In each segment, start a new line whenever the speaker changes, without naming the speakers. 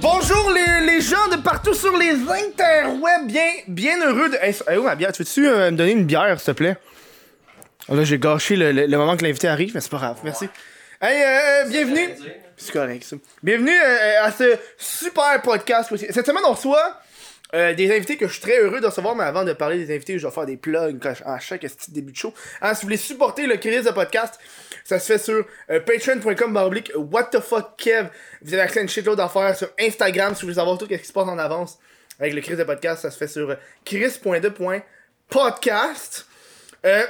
Bonjour les, les gens de partout sur les interwebs, bien, bien heureux de... Hey, hey, où ma bière? Tu veux-tu euh, me donner une bière, s'il te plaît? Oh Là, j'ai gâché le, le- le moment que l'invité arrive, mais c'est pas grave, merci. Hey, euh, bienvenue... C'est correct, ça. Bienvenue euh, à ce super podcast. aussi. Cette semaine, on reçoit euh, des invités que je suis très heureux de recevoir, mais avant de parler des invités, je vais faire des plugs quand- à chaque petit début de show. Hein, si vous voulez supporter le Chris de podcast, ça se fait sur euh, patreon.com baroblique what the fuck Kev. Vous avez accès à une shitload d'affaires sur Instagram si vous voulez savoir tout ce qui se passe en avance avec le Chris de podcast. Ça se fait sur euh, chris.de.podcast. Euh,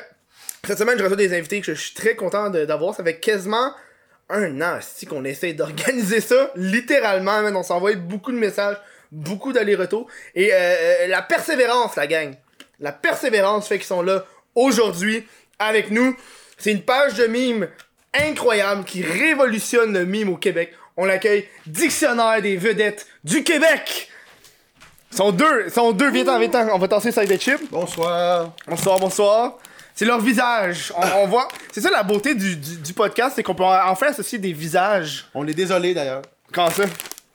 cette semaine, je reçois des invités que je suis très content de- d'avoir. Ça fait quasiment un an si qu'on essaie d'organiser ça. Littéralement, man, on s'envoie beaucoup de messages, beaucoup d'allers-retours. Et euh, euh, la persévérance, la gang. La persévérance fait qu'ils sont là aujourd'hui avec nous. C'est une page de mime incroyable qui révolutionne le mime au Québec. On l'accueille Dictionnaire des vedettes du Québec. Ils Sont deux, ils sont deux, viens-t'en, viens-t'en, on va tasser ça avec des chips.
Bonsoir.
Bonsoir, bonsoir. C'est leur visage. On, on voit. C'est ça la beauté du, du- du podcast, c'est qu'on peut en- enfin associer des visages.
On est désolé d'ailleurs.
Quand ça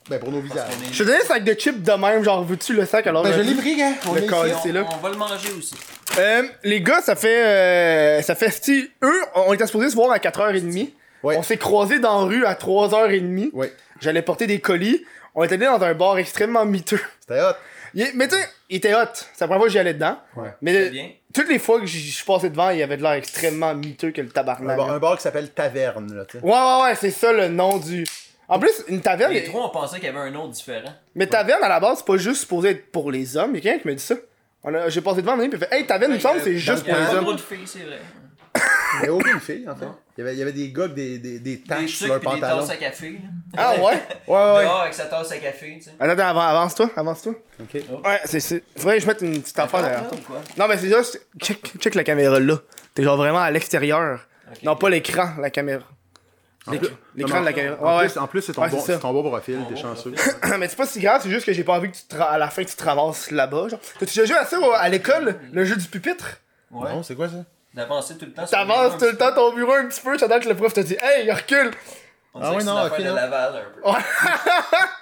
Ben pour nos visages.
Je te donnais un sac de chips de même, genre veux-tu le sac alors
Ben je
euh,
l'ai pris, hein. On
Le
est
calice.
ici.
C'est là.
On, on va le manger aussi.
Euh, Les gars, ça fait. euh, ça fait si. Eux, on était supposés se voir à 4h30.
Ouais.
On s'est croisés dans la rue à 3h30.
Ouais.
J'allais porter des colis. On était allés dans un bar extrêmement miteux.
C'était hot.
Il est- mais tu sais, il était hot. C'est la première fois que j'y allais dedans.
Ouais.
Mais
C'est bien.
toutes les fois que j'y- je suis passé devant, il y avait de l'air extrêmement miteux que le
Un
tabarnak.
bar, un bar qui s'appelle Taverne, là, tu sais.
Ouais, ouais, ouais, c'est ça le nom du. En plus, une taverne.
Les trois, on pensait qu'il y avait un nom différent.
Mais taverne à la base, c'est pas juste supposé être pour les hommes. Il y a quelqu'un qui m'a dit ça. On a- J'ai passé devant, un moment donné, puis il fait Hey, taverne, il me semble, c'est juste
Il y
pour
a
les
pas
hommes.
trop de filles, c'est vrai.
Il y avait aucune fille, en fait. Il y avait, il y avait des gars avec des, des, des
Des
taches sur
sucres
leurs
pis des
pantalons.
tasses à café. là.
Ah ouais?
Ouais, ouais.
Dehors avec sa tasse à café, tu sais.
Attends, attends, avant- avance-toi, avance-toi.
Ok.
Ouais, c'est c'est- Faudrait que je mette une petite affaire derrière.
Ah, ou quoi?
Non, mais c'est juste. Check, check la caméra là. T'es genre vraiment à l'extérieur.
Ok.
Non, pas l'écran, la caméra. L'éc- L'écran de la caméra.
En
Ouais, ouais.
plus, en plus, c'est ton,
Ouais,
bon,
c'est ça.
c'est ton bon profil,
Ton
t'es
bon
chanceux.
mais c'est pas si grave, c'est juste que j'ai pas envie que tu te ra- à la fin tu te ramasses là-bas. genre. T'as-tu déjà joué à ça à l'école, le jeu du pupitre?
Ouais.
Non, c'est quoi ça?
D'avancer tout le temps. sur
T'avances
les
tout
murs.
le temps ton bureau un petit peu, j'attends que le prof te dit Hey, recule!
On
Ah
dirait
ouais,
que c'est une
non, ok,
affaire de
non.
Laval un peu.
Oh.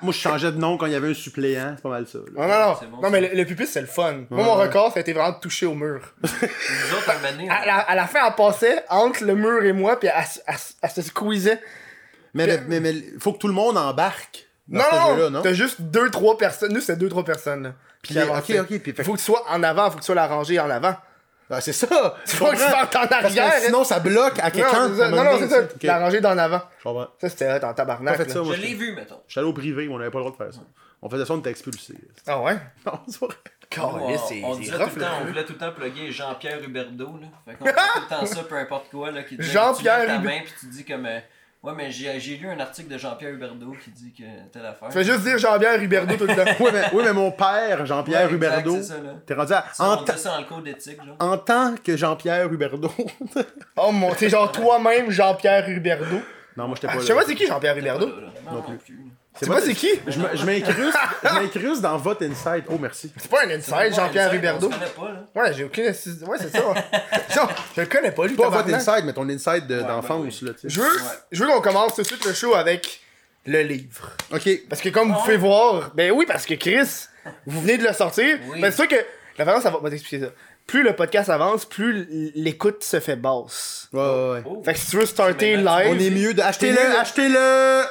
Moi, je changeais de nom quand il y avait un suppléant, c'est pas mal ça. là.
Non, non, non.
C'est bon,
non,
ça.
mais le, le pupitre, c'est le fun. Moi, mon
ouais.
record, ça a été vraiment de toucher au mur.
Nous autres, un moment donné,
À la, à la fin, elle passait entre le mur et moi, puis elle, s- elle s- elle se squeezait.
Mais, mais, mais, mais faut que tout le monde embarque dans
non,
ce
non,
jeu-là,
non.
non?
T'as juste deux, trois personnes. Nous, c'était deux, trois personnes. là,
Puis,
qui
ok,
avançaient.
ok, puis-
Faut que tu sois en avant, faut que tu sois la rangée en avant.
Ah, c'est ça!
Faut que tu
comprends?
partes en
Parce que
arrière. hein.
sinon, ça bloque à quelqu'un.
non, c'est ça.
à un
non,
moment
non, c'est
donné,
ça.
tu sais.
La
Ok,
rangée d'en avant.
je comprends.
Ça, c'était hot en
Pas
tabarnak.
fait
là.
ça,
Je
moi.
l'ai vu, mettons.
J'allais au privé, on n'avait pas le droit de faire ça. On faisait ça, on était expulsés.
Ah ouais?
Non, c'est vrai.
Nous, on,
Caliste, Oh, c'est
on
c'est
disait
rough,
tout le temps,
là.
on voulait tout le temps plugger Jean-Pierre Huberdeau, là. Fait qu'on fait tout le temps ça, peu importe quoi, là. Qui te donne-
Jean-Pierre
Tu lèves ta
Huber-
main pis tu dis comme. euh, Ouais, mais j'ai j'ai lu un article de Jean-Pierre Huberdeau qui dit que telle affaire.
Fais juste dire Jean-Pierre Huberdeau tout le temps.
oui, mais, oui, mais mon père, Jean-Pierre
Ouais, exact,
Huberdeau,
c'est ça, là.
t'es rendu à
Ça,
en,
on
ta-
met ça dans le code d'éthique, genre.
en tant que Jean-Pierre Huberdeau.
Oh mon, c'est genre toi-même Jean-Pierre Huberdeau.
non, moi, j'étais pas
Ah,
là.
Je sais pas c'est qui Jean-Pierre Huberdeau.
Là, là. Non, non plus.
Tu sais pas c'est qui?
Je me- je m'incruste je m'incruste dans votre inside. Oh, merci.
C'est pas un inside, Jean-Pierre Huberdeau.
Je connais pas, là.
Ouais, j'ai aucune assise- Ouais, c'est ça. non, je le connais pas, lui.
Pas votre
tabarnak.
inside, mais ton inside de- d'enfance,
ben
là, tu sais.
Je veux,
Ouais.
je veux qu'on commence tout de suite le show avec le livre.
Ok.
Parce que comme vous pouvez voir, ben oui, parce que Chris, vous venez de le sortir.
Oui.
Ben c'est sûr que la façon ça va, on va t'expliquer ça. Plus le podcast avance, plus l- l'écoute se fait basse.
Ouais, ouais, ouais.
Oh.
Fait que si tu veux starter
Mais maintenant,
live,
On est mieux de. Achetez-le,
mieux-
achetez-le!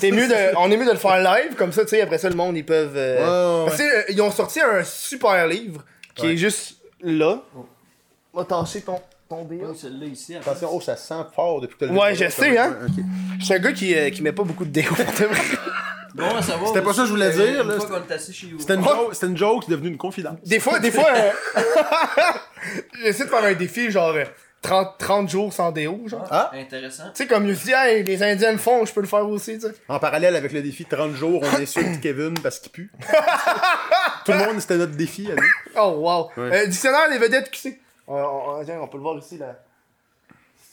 T'es mieux de, on est mieux de le faire live, comme ça, tu sais, après ça, le monde, ils peuvent. euh,
Ouais, ouais,
parce que, euh, ils ont sorti un super livre qui
Ouais.
est juste là. Va tasser ton, ton dé.
Oh, Celui-là ici, après.
Attention, oh, ça sent fort depuis que t'as le
Ouais,
micro,
je
ça.
sais, hein.
Ok.
Je suis un gars qui, euh, qui met pas beaucoup de déo. pour de vrai.
Bon, ça va.
C'était pas ça que je voulais dire, là.
Une fois qu'on est assis chez vous.
C'était une,
Ouais.
joke- c'était une joke, c'est devenu une confidence.
des fois, des fois. euh, J'essaie de faire un défi, genre euh, 30, 30 jours sans déo, genre.
Ah.
Intéressant.
Tu sais, comme je dis, hey, les Indiens le font, je peux le faire aussi, tu sais.
En parallèle avec le défi 30 jours, on insulte Kevin parce qu'il pue. Tout le monde, c'était notre défi à nous.
Oh, wow.
Ouais.
Euh, dictionnaire des vedettes QC. Euh, On, on, on- tiens, on peut le voir ici, là.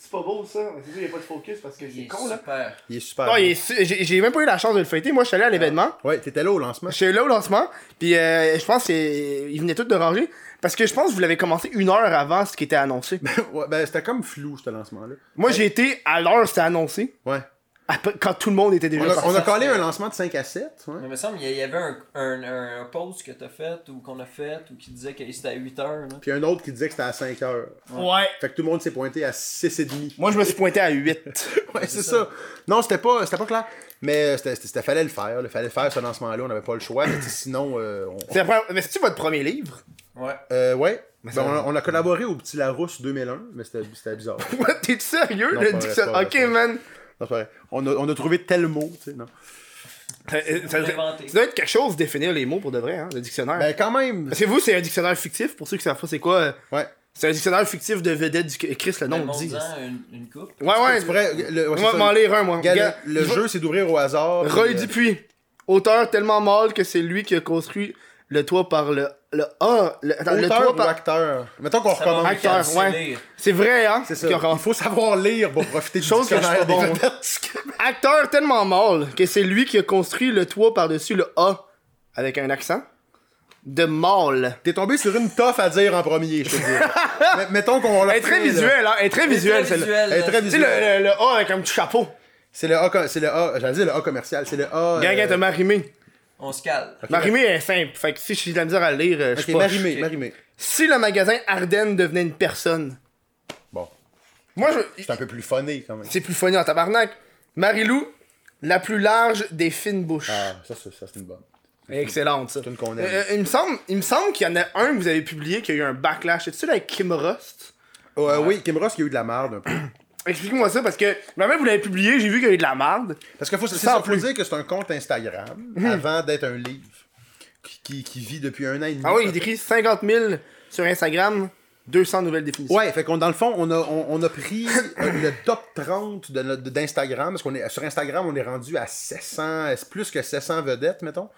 C'est pas beau, ça. Mais C'est sûr, il n'y a pas de focus parce que
Il
c'est
est
con, là.
super.
Il est super.
Non,
bon.
il est su- j'ai j'ai même pas eu la chance de le fêter. Moi, je suis
Ah.
allé à l'événement.
Ouais, t'étais là au lancement.
Je suis là au lancement. Puis, euh, je pense qu'ils venaient tous de ranger. Parce que je pense que vous l'avez commencé une heure avant ce qui était annoncé.
ouais, ben, c'était comme flou, ce lancement-là.
Moi, j'ai été à l'heure c'était annoncé,
Ouais.
après- quand tout le monde était déjà
On a,
parti.
on a collé un lancement de 5 à 7.
Mais
Ouais.
il me semble qu'il y avait un, un, un post que t'as fait ou qu'on a fait ou qui disait que c'était à 8 heures. Là.
Puis un autre qui disait que c'était à 5 heures.
Ouais.
Fait que tout le monde s'est pointé à 6,5.
Moi, je me suis pointé à 8.
Ouais, c'est ça. Non, c'était pas, c'était pas clair. Mais euh, c'était, c'était- c'était- fallait le faire. Il fallait faire ce lancement-là. On n'avait pas le choix. mais tu sais, sinon, euh, on-
C'est la première- Mais c'est-tu votre premier livre?
Ouais.
Euh, ouais.
Mais
Ben,
ça-
on, a, on a collaboré au Petit Larousse 2001, mais c'était, c'était bizarre. Non,
What? T'es sérieux?
Non,
le
pas vrai,
17?
pas vrai,
ok,
pas vrai.
man.
c'est pas vrai. On, a, on a trouvé tel mot, tu sais, non.
Ça, euh, ça-
Inventé.
ça doit être quelque chose, définir les mots pour de vrai, hein, le dictionnaire.
Ben, quand même.
Parce que vous, c'est un dictionnaire fictif, pour ceux qui savent pas c'est quoi. euh,
Ouais.
C'est un dictionnaire fictif de vedettes du Chris, le nom
Mais
le dit. hein.
demande-en une, une coupe.
Ouais, ouais.
C'est vrai, le, ouais, c'est
Moi,
ça.
m'en lire un, moi.
Gars,
Gars,
le, le
je-
jeu, c'est d'ouvrir au hasard.
Roy
puis, euh,
Dupuis, auteur tellement mal que c'est lui qui a construit le toit par le. Le A. Le, attends, le
Auteur
toit
ou
par.
acteur. Mettons qu'on
Ça va
recommence.
me
Acteur,
faire
ouais.
lire.
C'est vrai, hein?
C'est ça.
qui a
Il
commencé.
faut savoir lire pour profiter du
Chose que je suis
dictionnaire.
pas bon.
des vedettes.
Acteur tellement mal que c'est lui qui a construit le toit par-dessus le A, avec un accent, de mal.
T'es tombé sur une toffe à dire en premier, je te dis. Mais- mettons qu'on la
Elle est très
reprend, là.
visuelle, hein? Elle est très visuelle,
Très
celle-là.
Elle est très
là.
Tu sais, le, le,
visuelle.
le A avec un petit chapeau.
C'est le A, co- c'est le A, j'allais dire le A commercial, c'est le A.
Gang,
euh,
elle t'a marimé.
On se cale.
Marimé est simple, fait que si j'ai de la misère à le lire, euh, je
Ok,
suis pas.
marimé,
Ok.
marimé.
Si le magasin Ardennes devenait une personne.
Bon,
Moi, je.
c'est un peu plus funny quand même.
C'est plus funny en tabarnak. Marilou, la plus large des fines bouches.
Ah, ça, ça, ça, c'est une bonne.
Excellente, ça.
C'est une qu'on aime.
Euh, il me semble, il me semble qu'il y en a un que vous avez publié qui a eu un backlash. C'est-tu avec Kim Rust?
Oh, euh, Oui, Kim Ross, il y a eu de la merde un peu.
Explique-moi ça parce que même vous l'avez publié, j'ai vu qu'il y a eu de la merde.
Parce qu'il faut, c'est
Sans
ça, faut
plus.
dire que c'est un compte Instagram
Hmm.
avant d'être un livre qui, qui, qui vit depuis un an et demi.
Ah oui, il décrit 50 000 sur Instagram, 200 nouvelles définitions.
Ouais, fait qu'on dans le fond, on a, on, on a pris euh, le top 30 de notre- d'Instagram, parce qu'on est sur Instagram, on est rendu à 700, euh, c'est plus que 700 vedettes, mettons.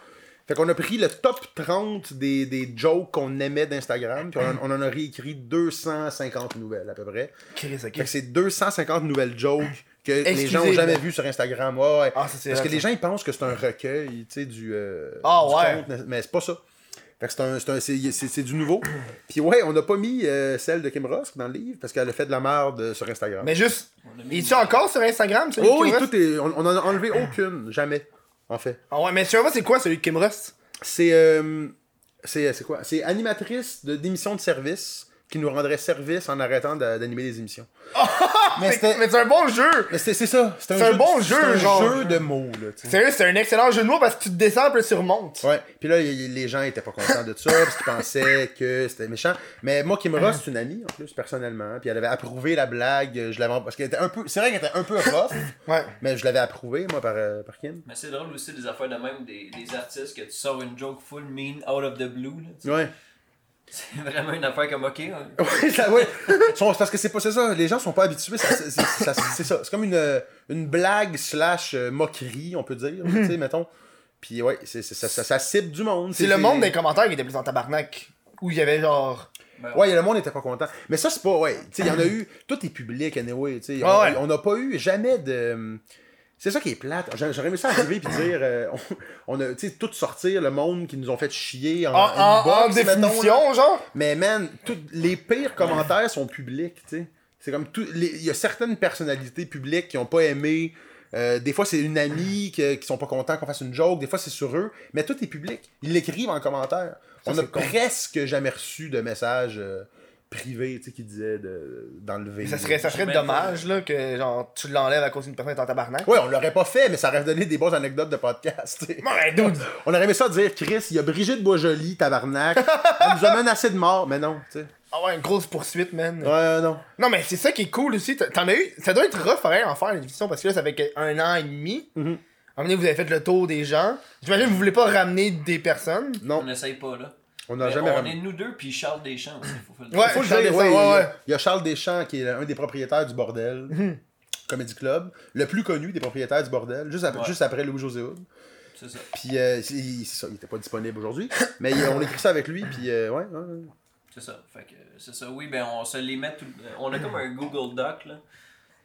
Fait qu'on a pris le top 30 des, des jokes qu'on aimait d'Instagram, puis on, en- on en a réécrit 250 nouvelles à peu près.
Chris, ok.
Fait que c'est 250 nouvelles jokes que les gens ont
Excusez-le.
jamais vues sur Instagram. Ouais, ouais.
Ah, ça, c'est
Parce que
vrai,
les
ça.
gens, ils pensent que c'est un recueil, tu sais, du, euh,
Ah,
du
ouais.
conte, mais- mais c'est pas ça. Fait que c'est un- c'est un- c'est- c'est- c'est du nouveau. Puis ouais, on n'a pas mis euh, celle de Kim Ross dans le livre parce qu'elle a fait de la merde sur Instagram.
Mais juste,
On a mis
il est-tu encore sur Instagram, celui
oh,
de
oui,
Kim Rust?
tout est, on on en a enlevé aucune, jamais, en fait.
Ah ouais, mais tu vois, c'est quoi celui de Kim Rust?
C'est euh, c'est c'est quoi C'est animatrice de d'émissions de service qui nous rendrait service en arrêtant d'a- d'animer les émissions. mais
C'est-
c'était
Mais c'est un bon jeu!
mais c'est c'est ça, c'est un,
C'est un
jeu
bon
de-
jeu,
c'est un
genre.
jeu de mots là, tu sais.
Sérieux, c'est un excellent jeu de mots parce que tu te descends puis tu remontes.
Ouais. Puis là, y- y- les gens étaient pas contents de ça parce qu'ils pensaient que c'était méchant. Mais moi, Kim Ross, c'est une amie en plus, personnellement. Puis elle avait approuvé la blague. Je l'avais parce qu'elle était un peu. C'est vrai qu'elle était un peu rough,
Ouais.
mais je l'avais approuvée moi par, euh, par Kim.
Mais c'est drôle aussi des affaires de même des, des artistes que tu sors une joke full mean out of the blue. là, tu sais.
Ouais.
C'est vraiment une affaire comme ok. hein.
Ouais, ça- ouais. Ils sont- c'est parce que c'est pas c'est ça. Les gens sont pas habitués. ça- c'est- c'est ça. C'est ça. C'est comme une, euh, une blague slash euh, moquerie, on peut dire. Tu sais, mettons. Puis ouais, c'est c'est- ça, ça, ça cible du monde.
C'est le monde des commentaires qui était plus en tabarnak. Où il y avait genre.
Ben,
Ouais, le monde n'était pas content. Mais ça, c'est pas. Ouais, tu sais, il y en a eu. Tout est public, anyway. Tu sais, on-
Ah ouais.
on n'a pas eu jamais de. hum, C'est ça qui est plate. J'a- J'aurais aimé ça arriver puis dire. euh, on, on a, tu sais, tout sortir, le monde qui nous ont fait chier en,
En, en-
inbox,
en
Ah, mettons,
définition,
là.
genre.
Mais man, tout- les pires commentaires sont publics, tu sais. C'est comme tout. les- Il y a certaines personnalités publiques qui n'ont pas aimé. euh, des fois, c'est une amie que- qui sont pas contents qu'on fasse une joke. Des fois, c'est sur eux. Mais tout est public. Ils l'écrivent en commentaire. On a
c'est con.
presque jamais reçu de messages euh, privés, tu sais, qui disaient de- d'enlever.
Ça serait, ça serait
J'imagine.
dommage là, que genre, tu l'enlèves à cause d'une personne qui est en tabarnak.
Ouais, on l'aurait pas fait, mais ça aurait donné des bonnes anecdotes de podcast. tu sais.
Bon, ben, dude.
On aurait aimé ça dire Chris, il y a Brigitte Boisjoli, tabarnak. Elle nous a menacé de mort, mais non, tu sais.
Ah ouais, une grosse poursuite, man.
Ouais, non.
Non, mais c'est ça qui est cool aussi. T'en- T'en as eu. Ça doit être rough pareil, en faire une émission parce que là, ça fait un an et demi.
Mhm.
À un moment donné, vous avez fait le tour des gens. J'imagine que vous voulez pas ramener des personnes.
Non,
On n'essaye pas là.
on n'a
Mais
jamais
on
ramené.
est nous deux puis Charles Deschamps. aussi, faut faire le-
Ouais.
Faut le
Charles
dire,
Deschamps,
ouais,
ouais,
il y a- Mhm.
ouais.
Il y a Charles Deschamps qui est un des propriétaires du bordel, Comedy Club, le plus connu des propriétaires du bordel, juste, ap-
Ouais.
juste après Louis-José Hood.
C'est ça.
Puis euh, c'est il- c'est ça, il était pas disponible aujourd'hui, mais il- on écrit ça avec lui, puis euh, ouais, ouais, ouais.
C'est ça. Fait que, euh, c'est ça. Oui, ben on se les met tout... euh, On a comme un Google Doc là.
Hmm.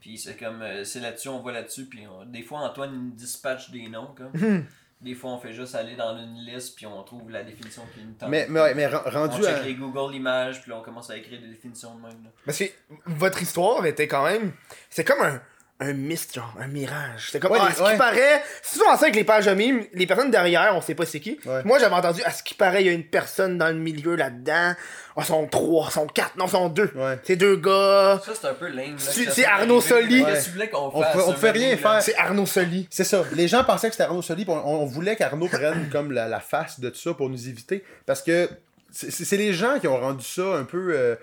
Puis c'est comme euh, c'est là-dessus, on voit là-dessus. Puis on- des fois Antoine il me dispatche des noms comme. Des fois, on fait juste aller dans une liste, puis on trouve la définition qui nous tente.
Mais, mais, ouais, mais ren-
on
rendu
check
à.
les Google images, puis là, on commence à écrire des définitions de même. là.
Parce que votre histoire était quand même. C'est comme un, un mist, genre, un mirage. C'était comme.
Ouais,
ah,
les-
à ce
ouais.
qui paraît. Si tu pensais avec les pages de mimes, les personnes derrière, on sait pas c'est qui.
Ouais.
Moi, j'avais entendu, à ce qui paraît, il y a une personne dans le milieu là-dedans. Ah, sont trois, sont quatre, non, sont deux.
Ouais.
C'est deux gars.
Ça, c'est un peu lame. là,
C'est-
que ça
c'est
soit
Arnaud
arrivé,
Soli.
mais Qu'est-ce que tu voulais qu'on
On
fasse?
peut- on
un
peut rien
menu, là?
faire.
C'est Arnaud Soli.
C'est ça. Les gens pensaient que c'était Arnaud Soli, puis on, on voulait qu'Arnaud prenne comme la, la face de tout ça pour nous éviter. Parce que c'est c'est- c'est les gens qui ont rendu ça un peu. euh,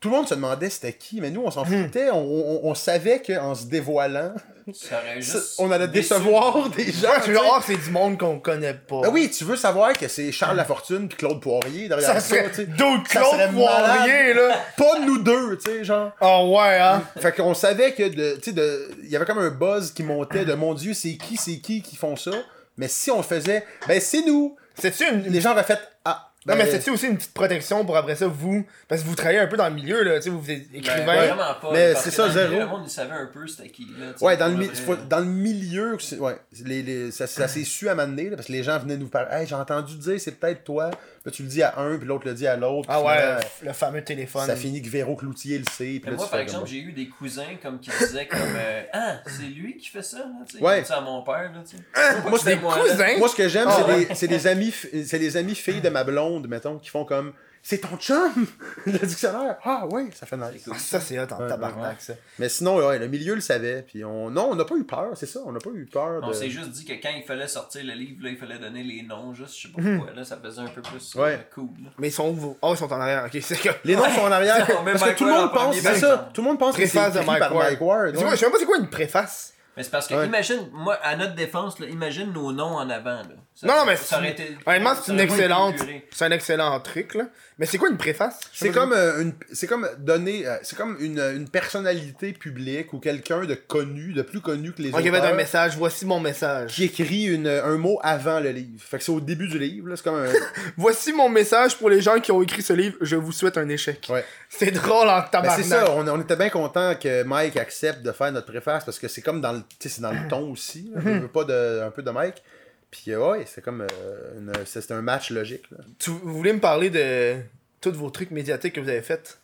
tout le monde se demandait c'était qui, mais nous, on s'en foutait. On, on- on savait qu'en se dévoilement,
Ça aurait
ça-
juste
on allait
déçu.
décevoir des gens.
Genre, tu
tu
veux,
sais.
ah, c'est du monde qu'on connaît pas.
Ben oui, tu veux savoir que c'est Charles Lafortune puis Claude Poirier derrière
Ça
ça,
serait
tu sais.
d'autres
Ça
Claude
serait malade.
Poirier, là.
Pas nous deux, tu sais, genre.
Ah ouais, hein.
Fait qu'on savait que de, tu sais, de, il y avait comme un buzz qui montait de mon Dieu, c'est qui, c'est qui qui font ça. Mais si on le faisait, ben c'est nous.
C'est-tu une,
Les gens auraient fait ah.
Non,
ben,
mais c'est-tu aussi une petite protection pour après ça, vous Parce que vous travaillez un peu dans le milieu, là, tu sais, vous êtes
Ben,
écrivain.
vraiment pas.
Mais
parce
c'est
que
ça,
dans le milieu,
zéro.
Le monde, il savait un peu c'était qui. Là, tu sais,
Ouais, dans le,
pour
mi-
vrai,
faut-
là.
dans le milieu, c'est- ouais, les, les- ça, ça s'est su à m'amener, parce que les gens venaient nous parler. Hey, j'ai entendu dire, c'est peut-être toi. Puis tu le dis à un, puis l'autre le dit à l'autre.
Ah
puis
ouais,
finalement,
le fameux téléphone.
Ça finit que Véro Cloutier le sait. puis
Mais
là,
moi,
tu
par
fais
exemple,
comme,
j'ai eu des cousins comme qui disaient comme euh, Ah, c'est lui qui fait ça, là, tu sais.
Ouais.
Comme ça à mon père, là, tu sais.
Hein? Moi, c'est
c'était
des
moi, là.
cousins.
Moi, ce que j'aime,
Ah
c'est
ouais.
des- c'est des amis, fi- c'est les amis filles de ma blonde, mettons, qui font comme c'est ton chum, le dictionnaire. Ah ouais, ça fait nice.
Ah, ça, c'est hot en
Ouais,
tabarnak,
ouais.
ça.
Mais sinon, ouais, le milieu le savait, puis on, non, on n'a pas eu peur, c'est ça, on n'a pas eu peur.
On
Euh.
s'est
De...
juste dit que quand il fallait sortir le livre, là, il fallait donner les noms, juste, je sais pas
Mhm.
pourquoi, là, ça faisait un peu plus euh,
Ouais.
cool. là.
Mais ils sont où Oh, ils sont en arrière, ok, c'est que.
Les noms sont en arrière,
Non, mais
parce que
Mike
tout le monde
Ward en
pense,
premier,
c'est
par
ça,
exemple.
tout le monde pense que c'est
Préface de
écrit
Mike
par
Ward.
Mike Ward.
Dis-moi,
ouais.
je sais même pas c'est quoi une préface.
Mais c'est parce que,
Ouais.
imagine, moi, à notre défense, là, imagine nos noms en avant. Là. Ça-
Non, non, mais
ça aurait
c'est-
été.
Honnêtement,
ça
c'est une
aurait pas été
excellente.
épuré.
C'est un excellent truc, là. Mais c'est quoi une préface Je sais
C'est
pas
comme euh, une, c'est comme donner, euh, c'est comme une, une personnalité publique ou quelqu'un de connu, de plus connu que les
Ok, va
auteurs,
un message, voici mon message.
ben, qui écrit une, un mot avant le livre. Fait que c'est au début du livre, là, c'est comme un,
Voici mon message pour les gens qui ont écrit ce livre, je vous souhaite un échec.
ouais.
C'est drôle en
Ben,
tabarnak.
c'est ça, on, on était bien content que Mike accepte de faire notre préface parce que c'est comme dans le, tu sais, c'est dans le ton aussi. là. Je veux pas de, un peu de Mike. Puis euh, ouais, c'est comme euh, une- c'est c'est un match logique. là.
Tu, vous voulez me parler de tous vos trucs médiatiques que vous avez faites?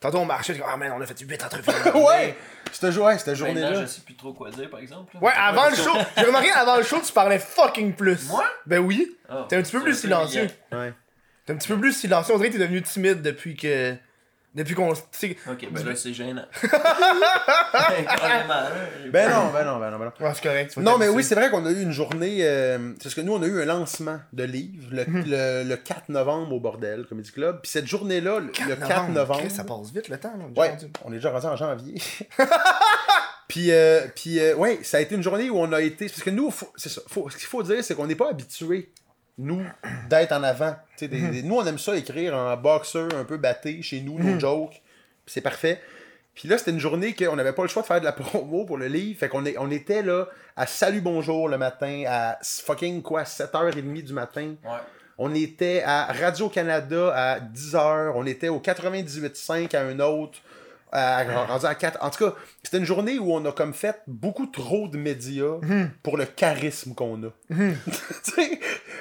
Tantôt on marchait, j'étais comme, ah man, on a fait 8 entrevues.
ouais! Ben, Cette, jou- ouais, cette
Maintenant, Ben, je
journée-là.
sais plus trop quoi dire, par exemple. là.
Ouais, avant le show, j'ai remarqué, avant le show, tu parlais fucking plus.
Moi?
Ben oui.
Ah,
T'es un petit peu
c'est
plus silencieux.
brillant.
Ouais.
T'es un petit peu plus silencieux. On dirait que t'es devenu timide depuis que. Depuis qu'on. tu sais-
Ok, ben là, c'est gênant. Carrément, là.
Ben non, ben non, ben non, ben non.
Ouais, c'est correct. tu vas
Non, mais
t'habituer.
oui, c'est vrai qu'on a eu une journée. euh, c'est parce que nous, on a eu un lancement de livre le, le- le 4 novembre au Bordel Comedy Club. Puis cette journée-là, le 4 novembre.
Chris, ça passe vite le temps, là. on est
Ouais,
déjà rendu.
on est déjà rendu en janvier. puis, euh, puis euh, ouais, ça a été une journée où on a été. Parce que nous, faut- c'est ça. faut- ce qu'il faut dire, c'est qu'on n'est pas habitués, nous, d'être en avant. Tu sais, des- des- nous, on aime ça écrire en boxeur un peu batté chez nous, nos jokes. Puis c'est parfait. Puis là, c'était une journée qu'on n'avait pas le choix de faire de la promo pour le livre. Fait qu'on est, on était là à Salut Bonjour le matin, à fucking quoi, 7h30 du matin.
Ouais.
On était à Radio-Canada à 10h. On était au 98.5 à un autre. À, rendu à 4. En tout cas, c'était une journée où on a comme fait beaucoup trop de médias pour le charisme qu'on a. Tu sais?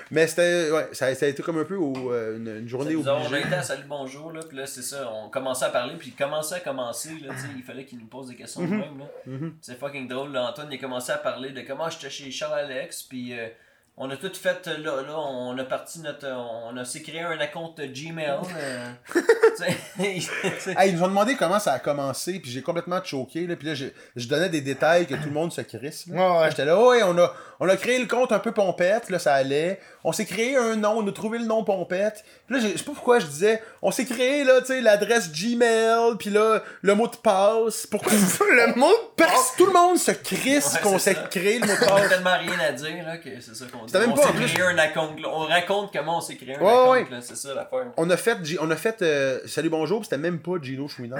Mais c'était. Ouais, ça, ça a été comme un peu au- euh, une, une
C'est
journée
bizarre, on a
obligée.
été à Salut Bonjour, là, puis là, c'est ça, on commençait à parler, puis il commençait à commencer, là, tu sais, il fallait qu'il nous pose des questions
Mhm.
de même, là. C'est fucking drôle, là, Antoine, il a commencé à parler de comment j'étais chez Charles-Alex, puis euh, on a tout fait, euh, là, là, on a parti notre, euh, on a s'est créé un compte Gmail, euh, tu sais, tu sais.
Hey, ils nous ont demandé comment ça a commencé, puis j'ai complètement choqué. Là, puis là, je, je donnais des détails que tout le monde se crisse. là.
Ah, Ouais, ouais.
Là, J'étais là, oh, ouais, on a, on a créé le compte un peu pompette, là, ça allait. On s'est créé un nom, on a trouvé le nom pompette. Puis là, j'ai- je sais pas pourquoi je disais, on s'est créé, là, tu sais, l'adresse Gmail, puis là, le mot de passe. Pourquoi?
Le mot de passe.
Parce que tout le monde se crisse
Ouais,
qu'on
c'est
s'est
ça.
créé le mot de
On a
passe.
tellement rien à dire là, que c'est ça qu'on dit.
C'était même
on
pas en
s'est
plus.
créé un compte. là. On raconte comment on s'est créé un
Ouais,
compte.
ouais.
là, c'est ça l'affaire.
On a fait, G- on a fait euh, Salut Bonjour, puis c'était même pas Gino Chouinard,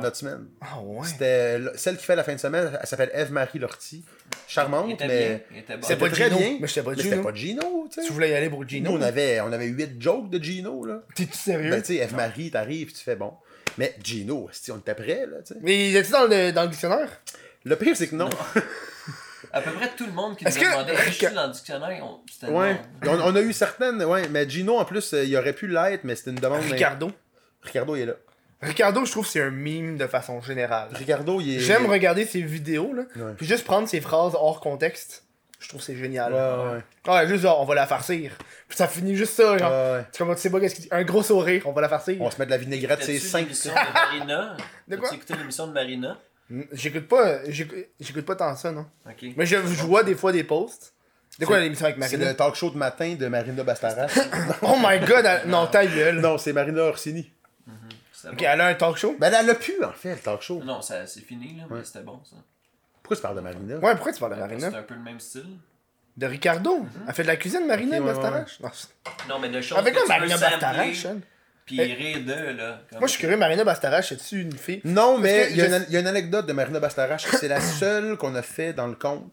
notre semaine.
Ah ouais.
C'était euh, celle qui fait la fin de semaine, elle s'appelle Eve-Marie Lortie. Charmante,
Il était
mais.
bien, il était bon.
C'est
C'était
pas
très
Gino.
bien.
Mais c'était pas
c'était
Gino.
pas Gino, tu sais.
Tu voulais y aller pour
Nous,
Gino.
on avait, on avait 8 jokes de Gino, là.
T'es-tu sérieux?
Ben, tu sais, Eve-Marie, t'arrives, tu fais bon. Mais Gino, si on était prêt, là, tu sais.
Mais il était dans le, dans le dictionnaire?
Le pire, c'est que non.
à peu près tout le monde qui nous
Est-ce
a
que-
demandé je suis dans le dictionnaire, on- c'était
Ouais.
non.
On, on a eu certaines, ouais. Mais Gino, en plus, euh, il aurait pu l'être, mais c'était une demande. mais-
Ricardo.
Ricardo, il est là.
Ricardo, je trouve que c'est un mime de façon générale.
Ricardo, il est.
J'aime regarder ses vidéos, là.
Ouais.
Puis juste prendre ses phrases hors contexte. Je trouve que c'est génial.
Ah, Ouais, ouais.
Ouais, juste genre, on va la farcir. Puis ça finit juste ça, genre.
Ah, Ouais.
Tu comme, tu sais pas qu'est-ce qu'il dit. Un gros sourire, on va la farcir.
On se met de la vinaigrette, c'est
T'as-tu
5
l'émission de Marina?
De quoi?
T'as-tu écouté l'émission de Marina?
Mm, J'écoute pas, j'écoute j'écoute pas tant ça, non.
Ok.
Mais je, je vois des fois des posts. De quoi
C'est-
l'émission avec
C'est
Marina?
le talk show de matin de Marina Bastaras.
Oh my god, elle- non, ta gueule.
non, c'est Marina Orsini.
C'était
Ok, elle a un talk show?
Ben, elle a pu, en fait, le talk show.
bon. Non, ça- c'est fini, là,
Ouais.
mais c'était bon, ça.
Pourquoi tu parles de Marina
Ouais, pourquoi tu parles de
C'était
Marina?
un peu le même style.
De Ricardo? Elle fait de la cuisine, Marina,
Ok, ouais,
Bastarache? Non, c'est-
Non, mais de choses
Avec
que
quoi
tu peux
Marina
sampler,
Bastarache? elle?
Puis
Hey.
rire d'eux, là. comme-
Moi, je suis curieux, Marina Bastarache, c'est-tu une fille?
Non, mais
que
il y, a
je-
une- il y a une anecdote de Marina Bastarache. C'est la seule qu'on a fait dans le compte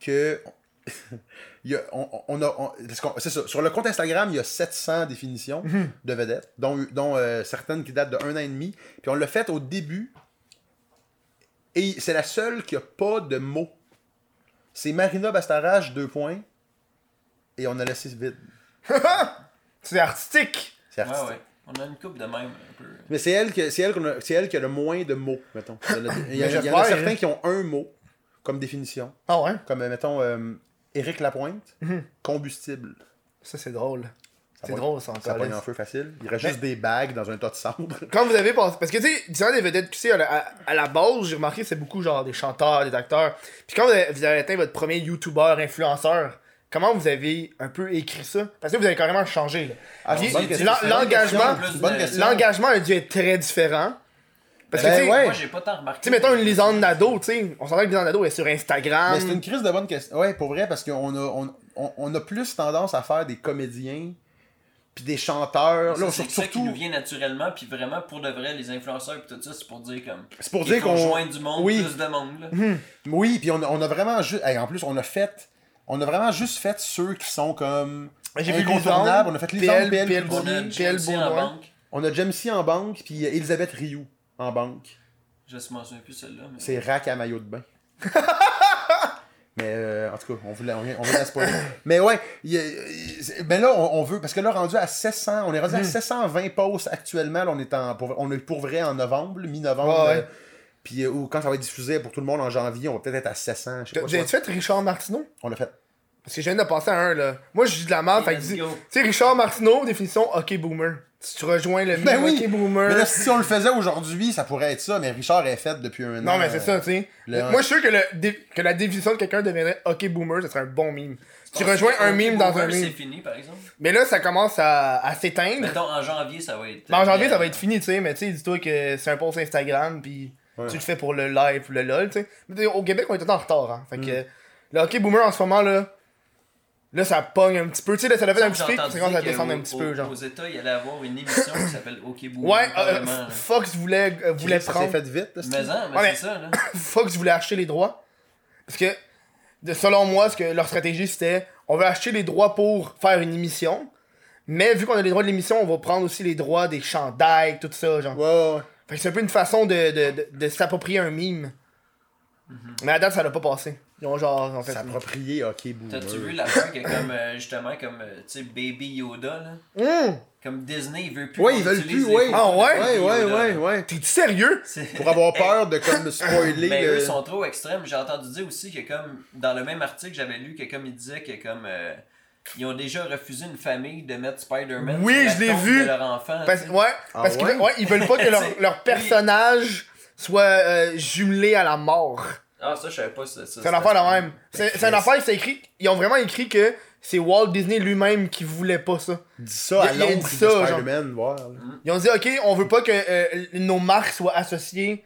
que. il y a- on, on- on a, on- parce qu'on- c'est ça. Sur le compte Instagram, il y a 700 définitions
Mhm.
de vedettes, dont, dont, euh, certaines qui datent de un an et demi. Puis on l'a fait au début. Et c'est la seule qui a pas de mots. C'est Marina Bastarache, deux points. Et on a laissé ce vide.
C'est artistique!
C'est
Ouais,
artistique.
ouais. On a une coupe de même, un peu.
Mais c'est elle, que, c'est, elle qu'on a- c'est elle qui a le moins de mots, mettons. Il y en a, il y en a- il y en
j'espère,
a
hein.
certains qui ont un mot comme définition.
Ah ouais?
Comme, euh, mettons, euh, Éric Lapointe,
Mhm.
combustible.
Ça, c'est drôle. C'est
pogne-
drôle, ça,
Ça
encore.
pogne en feu facile. Il
Ben,
reste juste des bagues dans un tas de cendres.
um,
Quand vous avez pensé. Parce que, tu sais, disant des vedettes QC, à, la- à- à la base, j'ai remarqué que c'est beaucoup genre des chanteurs, des acteurs. Puis quand vous avez, vous avez atteint votre premier YouTuber, influenceur, comment vous avez un peu écrit ça Parce que vous avez carrément changé. là.
Ah,
Puis
c'est une bonne
l'en-
question.
L'engagement.
C'est une bonne
Euh,
question.
L'engagement a dû être très différent. Parce que,
Ben
tu sais,
ouais.
Moi, j'ai pas tant remarqué.
tu sais, mettons une Lisande Nado, tu sais, on s'entend que Lisande Nado est sur Instagram.
Mais c'est une crise de bonne question. Ouais, pour vrai, parce qu'on a, on, on- on a plus tendance à faire des comédiens puis des chanteurs. Là,
Ça,
on-
C'est
sur-
ça qui nous
surtout,
vient naturellement, puis vraiment pour de vrai, les influenceurs puis tout ça, c'est pour dire comme.
c'est pour
il
dire
faut
qu'on...
joindre du monde,
Oui.
plus de monde, là.
Oui, puis on, a- on a vraiment juste. en plus, on a fait. On a vraiment juste fait ceux qui sont comme.
J'ai vu
incontournables.
Lisande,
On a fait
PL,
Lisande, PL,
PL,
Bourdieu.
On a
Bourdieu.
James
Bourdieu.
Hill en banque.
On a Jemsy en banque, puis euh, Elisabeth Rioux en banque.
Je ne me souviens plus celle-là. Mais...
C'est rack à maillot de bain. mais euh, en tout cas, on voulait, on, vient- on voulait la spoiler. mais ouais, il y a- il- c'est- ben là, on, on veut. Parce que là, rendu à 700, on est
Hmm.
rendu à 720 posts actuellement. Là, on, est en, pour, on est pour vrai en novembre, mi-novembre.
Ouais, ouais.
euh, Puis euh, ou quand ça va être diffusé pour tout le monde en janvier, on va peut-être être à 700. Je sais
T'as-
pas,
Vous avez
quoi.
fait Richard Martineau
On l'a fait.
Parce que je viens de passer à un, là. Moi, je dis de la merde, fait
Hey,
que
let's
dis- Tu
go.
sais, Richard Martineau, définition hockey boomer. Si tu rejoins le
Ben
meme
oui!
hockey
Mais
boomer.
là, si on le faisait aujourd'hui, ça pourrait être ça, mais Richard est fait depuis un an.
non, mais c'est ça,
euh,
tu sais.
le-
Moi, je suis sûr que, le dé- que la définition de quelqu'un deviendrait hockey boomer, ce serait un bon meme. Tu
Parce
rejoins
que
un
Hockey
meme dans un
Boomer, Ah, C'est
meme.
fini, par exemple.
Mais là, ça commence à, à s'éteindre.
Mettons, en janvier, ça va être. euh,
Mais Ben, en janvier, ça va être fini, tu sais. Mais tu sais, dis-toi que c'est un post Instagram, puis
Ouais.
tu le fais pour le live, le lol, tu sais. Mais t'sais, au Québec, on est tout le temps en retard, hein. Fait
Hmm.
que le hockey boomer en ce moment, là, là, ça pogne un petit peu. Tu sais, là, ça l'a fait un
J'ai
petit pic,
entendu
puis quand ça
dire
descend
que
un
au-
petit peu,
au-
genre.
Aux États, il allait avoir une émission qui s'appelle OK Boomer.
Ouais, euh,
probablement, là.
Fox voulait, euh, voulait
ça s'est
prendre.
fait vite. là, c'est-
Mais hein, mais
Ouais, mais-
c'est ça, là.
Fox voulait acheter les droits. Parce que, de- selon moi, ce que leur stratégie c'était on veut acheter les droits pour faire une émission. Mais vu qu'on a les droits de l'émission, on va prendre aussi les droits des chandails, tout ça, genre.
Ouais, ouais, ouais.
Fait que c'est un peu une façon de, de, de, de s'approprier un mime.
Mm-hmm.
Mais à date, ça l'a pas passé. Ils ont genre, en fait.
S'approprier, ok, boomer.
T'as-tu vu la fin que, comme, euh, justement, comme, euh, tu sais, Baby Yoda, là.
Hum!
Comme Disney, il veut plus.
Ouais,
qu'on
ils veulent
utilise
plus,
les
ouais.
photos de
Ah
Ouais,
Baby
ouais,
Yoda,
ouais,
là.
ouais.
T'es sérieux?
C'est-
Pour avoir peur de comme spoiler.
Mais
le-
eux sont trop extrêmes. J'ai entendu dire aussi que comme dans le même article, j'avais lu que comme ils disaient que comme euh, ils ont déjà refusé une famille de mettre Spider-Man
Oui,
sur la
je l'ai
tombe
vu.
de leur enfant.
Parce,
tu sais.
ouais,
Ah
parce qu'ils
ouais?
veulent- ouais, ils veulent pas que leur,
C'est-
leur personnage soit euh, jumelé à la mort.
Ah ça je savais pas ça. ça,
C'est une
ça,
affaire
ça.
la même. C'est c'est une affaire qui s'est écrit. Ils ont vraiment écrit que c'est Walt Disney lui-même qui voulait pas ça.
Dis ça à
Il a- il a
l'ombre de
dit ça, genre. Mm.
Spider-Man, voir. là.
Ils ont dit, OK, on veut pas que euh, nos marques soient associées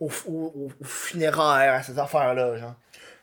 aux au, au funéraires, à ces affaires-là, genre.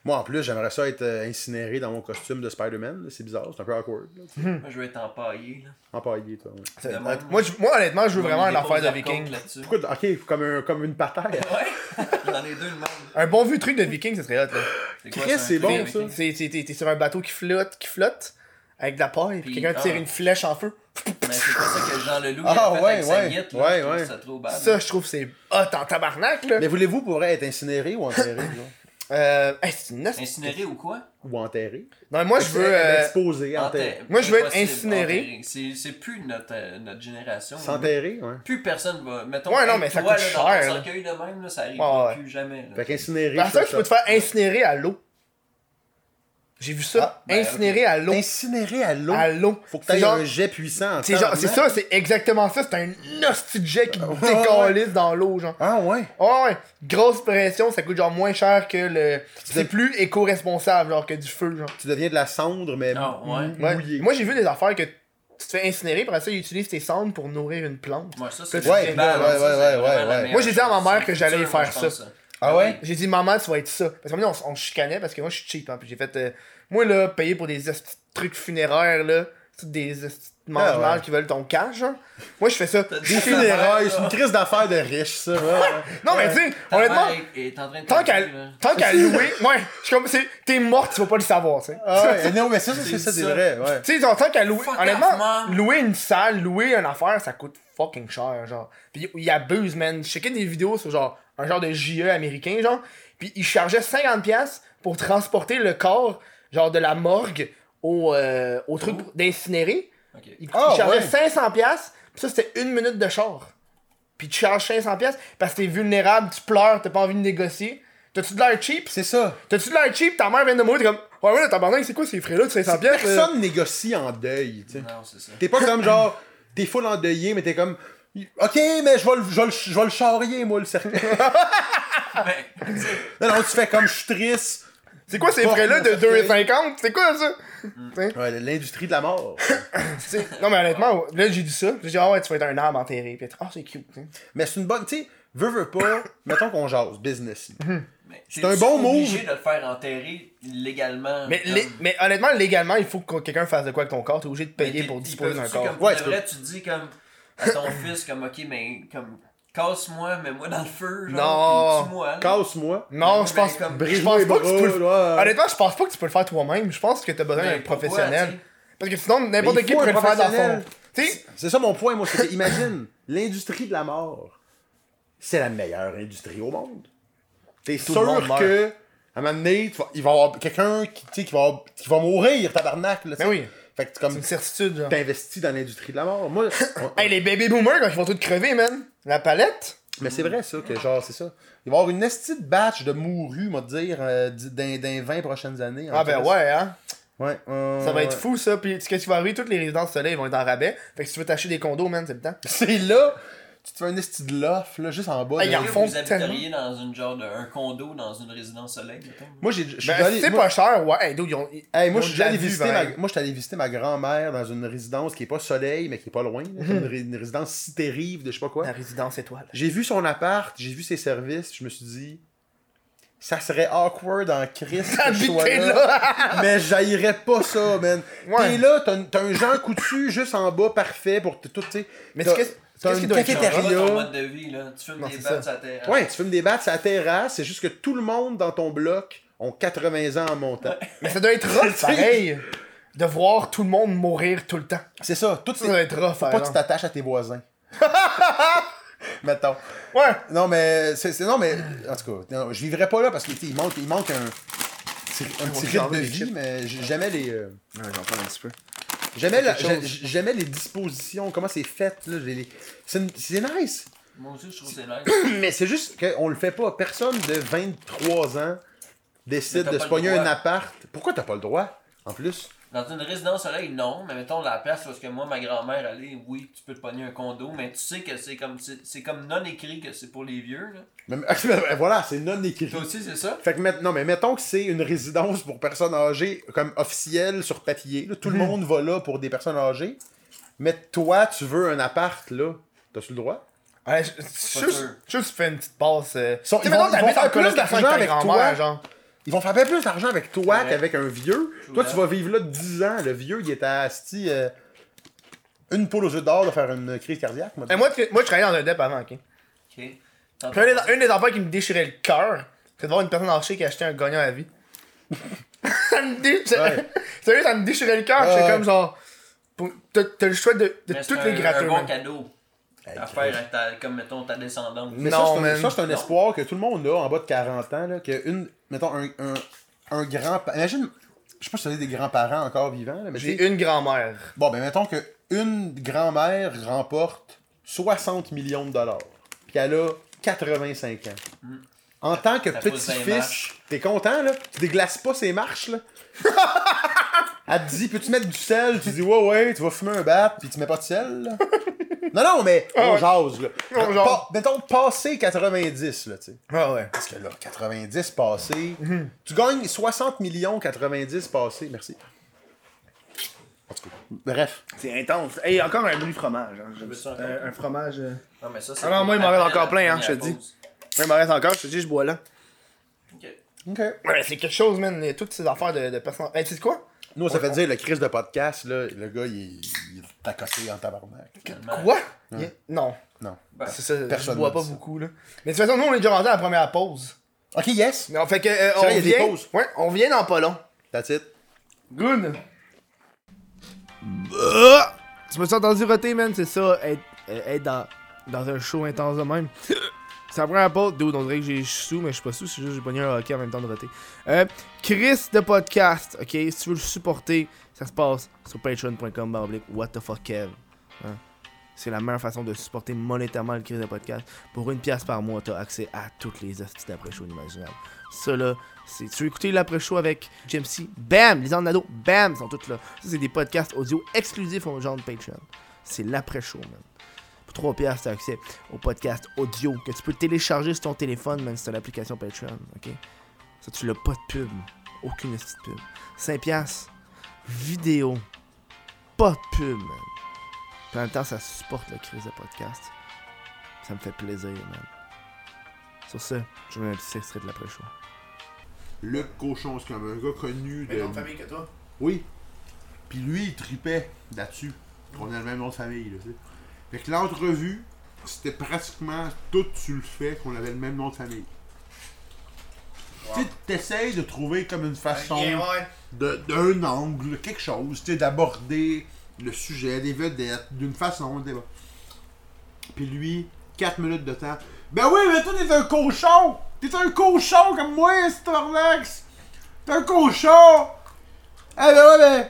Moi, en plus, j'aimerais ça être euh, incinéré dans mon costume de Spider-Man. là. C'est bizarre, c'est un peu awkward. là, tu sais.
Moi je veux être empaillé là.
Empaillé, toi. ouais.
Ça-
Demande-
Moi, je- moi, honnêtement, je veux vraiment
Ils
une
déposent
affaire de
leur
viking.
compte là-dessus.
Pourquoi, ok, comme, un- comme une pataille.
Ouais. dans les deux le monde.
Un bon vieux truc de viking, ce serait hot, là.
C'est
Chris,
un
c'est
truc
bon,
avec
ça.
les-
C'est- c'est- T'es t'es sur un bateau qui flotte, qui flotte, avec de la paille, puis
Puis-
quelqu'un tire
ah.
une flèche en feu.
Mais c'est pas ça que Jean Leloup
Ah,
a fait
ouais,
avec sa
ouais,
guette, là.
ouais,
Je trouve
ouais.
ça trop bad.
Ça, je trouve, c'est hot en tabarnak, là.
Mais voulez-vous pourrait être incinéré ou enterré, genre?
Euh, hey, c'est une astuce.
Incinéré ou quoi
Ou enterré.
Non, mais moi, je veux. euh,
Exposé, enterré.
Enterré.
moi, je veux être
Impossible,
incinéré.
enterré. C'est c'est plus notre, euh, notre génération.
S'enterrer, ouais.
Plus personne va. Mettons,
Ouais, non,
hey,
mais ça
toi,
coûte
là,
cher,
Dans
là.
ton cercueil de même, là, ça arrive
Ouais, ouais.
plus jamais. là.
Fait qu'incinérer.
Par
ça,
ça, tu peux te
ça-
faire incinérer à l'eau. J'ai vu ça.
Ah,
ben,
incinérer à l'eau.
Incinérer à l'eau.
À l'eau.
Faut que
C'est
t'aies
genre-
un jet puissant. en
C'est genre,
tabarnak.
c'est ça, c'est exactement ça. C'est un hostie de jet qui
Ah, ouais,
décalisse dans l'eau, genre.
Ah ouais.
Ah ouais, grosse pression, ça coûte genre moins cher que le. C'est
de-
plus éco-responsable, genre que du feu, genre.
Tu deviens de la cendre, mais
Ah, ouais.
mou-
Ouais.
mouillée.
Moi, j'ai vu des affaires que tu te fais incinérer, après ça, ils utilisent tes cendres pour nourrir une plante.
Moi, ça, c'est
Ouais, ouais,
balance, ça,
ouais,
c'est
ouais,
vraiment
ouais,
la
ouais.
meilleure
Moi, j'ai dit à ma mère
chose.
que j'allais
Futur, moi,
faire
je pense
ça.
Ah ouais?
J'ai dit, maman, tu vas être ça. Parce qu'à un moment donné, on, on se chicanait parce que moi, je suis cheap, hein. Puis j'ai fait, euh, moi, là, payer pour des esti de trucs funéraires, là, toutes des esti de mange
Ah ouais.
qui veulent ton cash, genre. Moi, je fais ça.
T'as dit
Des
Ta mère,
funérailles, c'est
là.
une crise d'affaires de riches, ça. ouais, ouais.
Non, mais tu sais,
Ta mère
honnêtement,
est- hein. est en train de
tant
t'aider,
qu'à
là.
tant qu'à louer, ouais, je suis comme, c'est- t'es morte, tu vas pas le savoir, tu sais.
Ah ouais, non, mais ça, ça,
C'est
c'est ça, c'est
ça.
vrai, ouais.
Tu sais, genre, tant qu'à louer.
Fuck off,
honnêtement,
man.
louer une salle, louer une affaire, ça coûte fucking cher, genre. Pis ils abusent, man. Je checkais des vidéos sur genre un genre de JE américain, genre. Pis ils chargeaient 50$ pour transporter le corps, genre de la morgue au, euh, au truc pour- d'incinérer.
Ok.
Ils,
Ah,
ils chargeaient
ouais.
500$, pis ça c'était une minute de char. Pis tu charges 500$ parce que t'es vulnérable, tu pleures, t'as pas envie de négocier. T'as-tu de l'air cheap?
C'est ça.
T'as-tu de l'air cheap? Ta mère vient de mourir, t'es comme. Ouais, ouais, tabarnak, c'est quoi ces frais-là de 500$? euh?
Personne négocie en deuil, tu sais.
Non, c'est ça.
T'es pas comme genre, t'es full endeuillé, mais t'es comme, ok, mais je vais le- je vais le- je vais le charrier, moi, le cercueil.
Mais, tu sais,
Non, non, tu fais comme je suis triste.
C'est quoi ces frais-là de 2,50? C'est quoi ça?
Ouais, l'industrie de la mort.
C'est- Non, mais honnêtement, là, j'ai dit ça. J'ai dit, ah ouais, tu vas être un arbre enterré. Puis, ah, c'est cute. hein.
mais c'est une bonne, tu sais, veux, veux pas, mettons qu'on jase, business.
mais
un
t'es-tu
bon
obligé
move.
de le faire enterrer légalement.
Mais,
comme-
lé- mais honnêtement, légalement, il faut que quelqu'un fasse de quoi avec ton corps. T'es obligé de payer
Mais
pour
t'es-
disposer
t'es-
d'un
tu sais,
corps.
Comme,
Ouais,
pour
tu
de vrai, tu dis comme à ton fils, comme ok, mais comme casse-moi, mets-moi dans le feu.
Non.
Genre, puis tue-moi, là.
Casse-moi.
Non,
Mais
je pense,
comme
je
brise-moi
pense
les
pas que tu peux le...
bras, ouais.
Honnêtement, je pense pas que tu peux le faire toi-même. Je pense que t'as besoin d'un
Mais pourquoi,
professionnel.
tu sais?
Parce que sinon, n'importe
Mais il
qui
faut
pourrait
un
le faire dans son...
professionnel.
Tu sais,
C'est ça mon point, moi, c'est que, imagine, l'industrie de la mort, c'est la meilleure industrie au monde. T'es
le monde
sûr
meurt.
que, à un moment donné, tu vas- il va y avoir quelqu'un qui, tu sais, qui, va, avoir- qui va mourir, tabarnak, là, tu sais.
Mais Ben oui.
Fait que tu
c'est
comme,
une certitude, genre.
t'investis dans l'industrie de la mort. Moi, on-
Hey, les baby boomers, quand ils vont tous crever, man. La palette...
Mais c'est vrai, ça, que genre, c'est ça. Il va y avoir une estie de batch de mourus, on va dire, euh, d- dans dans les 20 prochaines années. en
Ah ben
fait.
ouais, hein.
Ouais, euh,
Ça va être
ouais.
fou ça, puis ce que tu vas arriver, toutes les résidences solaires vont être en rabais. Fait que si tu veux t'acheter des condos, man, c'est le temps.
C'est là, tu te fais un esti de lof, là, juste en bas.
Hey,
de-
y en
Vous
font
habiteriez dans une genre de, un condo dans une résidence soleil, mettons.
Moi, j'ai, je suis
Ben, si
allé,
c'est
moi,
pas cher, ouais, hey, dude, ils ont. ils-
hey, moi,
ils
je
ont
suis
déjà
allé
vu, hein.
visiter ma,
pareil.
moi, je suis allé visiter ma grand-mère dans une résidence qui est pas soleil, mais qui est pas loin, là, comme une, ré- une résidence cité-rive de je sais pas quoi.
La résidence étoile.
J'ai vu son appart, j'ai vu ses services, je me suis dit, ça serait awkward en Christ que je sois
Habiter
là.
là!
Mais j'haïrais pas ça, man.
Ouais.
T'es là, t'as, t'as un Jean Coutu juste en bas, parfait pour t- tout, tu sais.
Mais
T'as-
qu'est-ce-
t'as
qu'est-ce qui
une
doit être
Tu changeras
cafétéria.
ton mode de vie, là. Tu fumes
Non,
des
c'est
battes
ça.
à terre.
Ouais, tu fumes des battes, c'est la terrasse, c'est juste que tout le monde dans ton bloc ont 80 ans en montant.
Mais ça doit être rough,
C'est-
pareil! De voir tout le monde mourir tout le temps.
C'est ça, tout
Ça doit être rough,
Faut pas que tu
alors.
t'attaches à tes voisins. Mettons.
Ouais!
Non, mais. C'est, c'est- non, mais. En tout cas, non, je vivrais pas là parce qu'il manque, il manque un, un petit rythme de
garder les
vie,
chips.
mais j'ai- j'aimais les. euh,
Ouais, j'en parle un petit peu.
J'aimais, la-
quelque chose.
j'ai- j'aimais les dispositions, comment c'est fait. Là, j'ai les- c'est, une- c'est nice.
Moi aussi, je trouve que c'est nice.
Mais c'est juste qu'on le fait pas. Personne de 23 ans décide
Mais t'as
de
pas
se
le
pogner
droit.
un appart. Pourquoi t'as pas le droit, en plus?
Dans une résidence soleil, non. Mais mettons la place parce que moi, ma grand-mère, elle est, oui, tu peux te pogner un condo, mais tu sais que c'est comme c'est c'est comme non écrit que c'est pour les vieux, là.
Mais- mais- voilà, c'est non écrit.
Toi aussi, c'est ça?
Fait que maintenant, mais mettons que c'est une résidence pour personnes âgées, comme officielle sur papier. là, tout le monde va là pour des personnes âgées. Mais toi, tu veux un appart, là. T'as-tu le droit?
Ouais, je je suis
Pas
sûr
sûr.
je suis sûr que tu fais une petite passe. Euh...
sont-
Tu sais,
ils
mettons,
vont- ils vont
t'habites en
faire plus
colocation avec ta
d'argent avec
grand-mère,
toi.
genre.
Ils vont faire bien plus d'argent avec toi
Ouais.
qu'avec un vieux. Toi,
Ouais.
tu vas vivre là 10 ans. Le vieux, il est à Asti. euh, une poule aux yeux d'or de faire une crise cardiaque. moi.
Et moi, tu- moi, je travaillais dans un DEP avant, ok?
Ok.
Puis un des, un des affaires qui me déchirait le cœur, c'est de voir une personne âgée qui a acheté un gagnant à vie. ça me dé...
Ouais.
Sérieux, ça me déchirait le cœur. J'étais
Ouais.
comme genre. pour- T'as t'as le choix de, de
Mais c'est
toutes les
un-
gratuits.
un bon cadeau. à faire à ta, comme mettons ta descendance.
Mais
Non,
ça, c'est un,
man.
ça, c'est un
Non.
espoir que tout le monde a en bas de 40 ans. Là, que une, mettons, un, un, un grand. pa- Imagine, je sais pas si t'as des grands-parents encore vivants, là, mais tu sais-
J'ai une grand-mère.
Bon, ben, mettons que une grand-mère remporte 60 millions de dollars. Puis elle a 85 ans.
Mm.
En tant que
Ça pousse dans les
petit-fils,
marches.
t'es content, là? Tu déglaces pas ses marches, là? elle te dit, peux-tu mettre du sel? Tu dis, ouais, ouais, tu vas fumer un bat, puis tu mets pas de sel, là. non, non, mais on
Ah ouais.
jase, là.
On jase.
Pa- mettons, passer 90, là, tu sais.
Ah ouais. Mhm.
Parce que là, 90 passé, tu gagnes 60 millions 90 passé. Merci. En tout cas, bref.
C'est intense. Et encore un bruit fromage. hein. J'aime
Veux-tu
ça.
encore?
Un, un fromage. euh.
Non, mais ça, c'est
Alors, moi, il m'en
après
reste
la
encore plein, hein, je te
première
dis.
pause.
Ouais, il m'en reste encore, je te dis, je bois là.
Ok.
OK.
Ouais, c'est quelque chose, man. et Toutes ces affaires de, de personnes. Hey, tu sais quoi?
Nous, on s'est fait dire, le crise de podcast, là, le gars, il, il est accossé en tabarnak.
Finalement.
Quoi? Y- Non.
Non.
Ben,
C'est ça,
Personne
je bois
ne
pas
dit ça.
beaucoup, là. Mais de toute façon, nous, on est déjà rendu à la première pause.
OK, yes.
Mais on fait que. euh, on
vrai, il y a des
vient-
pauses.
Ouais, on vient dans pas long.
That's it.
Good. Ah! Tu me suis entendu roter, man, c'est ça, être, euh, être dans, dans un show intense de même. Ça prend première pause, dude, on dirait que j'ai- je suis sous, mais je suis pas sous, c'est juste que j'ai pogné un hockey en même temps de roter. Euh, Chris de podcast, ok, si tu veux le supporter, ça se passe sur patreon.com, barre oblique, what the fuck, Kev. Hein? C'est la meilleure façon de supporter monétairement le Chris de podcast. Pour une pièce par mois, t'as accès à toutes les astuces d'après-show inimaginables. Ça là, c'est. Tu veux écouter l'après-show avec Jim C? Bam! Les Nado, bam! Ils sont tous là. Ça, c'est des podcasts audio exclusifs au genre de Patreon. C'est l'après-show, man. Pour 3 piastres, t'as accès au podcast audio que tu peux télécharger sur ton téléphone, man, sur l'application Patreon, ok? Ça, tu l'as pas de pub. Aucune petite pub. 5 piastres, vidéo. Pas de pub, man. Puis en même temps, ça supporte la crise de podcast. Ça me fait plaisir, man. Sur ce, je mets un petit extrait de l'après-show.
Le cochon, c'est comme un gars connu
Même nom de famille que toi.
Oui. Puis lui, il tripait là-dessus. On a le même nom de famille, là, tu sais. Fait que l'entrevue, c'était pratiquement tout sur le fait qu'on avait le même nom de famille. Tu sais, t'essayes de trouver comme une façon de- d'un angle, quelque chose, tu sais, d'aborder le sujet, des vedettes, d'une façon, des... Puis lui, 4 minutes de temps. Ben oui, mais toi, t'es un cochon! T'es un cochon comme moi, Starlax! T'es un cochon! Ah ben ouais, ben...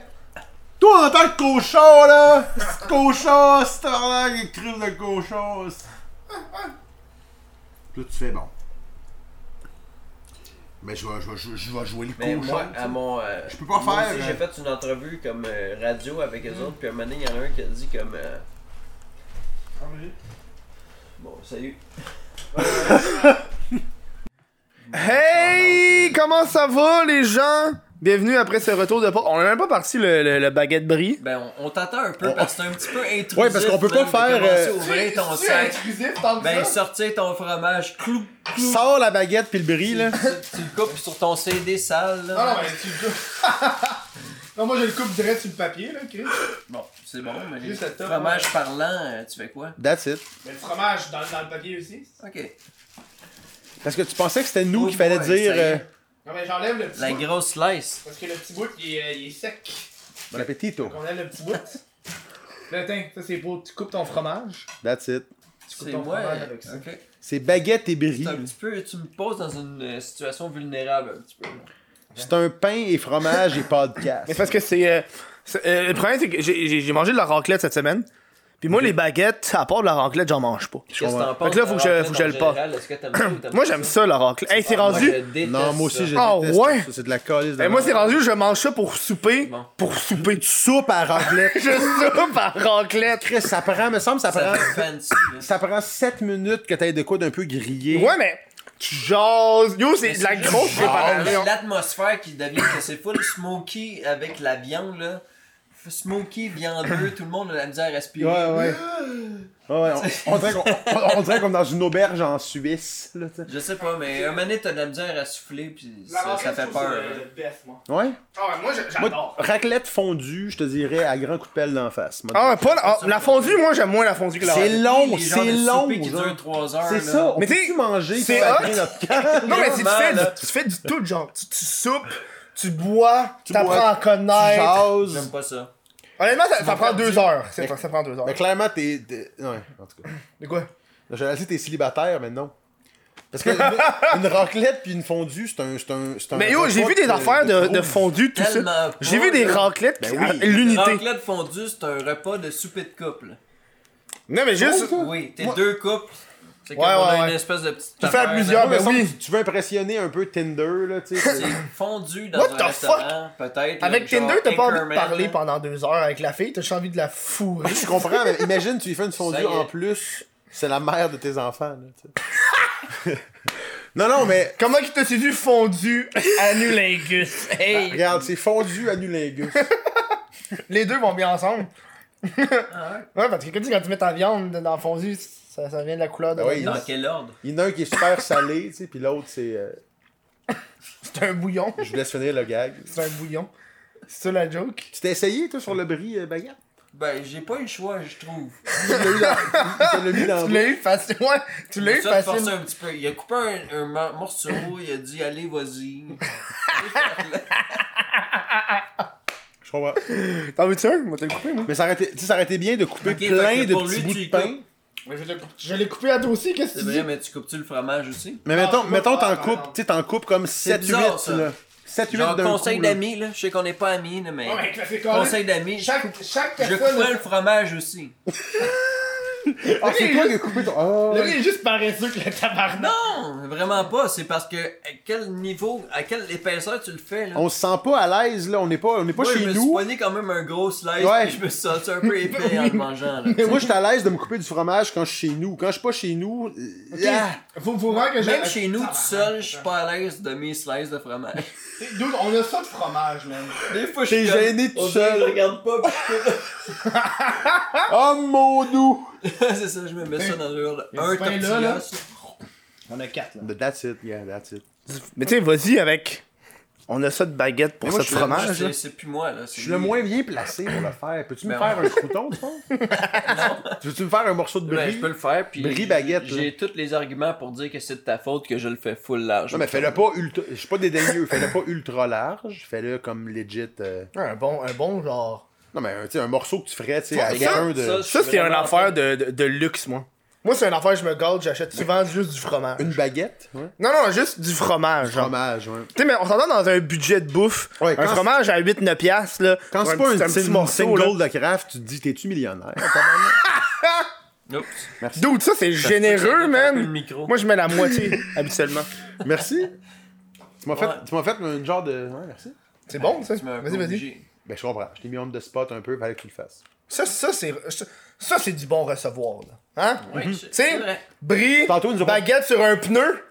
Toi, en tant que cochon, là! c'est Cochon, Starlax, crime de cochon! c'est- Puis là, tu fais bon. Mais je vais, je vais- je vais- je vais jouer le
Mais
cochon.
moi,
tu sais.
à mon. euh,
Je peux pas
moi
faire,
aussi,
euh,
J'ai fait une entrevue comme euh, radio avec
Mm.
les autres, puis à un moment donné, il y en a un qui a dit comme. euh, Bon, salut.
Hey! Comment ça va, les gens? Bienvenue après ce retour de pause. On a même pas parti le, le- le baguette brie.
Ben, on, on t'entend un peu parce que c'est un petit peu intrusif.
Ouais, parce qu'on peut pas
même, de
faire,
commencer à
euh,
ouvrir ton sac. Ben, sortir ton fromage, clou, clou.
Sors la baguette puis le brie, là.
tu le coupes sur ton CD sale, là.
Ah, ben, tu Non, moi, je le coupe direct sur le papier, là, Chris.
Bon, c'est bon, mais
Juste le top,
fromage parlant, euh, tu fais quoi?
That's it.
Mais le fromage dans, le papier aussi.
Ok.
Parce que tu pensais que c'était nous
Oh
qu'il fallait
boy,
dire.
ça y est.
euh,
Non, mais j'enlève le petit
La grosse slice.
Parce que le petit bout, il est, sec.
Bon appétit, toi.
On enlève le petit bout. Là, tiens, ça, c'est beau. Tu coupes ton fromage.
That's it.
Tu coupes
C'est
ton
moi. euh,
fromage avec ça.
Ok.
C'est baguette et brie.
C'est un petit peu, tu me poses dans une euh, situation vulnérable un petit peu.
C'est un pain et fromage et podcast.
Mais c'est parce que c'est. euh, c'est- euh, le problème, c'est que j'ai- j'ai j'ai mangé de la raclette cette semaine. Puis moi, les baguettes, à part de la raclette, j'en mange pas.
Qu'est-ce que
comprends.
t'en penses?
Fait que là, faut que je-
Alors,
faut que je le
en général, Est-ce que t'aimes ça ou t'aimes
Moi,
pas
j'aime
ça?
ça, la raclette. Hey, c'est
Ah,
rendu.
Moi, je déteste
Non, moi aussi, j'ai.
ça.
Ah, ouais?
C'est de la calice de
Hey, moi,
merde.
c'est rendu, je mange ça pour souper.
Bon.
Pour souper.
Tu soupes à raclette.
Je soupe à raclette.
Chris, ça prend, me semble, ça
Ça
prend.
fait fancy. là.
Ça prend 7 minutes que t'aies de quoi d'un peu grillé.
Ouais, mais. Tu jases. Yo, c'est de la grosse
Mais
préparation.
L'atmosphère qui devient que c'est full smoky avec la viande là. F- Smoky, viandeux, tout le monde a la misère à respirer.
Ouais, ouais. Ouais, ouais,
Ah!
on, on dirait qu'on- on- on dirait comme dans une auberge en Suisse. Là, tu sais.
Je sais pas, mais un mané t'as de la misère à souffler puis ça, ça fait peur. hein.
ouais.
Ah, moi,
Moi, raclette fondue, je te dirais, à grand coup de pelle d'en face. Moi,
Ah, ouais, pas la, ah, la fondue, moi, j'aime moins la fondue que la
c'est
raclette.
long,
Ah, Les genres
c'est
de
long.
soupers qui
genre.
durent 3 heures.
C'est
là.
ça, on
Mais
mais
t'sais,
peut manger,
c'est
sacrer
hot.
notre camp.
Non, mais si tu fais,
Vraiment, là.
du, tu fais du tout, genre, tu, tu soupes, tu bois, tu
bois,
t'apprends à
Tu
connaître.
jases.
J'aime pas ça.
Honnêtement, ça, ça
m'as
prend
perdu.
deux heures. Ça,
Mais-
prend- ça prend deux heures.
Mais Euh, clairement, t'es. t'es- Ouais, en tout cas.
De quoi
J'allais dire, t'es célibataire, mais non. Parce que une, une raclette puis une fondue, c'est un, c'est un, c'est un.
Mais yo, j'ai vu des affaires de, de fondue, tout ça.
Tellement
J'ai
pas,
vu des
là.
raclettes,
Ben
qui-
oui.
l'unité.
L'anglais de fondue, c'est un repas de souper de couple.
Non, mais juste.
Oui, t'es deux couples. C'est
Ouais,
comme on
ouais,
a
ouais.
une espèce de petite.
Tu fais à
affaire,
plusieurs,
là.
Ah, ben
Ben oui.
oui. Tu veux impressionner un peu Tinder, là, tu sais.
C'est fondu dans
What the
un restaurant, peut-être. là,
Avec
genre
Tinder, t'as pas envie de
Anchorman, hein.
parler
là.
pendant deux heures avec la fille, t'as juste envie de la fourrer.
Je comprends, mais imagine, tu lui fais une
Ça
fondue
y est.
en plus, c'est la mère de tes enfants, là, tu sais. Non, non, mais
Comment qu'il t'a séduit fondu Anulingus. Hey
regarde, c'est fondu anulingus.
Les deux vont bien ensemble.
Ah ouais?
Ouais, parce que quand tu, quand tu mets ta viande dans le fondu, ça, ça vient de la couleur de
Ben
la
oui.
viande.
Dans quel ordre
Il y en a un qui est super salé, tu sais, puis l'autre, c'est. euh,
C'est un bouillon.
Je vous laisse finir le gag.
C'est un bouillon. C'est ça la joke.
Tu t'es essayé, toi, sur le brie euh, baguette
Ben, j'ai pas eu le choix, je trouve.
Tu l'as eu dans-
Ah!
tu l'as mis dans
Tu l'as eu facile. Ouais, tu l'as eu
Ça, forcer
facile.
un petit peu. Il a coupé un, un mor- morceau, il a dit allez, vas-y.
Je comprends.
T'en veux-tu un Moi, t'as le coupé, moi.
Mais ça aurait été, tu sais, ça aurait été bien de couper
Ok, fait
plein
que
de
pour
petits
lui,
bouts
tu
de
y
pain.
coupes.
Mais je l'ai- je l'ai coupé à toi aussi,
C'est
qu'est-ce que tu
vrai,
dis
mais tu coupes-tu le fromage aussi
Mais
Ah,
mettons,
tu
mettons
vois,
t'en
par exemple.
coupes, tu sais, t'en coupes comme 7-8,
ah. bizarre, ça.
là. 7-8
Genre,
d'un
conseil
coup, là.
d'amis, là. Je sais qu'on n'est pas amis, là, mais.
Ouais, mais c'est correct.
conseil d'amis, je
Chaque, chaque
je
personne.
couperais le fromage aussi.
Ah, c'est toi qui as coupé ton... Ah.
Le gars est juste paresseux que le tabarnak.
Non, vraiment pas. C'est parce que à quel niveau, à quelle épaisseur tu le fais, là.
On se sent pas à l'aise, là. On n'est pas, on n'est pas
Moi, je
chez
me suis
nous.
poigné quand même un gros slice,
Ouais.
puis je me suis senti un peu épais en le mangeant, là.
Moi, je suis à l'aise de me couper du fromage quand je suis chez nous. Quand je suis pas chez nous... euh, ah.
Faut, faut voir que j'ai.
Même chez nous, tout seul, je suis pas à l'aise de mes slices de fromage.
Dude, on a ça de fromage, man.
Des fois, je
T'es
suis comme-
gêné tout
On dirait que Je
seul.
regarde pas, puis je fais-
Oh mon doux!
c'est ça, je me mets ça dans le
y a
un
du pain là, là.
tortillas.
On a quatre, là.
That's it, yeah, that's it.
Mais tu sais, vas-y avec. On a ça de baguette pour
Mais moi,
ça de
je suis le-
fromage.
C'est
là.
c'est plus moi, là. c'est
Je suis le
lui.
moins bien placé pour le faire. Peux-tu me
Ben,
faire un crouton, tu penses? Tu Veux-tu me faire un morceau de
Ben,
brie?
je peux le faire, puis
Brie baguette,
j'ai tous les arguments pour dire que c'est de ta faute que je le fais full large.
Non, mais fais-le pas ultra... Je suis pas dédaigneux. Fais-le pas ultra large. Fais-le comme legit... euh,
Ouais, un, bon, un bon genre.
Non, mais un, tu sais, un morceau que tu ferais, tu sais, à
Ça,
quelqu'un de...
ça,
Ça, c'est une
vraiment
affaire de, de, de luxe, moi. Moi, c'est une affaire, je me garde, j'achète souvent juste du fromage.
Une baguette, ouais.
Non, non, juste du fromage. genre.
Fromage, ouais.
Tu sais, mais on s'entend dans un budget de bouffe.
Ouais,
un
quand
fromage à 8-9 piastres, là.
Quand
pour
c'est pas un,
petit-
petit
morceau, là.
single de craft, tu te dis, t'es-tu millionnaire?
Oups.
Dude, ça, c'est
Un
généreux,
peu le
man.
micro.
Moi, je mets la moitié, habituellement.
merci. Tu m'as
Ouais.
fait, tu m'as fait un genre de. Ouais, merci.
C'est bon, ça.
Tu m'as un peu
Vas-y, vas-y.
obligé.
Ben, je comprends. Je t'ai mis homme de spot un peu, fallait que tu le fasses.
Ça, ça, c'est. ça- Ça, c'est du bon recevoir, là. Hein?
Ouais,
Tu
c'est- c'est
sais,
vrai.
brie,
Tantôt, ils auront-
baguette sur un pneu.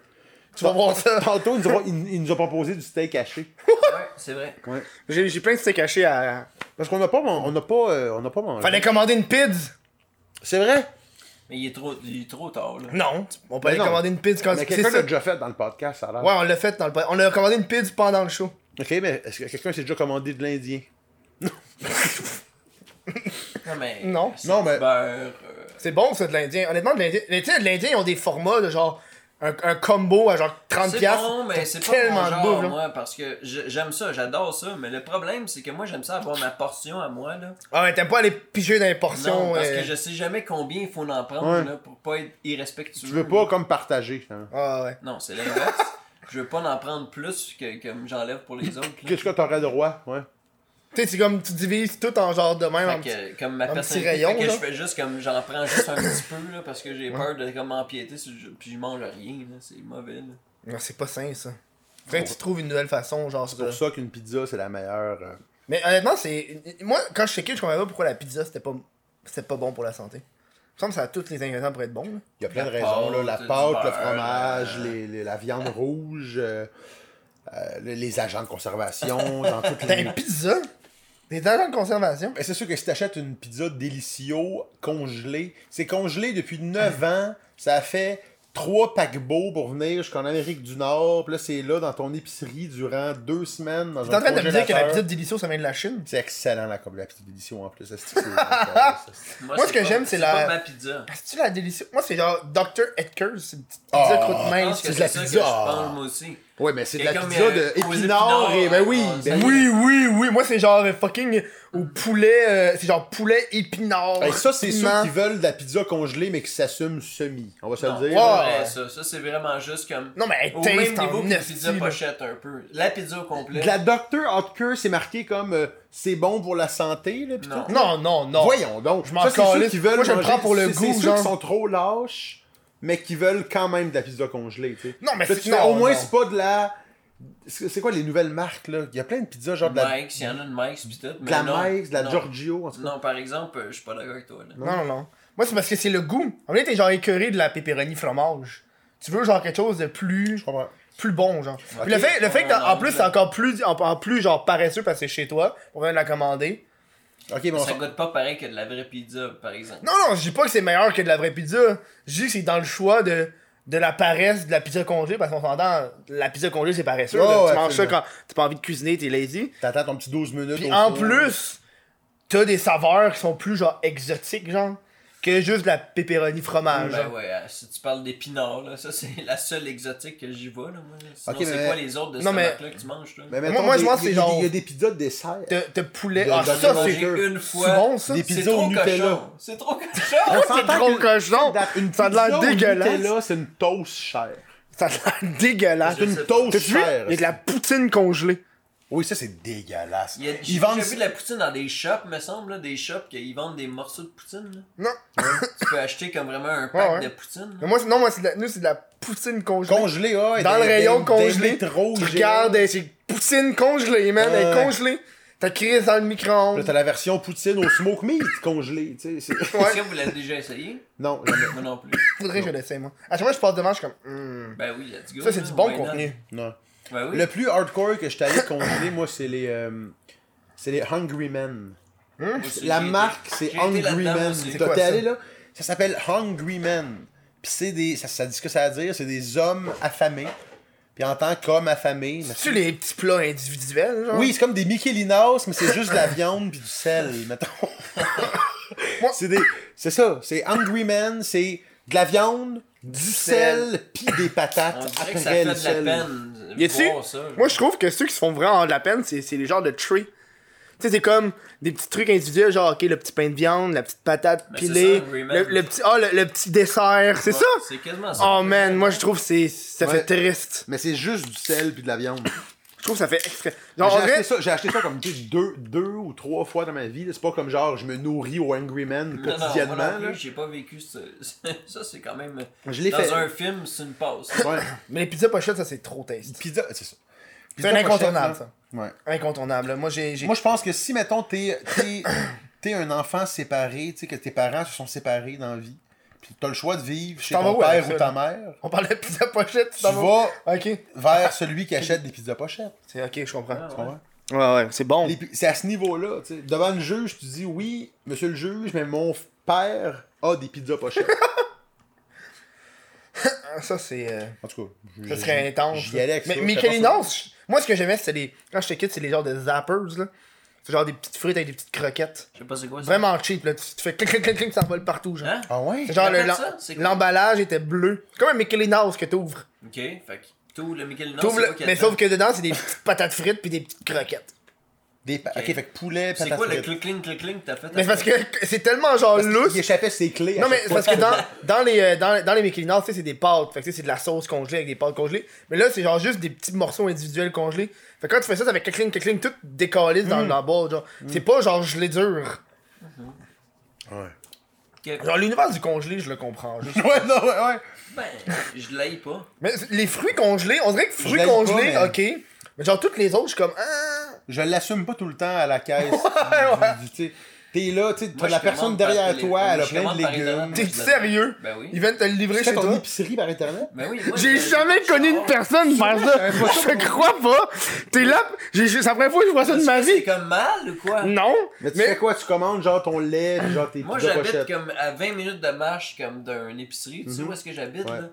Tu vas voir ça.
Tantôt, il nous, aura- il- il nous a proposé du steak haché.
Ouais, c'est vrai.
Ouais.
J'ai j'ai plein de steaks hachés à.
Parce qu'on n'a pas, man- on n'a pas, euh, on n'a pas mangé.
Fallait commander une pizza.
C'est vrai.
Mais il est trop, il est trop tard, là.
Non, on peut
Mais
aller
non.
commander une pizza quand
Mais
c'est
quelqu'un
ça.
l'a déjà fait dans le podcast, ça a l'air.
Ouais, on l'a fait dans le. On a commandé une pizza pendant le show.
Ok, mais est-ce que quelqu'un s'est déjà commandé de l'Indien?
Non, mais.
Non.
c'est
Non,
du
mais-
beurre, euh,
C'est bon ça de l'Indien. Honnêtement, de l'Indien. Les tiens, de l'Indien, ils ont des formats de genre. Un, un combo à genre 30$.
C'est
piastres.
bon, mais c'est pas
tellement
mon
de
genre,
bouffe, là.
moi, parce que je- j'aime ça, j'adore ça, mais le problème, c'est que moi, j'aime ça avoir ma portion à moi, là.
Ah ouais, t'aimes pas aller piger dans les portions.
Non, parce
euh,
que je sais jamais combien il faut en prendre,
Ouais.
là, pour pas être irrespectueux.
Tu veux pas
là.
comme partager. hein? finalement.
Ah ouais.
Non, c'est l'inverse. Je veux pas en prendre plus que, que j'enlève pour les autres, là.
Qu'est-ce que t'aurais droit? Ouais.
Tu sais, c'est comme tu divises tout en genre de même.
Fait
en
que,
petit-
euh, comme ma
petit
personnalité,
rayon,
fait que
là.
je fais juste comme j'en prends juste un petit peu là, parce que j'ai peur de comme empiéter sur le jeu, puis je mange rien, là, c'est mauvais. Là.
Non, Ah, c'est pas sain ça. Faudrait que tu trouves une nouvelle façon, genre.
C'est pour
de-
ça qu'une pizza, c'est la meilleure. euh.
Mais honnêtement, c'est. Moi, quand je checkais, je comprenais pas pourquoi la pizza c'était pas. C'était pas bon pour la santé. Il me semble que ça a tous les ingrédients pour être bon. là.
Il y a plein
La
de raisons, là.
pâte,
La
du
pâte, le
beurre,
fromage,
euh,
les, les- la viande rouge, euh, euh, les- les agents de conservation, dans toutes
T'as
les.
une pizza? Des agents de conservation?
Mais Ben, c'est sûr que si t'achètes une pizza délicieux congelée, c'est congelé depuis 9 ans, ça a fait trois paquebots pour venir jusqu'en Amérique du Nord, puis là c'est là dans ton épicerie durant deux semaines dans
T'es
un
en train de me dire que la
congélateur.
pizza de Delicio, ça vient de la Chine?
C'est excellent la, la pizza délicieux en plus. esti que c'est bon, ça, esti.
Moi,
ce
c'est
que
pas-
j'aime, c'est la-
pas ma pizza.
Ah, C'est-tu la Delicio? Moi, c'est genre Dr. Edgar's, c'est une petite
Ah,
pizza croûte
je
Je
mince.
pense
c'est
que
de
c'est
la
ça que je
pizza.
pense moi aussi.
Ouais, mais c'est de la
Quelqu'un
pizza
met, euh,
de
aux
épinards et. Ben
épinards,
oui!
euh,
ben
ça-
Oui, oui, oui. Moi, c'est genre euh, fucking au poulet. euh, c'est genre poulet épinard.
Hey, Ben, ça, c'est ceux
piment.
qui veulent de la pizza congelée, mais qui s'assument semi. On va se
Non,
le dire.
c'est
Ouais.
là.
vrai, ça. Ça, c'est vraiment juste comme.
Non, mais elle
Au même
taste
niveau
en
que la pizza
esti, là.
pochette, un peu. La pizza au complet.
De la Dr. Hotker, c'est marqué comme euh, c'est bon pour la santé, là, pis
Non.
tout.
Non, non, non.
Voyons donc.
Je m'en
Ça, c'est ceux
calisse.
qui veulent
Moi, je le
manger-
prends pour le
c'est-
goût,
C'est ceux
genre.
qui sont trop lâches, mais qui veulent quand même de la pizza congelée, tu sais.
Non, mais
Là,
c'est-
tu fais,
non,
Au moins,
non.
c'est pas de la. C'est c'est quoi les nouvelles marques, là Il y a plein de pizzas, genre de la,
Mike's, il y en a une Mike's, pis tout.
de la
mais non,
Mike's, de la
non.
Giorgio, en tout cas.
Non, par exemple, euh, je suis pas d'accord avec toi. Là.
Non, non, non. Moi, c'est parce que c'est le goût. En vrai, t'es genre écœuré de la pepperoni fromage. Tu veux genre quelque chose de plus,
Je comprends.
plus bon, genre. Puis
Ok.
le fait, le fait que, t'as- en plus,
Ouais.
c'est encore plus, en, en plus, genre paresseux parce que c'est chez toi, on vient de la commander.
Ok, mais on
Ça
s'en-
goûte pas pareil que de la vraie pizza, par exemple.
Non, non, je dis pas que c'est meilleur que de la vraie pizza. Je dis que c'est dans le choix de, de la paresse de la pizza congelée parce qu'on s'entend, la pizza congelée, c'est paresseux.
Oh,
là.
ouais,
tu manges ça
absolument.
quand t'as pas envie de cuisiner, t'es lazy.
T'attends ton petit 12 minutes.
Puis
au
en
fond.
plus, t'as des saveurs qui sont plus genre exotiques, genre, que juste de la pepperoni fromage.
Ben
genre.
ouais, euh, si tu parles d'épinards, là, ça c'est la seule exotique que j'y vois, là, moi. là. Sinon,
Ok, mais-
c'est quoi les autres de
Non,
cette
mais-
marque-là que tu manges, là?
Mais
Moi-
mettons,
moi, je
des-
pense que
il y a-
c'est genre-
Il y a des pizzas de dessert.
de, de poulet.
De-
Ah,
de
ça,
manger
c'est.
une
c'est
fois
bon, ça.
des
C'est
C'est
pizzas
trop
au Nutella.
cochon. C'est trop cochon.
trop cochon.
Une
Ça a l'air dégueulasse.
Là, c'est une toast chère.
Ça a l'air dégueulasse.
Je
C'est une
sais pas.
toast
T'as-tu vu?
chère.
Il y a de la poutine congelée.
Oui, ça, c'est dégueulasse.
Il y a- J'ai
Ils
déjà
vendent.
vu de la poutine dans des shops, me semble, là, des shops qui vendent des morceaux de poutine. là.
Non.
Tu peux acheter comme vraiment un pack
Ouais, ouais.
de poutine.
Mais moi, c'est- non, moi, c'est de la, nous, c'est de la poutine congelée.
Congelé, ouais.
Dans le
des-
rayon
des-
congelé.
Des métros,
tu
géants.
regardes, euh, c'est poutine congelée, man. Elle
Ouais.
est congelée. T'as crié dans le
Là,
micro-ondes.
t'as la version poutine au smoke meat congelé, tu sais. c'est-
Est-ce que vous l'avez déjà essayé? Ben,
Non, jamais.
Moi non plus.
Faudrait que je l'essaie, moi. À chaque fois, je passe devant, je suis comme. hmm.
Ben oui, let's go.
Ça, c'est
là,
du bon
why not?
contenu.
Non.
Ben oui.
Le plus hardcore que je t'allais congeler, moi, c'est les. euh, C'est les Hungry Men.
Moi aussi,
La
j'ai été-
marque, c'est
j'ai été
Hungry
là-dedans
Man.
aussi.
quoi,
T'es
ça?
allé là Ça s'appelle Hungry Man. Puis c'est des. Ça, ça dit ce que ça veut dire. C'est des hommes affamés. Puis en tant qu'hommes affamés. mais-
Tu les petits plats individuels, genre.
Oui, c'est comme des Michelinos, mais c'est juste de la viande puis du sel, mettons. c'est des. C'est ça. C'est Hungry Man. C'est de la viande, du sel, puis des patates
On dirait
après
que ça
le
fait
sel.
de la peine. de
Y a-tu-
voir ça, là.
Moi, je trouve que ceux qui se font vraiment avoir de la peine, c'est c'est les genres de tree. Tu sais, c'est comme des petits trucs individuels, genre, ok, le petit pain de viande, la petite patate
Mais Ben, c'est
pilée,
ça, Rayman.
le, le petit, ah, le, le petit dessert, c'est
Ouais,
ça?
C'est quasiment ça.
Oh man, moi je trouve que c'est ça
Ouais.
fait triste.
Mais c'est juste du sel puis de la viande.
Je trouve que ça fait extra.
Ah,
Genre,
J'ai
en
acheté,
vrai,
ça- j'ai acheté ça comme tu sais, deux, deux ou trois fois dans ma vie. là. C'est pas comme genre je me nourris au Angry Man
Non, non, moi
quotidiennement.
non plus,
là.
J'ai pas vécu ça. Ça, c'est quand même.
Je l'ai
dans
fait.
un film, c'est une passe.
Ouais.
mais les pizzas pochettes, ça c'est trop tasty.
Pizza, c'est ça.
C'est
Pizza
un
pochette,
incontournable,
là.
ça.
Ouais.
Incontournable. là. Moi j'ai. j'ai-
Moi, je pense que si, mettons, t'es, t'es, t'es un enfant séparé, tu sais, que tes parents se sont séparés dans la vie, pis t'as le choix de vivre chez
T'en vas
ton
où avec
père
ça,
ou ta mère,
On parle de pizza pochette,
tu
t'en
vas
Ok.
vers celui qui achète des pizzas pochettes.
C'est ok, je comprends.
tu comprends?
Ouais, ouais, c'est bon.
Les pi- c'est à ce niveau-là, tu sais. Devant le juge, tu dis oui, monsieur le juge, mais mon f- père a des pizzas pochettes.
Ça c'est. euh,
en tout cas, je-
Ça serait intense.
J'y allais avec
Mais
ça,
Michelinos, je- moi ce que j'aimais, c'était les. Quand j'étais kid, c'est les genres de zappers, là. C'est genre des petites frites avec des petites croquettes.
Je sais pas c'est quoi ça.
Vraiment cheap, là. Tu tu fais clic clic clic clic, ça vole partout, genre.
Hein?
Ah ouais?
C'est Genre le-
T'appelles ça? C'est quoi?
l'emballage était bleu. C'est comme un Michelinos que t'ouvres.
Ok, fait que tout le Michelinos.
T'ouvres
c'est
le-
quoi qu'il y a
mais
dedans?
sauf que dedans, c'est des petites patates frites puis des petites croquettes.
Des pa- ok, fait que poulet, patates
C'est quoi le
frites.
clic-cling, clic-cling que t'as fait?
Mais c'est parce que c'est tellement genre
Parce qu'il
lousse.
échappait ses clés. à
Non, mais
chaque
c'est
fois
parce que dans, dans les, euh, dans, dans les Michelinars, tu sais, c'est des pâtes. Fait que tu sais, c'est de la sauce congelée avec des pâtes congelées. Mais là, c'est genre juste des petits morceaux individuels congelés. Fait que quand tu fais ça, ça fait clic-clic, clic-clic, tout décalé dans
Mm.
le bas, genre. C'est pas genre gelé dur.
Ouais.
que.
Genre, l'univers du congelé, je le comprends. juste.
Ouais, non, ouais, ouais.
Ben, je l'aille pas.
mais c'est- les fruits congelés, on dirait que fruits
l'aime pas,
congelés,
mais-
ok. Mais genre, toutes les autres, je suis comme. Ah.
je l'assume pas tout le temps à la caisse. Tu- tu- tu sais, T'es là, tu sais, t'as
Moi,
la
je
personne
commande par
derrière
télé-
toi,
moi,
elle a
je
plein
commande
de
par
légumes.
Internet.
T'es sérieux?
Ben oui.
Ils viennent te le
Tu
livrer
fais
chez
ton
toi.
épicerie par internet?
Ben oui. moi,
J'ai
je-
jamais
je-
connu
je-
une personne faire ça. Je crois pas. T'es là. j'ai- C'est la première fois que je vois ça de
Est-ce
ma
que C'est
vie.
comme mal ou quoi?
Non.
Mais tu
Mais-
fais quoi? Tu commandes genre ton lait, puis genre tes
Moi,
pizzas
j'habite
pochettes.
comme à 20 minutes de marche comme d'une épicerie. Tu sais où est-ce que j'habite,
Ouais.
là?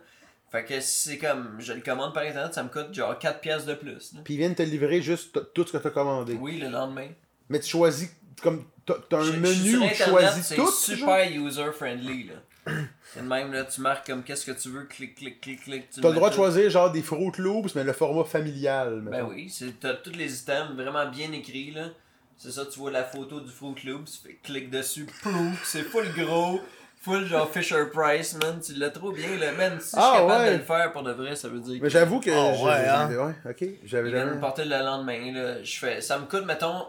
Fait que c'est comme, je le commande par internet, ça me coûte genre 4 pièces de plus. là.
Puis ils viennent te livrer juste t- tout ce que t'as commandé.
Oui, le lendemain.
Mais tu choisis, comme, t'as t'as un
Je- je suis
menu
sur
où tu
Internet,
choisis
c'est
tout. genre.
super user-friendly, là. C'est de même, là, tu marques comme qu'est-ce que tu veux, clic, clic, clic, clic. Tu
T'as le
mets
droit de
tout.
choisir genre des Fruit Loops, mais le format familial.
Ben
mettons.
oui, c'est- t'as tous les items vraiment bien écrits, là. C'est ça, tu vois la photo du Fruit Loops, tu fais clic dessus, plouf, c'est full gros, full genre Fisher Price, man. Tu l'as trop bien, là. Man, si
Ah,
je suis capable
ouais.
de le faire pour de vrai, ça veut dire que.
Mais j'avoue que.
Ah,
j'ai-
ouais, hein.
ouais, ok. J'avais
Il vient de
jamais.
me porter le lendemain, là. Je fais, ça me coûte, mettons,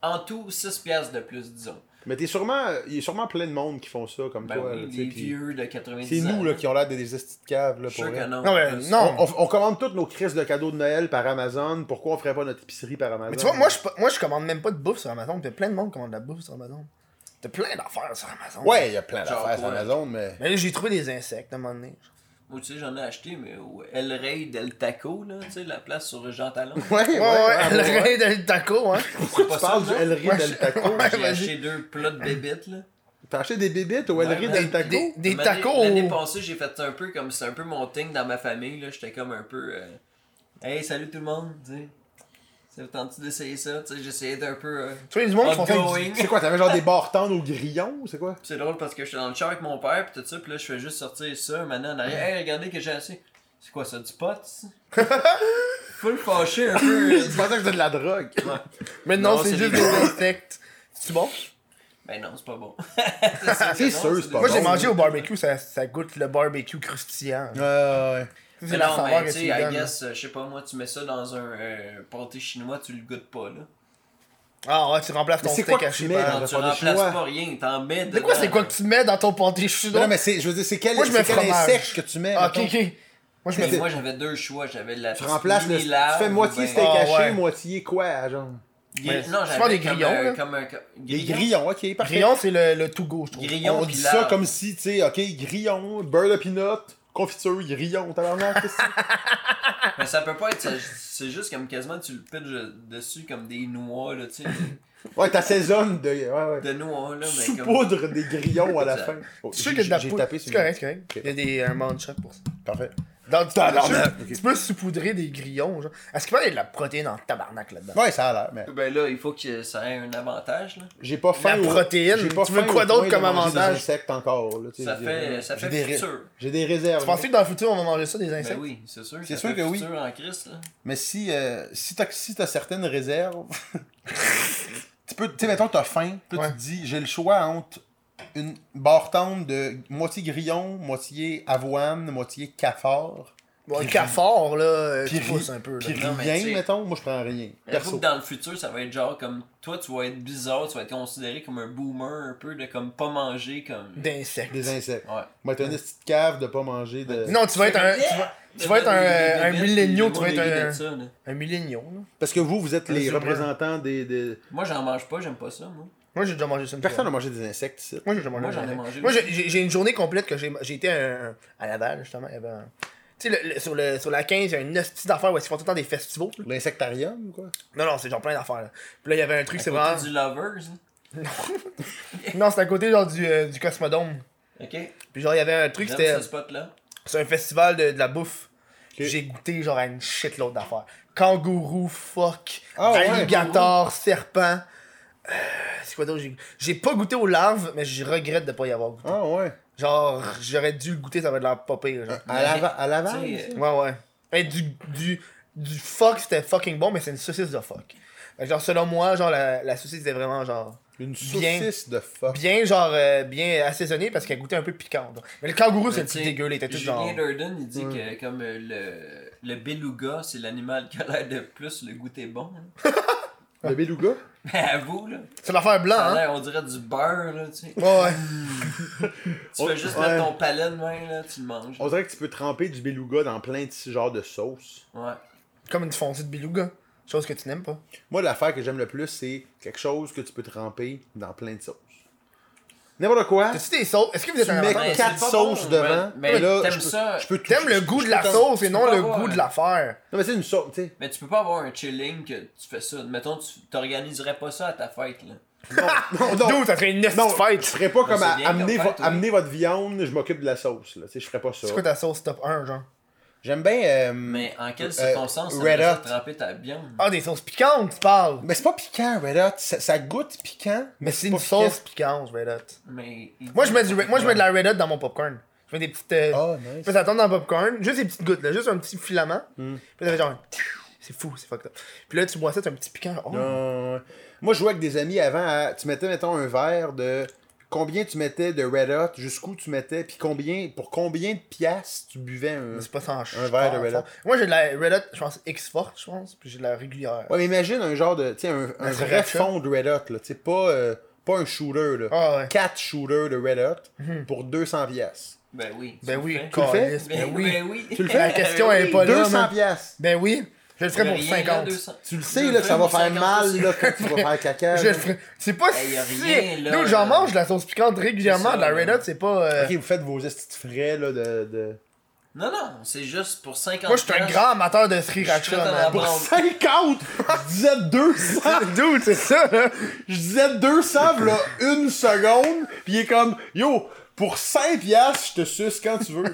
en tout 6 piastres de plus, disons.
Mais t'es sûrement. Il y a sûrement plein de monde qui font ça comme
Ben
toi. là,
oui,
tu sais,
les
puis
vieux de 90
C'est
ans.
nous là, qui ont l'air des, des estis de caves. Là,
Je suis
pour
sûr
vrai.
que non.
Non, mais
Plus.
non.
On, on- on commande toutes nos crises de cadeaux de Noël par Amazon. Pourquoi on ferait pas notre épicerie par Amazon
Mais tu vois, moi je, moi, je commande même pas de bouffe sur Amazon. Puis plein de monde commande de la bouffe sur Amazon. T'as plein d'affaires sur Amazon.
Ouais, il y a plein
Genre
d'affaires sur
quoi?
Amazon, mais.
Mais là, j'ai trouvé des insectes à un moment donné.
Moi, tu sais, j'en ai acheté, mais au El Rey del Taco, là, tu sais, la place sur Jean Talon.
Ouais,
Ouais, ouais,
ah,
le
ouais.
rein de taco, hein.
Pourquoi
pas
tu
ça,
parles du
non?
El Rey
Ouais,
del
je-
Taco
ouais.
J'ai
vas-y.
acheté deux plats de bébites, là.
T'as acheté des bébites au El
Ouais,
Rey
mais
del Taco
Des, des
L'année-
tacos.
L'année passée, j'ai fait un peu comme c'est un peu mon thing dans ma famille. là J'étais comme un peu. euh, hey, salut tout le monde. tu sais. Ça vous tente d'essayer ça? Tu sais, J'essayais d'un peu. euh,
Tu vois, du monde qui font ça. avec
outgoing.
C'est quoi, t'avais genre des barres tendres au grillon C'est quoi
C'est drôle parce que j'étais dans le char avec mon père, pis tout ça, pis là, je fais juste sortir ça, maintenant en arrière. Hey, regardez que j'ai assez. C'est quoi ça, du pot? ça? Full fâché un peu.
Tu pensais que c'était de la drogue.
du- Mais non,
Non,
c'est
c'est
juste
des-
des insectes. C'est bon?
ben non, c'est pas bon.
C'est sûr, c'est pas
Moi,
bon.
j'ai mangé au barbecue, ça, ça goûte le barbecue croustillant.
Ouais, ouais.
C'est
Mais
la
non,
saveur
mais
que
tu
tu
sais,
lui
I
donnes.
guess, euh, je sais pas moi, tu mets ça dans un euh, pâté chinois, tu le goûtes pas, là.
Ah ouais, tu remplaces
Mais
ton
c'est
steak
quoi que tu
haché
mets
par...
dans-
Non,
le
tu
pâté
remplaces
chinois.
pas rien, t'en mets
C'est quoi, c'est quoi que tu mets dans ton pâté
Mais
chinois?
non, mais c'est, je veux dire, c'est quel,
Moi, je
c'est
mets
quel
fromage.
insecte que tu mets
Ah, ok,
mettons?
ok. Moi, je
Mais
mets...
Ben, moi, j'avais deux choix. J'avais la
Tu remplaces le. Tu fais moitié
ben,
steak
Ah,
haché,
ouais.
moitié quoi, genre
Ouais.
Non,
Je prends
j'avais des
des
grillons.
grillons,
Comme,
là.
un- comme un, comme-
Des
grillons.
grillons, ok, parfait.
Grillon, c'est le, le to go, je trouve.
Grillons,
on
puis
dit
lard.
ça comme si, tu sais, ok, grillon, beurre de peanut, confiture, grillon, tabarnak, qu'est-ce que c'est?
Mais ça peut pas être. ça- C'est juste comme quasiment tu le pitches dessus comme des noix, là, tu sais.
Ouais, t'assaisonnes de. Ouais, ouais.
De noix, là, mais comme.
Saupoudre des grillons à la
Ça-
fin. Oh,
C'est sûr que de la
j'ai
poudre.
tapé
C'est
sur
correct, c'est correct.
Ok.
Il y a des, un man shot pour ça.
Parfait.
Dans du
Tabarnak,
tu-
ok.
Tu peux saupoudrer des grillons, genre. Est-ce qu'il va y a de la protéine en tabarnak là-dedans?
Ouais, ça a l'air, mais.
Ben là, il faut que ça ait un avantage, là.
J'ai pas faim. au-
protéine,
j'ai pas
tu veux
faim
quoi
au
d'autre
point
comme
de manger
avantage?
des insectes encore, là, tu sais,
Ça
je veux
fait,
dire. euh,
ça fait
J'ai des-
futur.
J'ai des
Tu
réserves.
penses que dans le futur, on va manger ça, des
Ben
insectes?
oui, c'est sûr.
C'est
ça
sûr
fait
que oui.
futur en Christ, là.
Mais si, euh, si t'as si t'as certaines réserves, tu peux, tu sais, mettons, t'as faim, puis
Ouais.
tu te dis, j'ai le choix entre une barre tendre de moitié grillon, moitié avoine, moitié cafard,
Bon, le
Puis-
cafard, là, euh,
puis
tu pousses
ri-
un peu. là.
puis
Ben non, mais
rien,
tu sais-
mettons, moi je prends rien.
Je trouve
Perso.
Euh, que dans le futur, ça va être genre comme. Toi, tu vas être bizarre, tu vas être considéré comme un boomer, un peu de comme pas manger, comme.
D'insectes.
Des insectes.
Ouais.
Moi, t'as une petite cave de pas manger de.
Non, tu vas être un. Tu vas, tu vas être un, euh, un
Des- des-
milléniaux,
des-
tu vas être
des- des-
un.
de ça, là.
Un milléniaux, là.
Parce que vous, vous êtes les
Super.
représentants des. des-
Moi, j'en mange pas, j'aime pas ça, moi.
Moi, j'ai déjà mangé ça une
Personne
fois.
n'a mangé des insectes ici.
Moi, j'ai déjà mangé
Moi,
un
j'en ai
insecte.
mangé
Moi,
aussi.
j'ai- j'ai j'ai une journée complète que j'ai j'ai été à, à Laval, justement. Il y avait un- Tu sais, le- le- sur, le, sur la 15, il y a une hostie d'affaires où ils font tout le temps des festivals. là.
L'insectarium, quoi.
Non, non, c'est genre plein d'affaires. là. Puis là, il y avait un truc, c'est
C'est
vraiment.
du lovers. hein.
Non, c'est à côté genre du, euh, du Cosmodome.
Ok.
Puis genre, il y avait un truc,
J'aime
c'était.
ce spot-là.
C'est un festival de, de la bouffe.
Ok.
J'ai goûté genre à une shitload d'affaires. Kangourou, fuck,
Ah ouais,
alligator, serpent. Euh, c'est quoi d'autre? J'ai- J'ai pas goûté aux larves, mais je regrette de pas y avoir goûté.
Ah ouais.
Genre, j'aurais dû le goûter, ça va de l'air pas pire. Genre.
À, Lava- à
Ah,
Laval.
Ben, Tu sais, euh,
ici?
Ouais, ouais. Et du, du, du fuck, c'était fucking bon, mais c'est une saucisse de fuck. Fait que Genre, selon moi, genre, la, la saucisse était vraiment genre.
Une
Bien.
saucisse de fuck.
Bien, genre, euh, bien assaisonnée parce qu'elle goûtait un peu piquante. Mais le kangourou, c'est le plus
Tu sais,
dégueu, il était tout genre.
Julien Durden, il dit que comme euh, le, le beluga, c'est l'animal qui a l'air de plus, le goût est bon. hein.
Le beluga.
Mais à vous, là,
C'est l'affaire blanc,
ça a
hein?
l'air, on dirait du beurre, là, tu sais.
Ouais, ouais.
Tu fais juste
ouais.
mettre ton palais de main, là, tu le manges.
Oh.
On dirait que tu peux tremper du beluga dans plein de petits genres de sauces.
Ouais.
Comme une fondue de beluga. Chose que tu n'aimes pas.
Moi, l'affaire que j'aime le plus, c'est quelque chose que tu peux tremper dans plein de sauces. N'importe quoi.
T'as-tu des sauces? Est-ce que vous êtes
Tu
un
mets
amateur?
Mais c'est
quatre
pas
sauces
bon,
devant.
mais- mais
là,
t'aimes
je peux,
ça.
je peux tout-
T'aimes
je-
le
je
goût
peux
de la
tout-
sauce et non
pas
le
voir,
goût de
hein.
l'affaire.
Non, mais c'est une sauce, tu sais.
Mais tu peux pas avoir un chilling que tu fais ça. Mettons, tu t'organiserais pas ça à ta fête, là.
Non, non,
D'où ça serait une
non,
petite
je
fête.
ferais pas comme
Ah, c'est
à-
bien
amener,
comme
vo-
fête, oui.
amener votre viande, je m'occupe de la sauce. Là. Tu sais, Je ferais pas ça.
C'est quoi ta sauce top 1, genre?
J'aime bien. euh,
Mais en quelles
Euh,
circonstances ça
Red
devrait
Hot.
tremper ta viande?
Ah, des sauces piquantes, tu parles!
Mais c'est pas piquant, Red Hot. Ça, ça goûte piquant, mais
Mais c'est une
pas piquant.
sauce piquante, Red Hot.
Mais.
Moi, je mets, du, moi, je mets de la Red Hot dans mon popcorn. Je mets des petites. euh,
Ah,
Je
nice.
fais ça tombe dans le popcorn, juste des petites gouttes, là, juste un petit filament. Puis là, ça fait genre. un tiou, C'est fou, c'est fucked up. Puis là, tu bois ça, t'as un petit piquant. genre, Oh.
Euh, moi, je jouais avec des amis avant. à- tu mettais, mettons, un verre de. Combien tu mettais de Red Hot, jusqu'où tu mettais, puis combien, pour combien de piastres tu buvais un.
Mais C'est pas sans ch-
Un verre de
fort,
Red
fort. Moi, j'ai de la Red Hot, je pense, X-Forte, je pense, puis j'ai de la régulière.
Ouais, mais imagine un genre de. Tu sais, un, un vrai
sriracha.
fond de Red Hot, là. Tu sais, pas, euh, pas un shooter, là.
Ah ouais. Mhm.
Quatre shooters de Red Hot pour 200 piastres.
Ben oui. tu
Ben
le
oui,
fais.
Tu le fais?
câlisse,
Ben
Ben
oui.
oui.
Ben oui.
Tu le fais, la question est pas là.
200
man.
piastres.
Ben oui, je le ferais
Ben
pour
rien,
50.
200.
Tu le sais, là, que ça va faire
250,
mal,
c'est-
là, quand tu vas faire caca.
Je le
là.
ferais. C'est pas
Ben, Euh, y a rien,
si.
là.
Nous, j'en mange de la sauce piquante régulièrement,
C'est ça,
de la Red
là.
Hot, c'est pas. euh,
Ok, vous faites vos estis de frais, là, de. de...
Non, non, c'est juste pour 50$.
Moi, je suis un grand amateur de
Je suis
sriracha,
prêt à
man.
en
Pour-
prendre.
50! Je disais 200!
Dude, c'est ça, là.
Je disais 200, là, une seconde, pis il est comme, yo, pour 5 piastres, je te suce quand tu veux.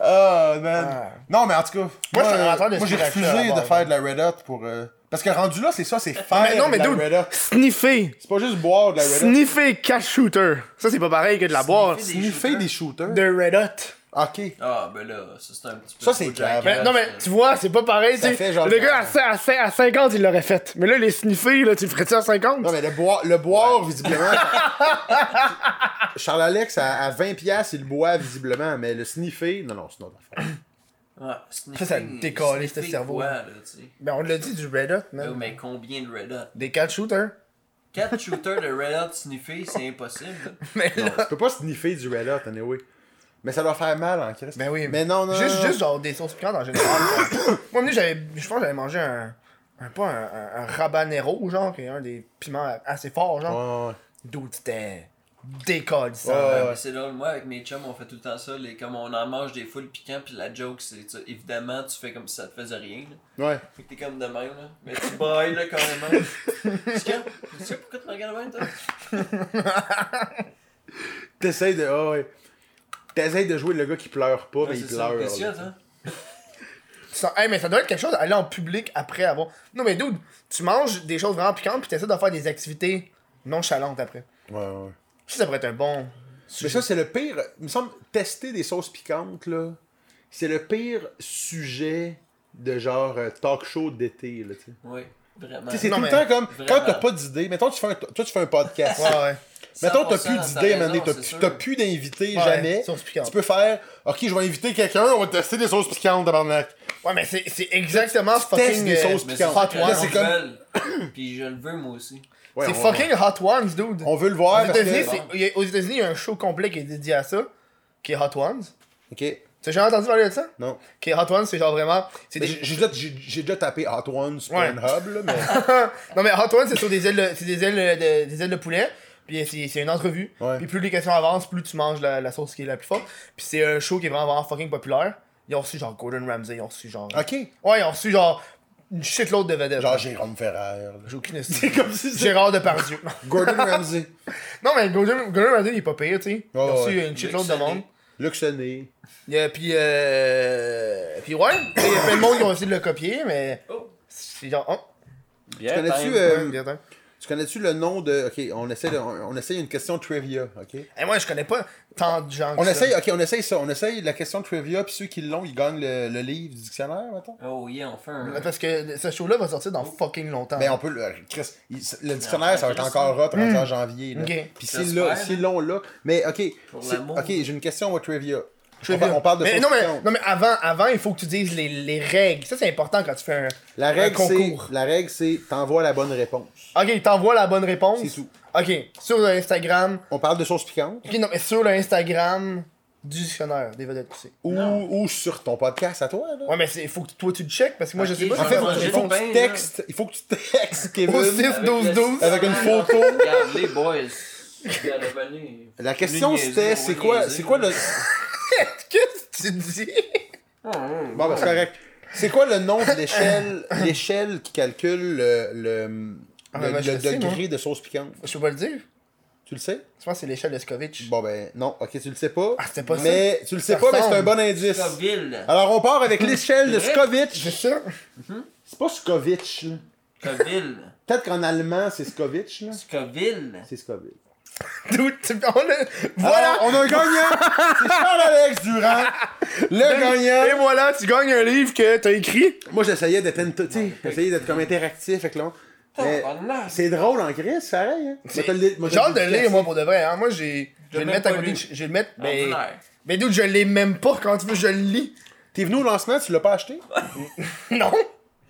Ah, man.
Ah.
Non, mais en tout cas,
Moi, je suis un amateur de
moi, j'ai
sriracha,
refusé
à
de
base.
faire de la Red Hot pour. euh, Parce que rendu là, c'est ça, c'est faire
Mais non, mais
de la
dude,
Red Hot.
sniffer.
C'est pas juste boire de la Red Hot.
Sniffer cash shooter. Ça, c'est pas pareil que de la boire.
Sniffer
Sniffer des shooters.
De Red Hot.
Ok.
Ah, ben là, ça c'est un petit peu.
Ça, c'est grave.
Ben, non, mais tu vois, c'est pas pareil.
Ça
tu sais.
fait genre-
le gars, à, cin- à cin- à 50, il l'aurait fait. Mais là, les sniffer, là, tu le ferais-tu à 50?
Non, mais le boire, le boire visiblement. Charles-Alex, à, à 20$, piastres, il boit visiblement, mais le sniffer, non, non, c'est notre affaire.
Ouais,
Ça, ça décollait, ce cerveau.
Ouais, là, tu sais.
Ben, on l'a dit du Red Hot,
Là,
man.
Mais combien de Red Hot?
Des cash shooters.
4 shooters de Red Hot sniffés, c'est impossible.
Mais
Non,
là.
tu peux pas sniffer du Red Hot, anyway. Mais ça doit faire mal en Christ.
Ben oui.
Mais non, non.
Juste,
non.
juste genre des sauces piquantes en général. Moi, un moment donné, j'avais, je pense que j'avais mangé un, un pas un, un, un habanero, genre, qui est un des piments assez forts, genre.
Ouais,
D'où c'était décalissant.
Ouais.
man.
Ouais, mais c'est drôle, moi avec mes chums on fait tout le temps ça, les, comme on en mange des foules piquants puis la joke c'est tu- évidemment tu fais comme si ça te faisait rien. Là.
ouais.
Fait que t'es comme de même là, mais tu bailles là carrément. Tu sais tu sais pourquoi tu me regardes de même toi?
T'essayes de. ah ouais. T'essayes de jouer le gars qui pleure pas, mais
Ouais,
il
c'est ça, hein.
pleure.
qu'est-ce qu'il y a,
là.
toi?
Tu sens- hey, mais ça doit être quelque chose aller en public après avoir. Non, mais dude, tu manges des choses vraiment piquantes puis t'essaies de faire des activités nonchalantes après.
Ouais, ouais.
Ça, ça pourrait être un bon.
Mais ça, c'est le pire. Il me semble tester des sauces piquantes, là. C'est le pire sujet de genre euh, talk show d'été, là, tu sais.
Oui, vraiment.
Tu sais, c'est
Non,
tout le
mais
temps comme
vraiment.
quand t'as pas d'idée, mettons tu fais un, toi tu fais un podcast.
Ouais, ouais.
Mettons t'as
100%
plus
dans ta
d'idée à un moment
raison,
donné, t'as
c'est
plus-
sûr.
t'as plus d'invités
Ouais,
jamais.
sauce piquante.
Tu peux faire OK, je vais inviter quelqu'un, on va tester des sauces piquantes tabarnak.
Ouais, mais c'est, c'est exactement fucking.
des
euh,
sauces
Mais c'est
piquantes.
Hot
ça,
Ones.
Là,
c'est
c'est
comme.
comme-
Puis je le veux moi aussi.
Ouais,
c'est
on-
fucking Hot Ones, dude.
On veut le voir
aux,
parce
États-Unis,
que
c'est- il y a- aux États-Unis, il y a un show complet qui est dédié à ça, qui est Hot Ones.
OK,
T'as jamais entendu parler de ça?
non.
Qui est Hot Ones, c'est genre vraiment. C'est
Mais
des-
j'ai- J'ai déjà, j'ai- j'ai déjà tapé Hot Ones
Ouais.
Pornhub là, mais
non, mais Hot Ones, c'est sur des ailes, de- c'est des ailes de, des ailes de poulet. Puis c'est, c'est une entrevue.
Ouais.
Puis plus les questions avancent, plus tu manges la, la sauce qui est la plus forte. Puis c'est un show qui est vraiment, vraiment fucking populaire. Ils ont reçu genre Gordon Ramsay, ils ont reçu genre.
OK.
Ouais, ils ont reçu genre une shitload de vedettes.
Genre Jérôme Ferrer. là.
j'ai aucune
C'est
idée.
comme si c'était
Gérard Depardieu.
Gordon Ramsay,
non, mais Gordon, Gordon Ramsay, il est pas pire, tu sais. Ils
Ouais,
ont reçu
ouais.
une shitload de
Luc Sonnet.
monde.
Luc Sonnet.
Il y a- puis, euh... puis ouais, il y a plein de monde qui ont essayé de le copier, mais
Oh!
c'est genre. Oh,
Bien,
Connais-tu
time.
euh,
ouais, bien, attends.
tu connais-tu le nom de OK, on essaie de- on, on essaie une question trivia, OK
Et Eh, moi, je connais pas tant de gens. que
On
ça.
essaye, ok, on essaye ça. On essaye la question de trivia, puis ceux qui l'ont, ils gagnent le, le livre du dictionnaire, mettons.
Oh yeah, enfin.
Ouais, Parce que ce show-là va sortir dans fucking longtemps.
Ben, on peut le. Chris, il- le dictionnaire, ça va être encore hot rendu en janvier. là.
Hmm. Ok.
Puis c'est là,
J'espère.
c'est long là. Mais, ok.
Pour
c'est-
l'amour.
Ok, j'ai une question au trivia.
Je
on,
veux
par-
dire-
on parle de
mais
sauce
non, mais,
piquante.
non, mais avant, avant, il faut que tu dises les, les règles. Ça, c'est important quand tu fais un,
La
un
règle, c'est.
concours.
La règle, c'est. T'envoies la bonne réponse.
Ok, il t'envoie la bonne réponse.
C'est tout.
Ok, sur le Instagram.
On parle de sauce piquante.
Ok, non, mais sur le Instagram du dictionnaire des vedettes poussées.
Ou, ou sur ton podcast à toi, là.
Ouais, mais il faut que toi tu le checkes parce que moi,
Ok,
je sais pas
je
si
En
vais
c'est
fait,
la bonne
manger
il faut
réponse.
du
que tu
pain, là.
textes. Il faut que tu textes, Kevin.
Au 6,
Avec
12,
le-
12.
Avec une photo.
Regarde les boys. Regarde, venez.
La question,
Niaiser, on va
c'était. C'est quoi,
niaiser.
c'est quoi le.
Qu'est-ce que tu dis?
Bon, ben, c'est correct. C'est quoi le nom de l'échelle l'échelle qui calcule le, le,
Ah,
le-
ben, je
le
sais,
degré
moi.
de sauce piquante
Je peux pas le dire.
Tu Tu le sais?
Je pense que c'est l'échelle d'Escovitch.
Bon, ben, non. Ok, tu le sais pas.
Ah, c'était pas ça.
Mais tu le sais
Ça
pas, mais c'est un
ressemble.
bon indice.
Scoville.
Alors, on part avec l'échelle de
C'est
C'est
Scovitch.
ça?
C'est pas Scovitch, là.
Scoville.
Peut-être qu'en allemand, c'est Scovitch, là.
Scoville.
C'est Scoville.
Dude, tu- on a-
Voilà,
Voilà!
on a un gagnant! C'est Charles-Alex Durand, le
Et
gagnant!
voilà, tu gagnes un livre que t'as écrit.
Moi, j'essayais d'être into- tu sais, j'essayais d'être comme interactif avec l'on. Mais
Tabarnak.
c'est drôle en crise, pareil. Hein? Moi, t'as le li- moi,
J'ai hâte de
t'as
le
le
lire, moi,
livre,
pour de vrai. hein. Moi, j'ai.
l'ai
Je vais le
même
mettre à
pas
côté.
lu.
de- Je vais le mettre. Mais,
Ordinaire.
mais dude, je l'ai même pas. Quand tu veux, je le lis.
T'es venu au lancement, tu l'as pas acheté?
Non!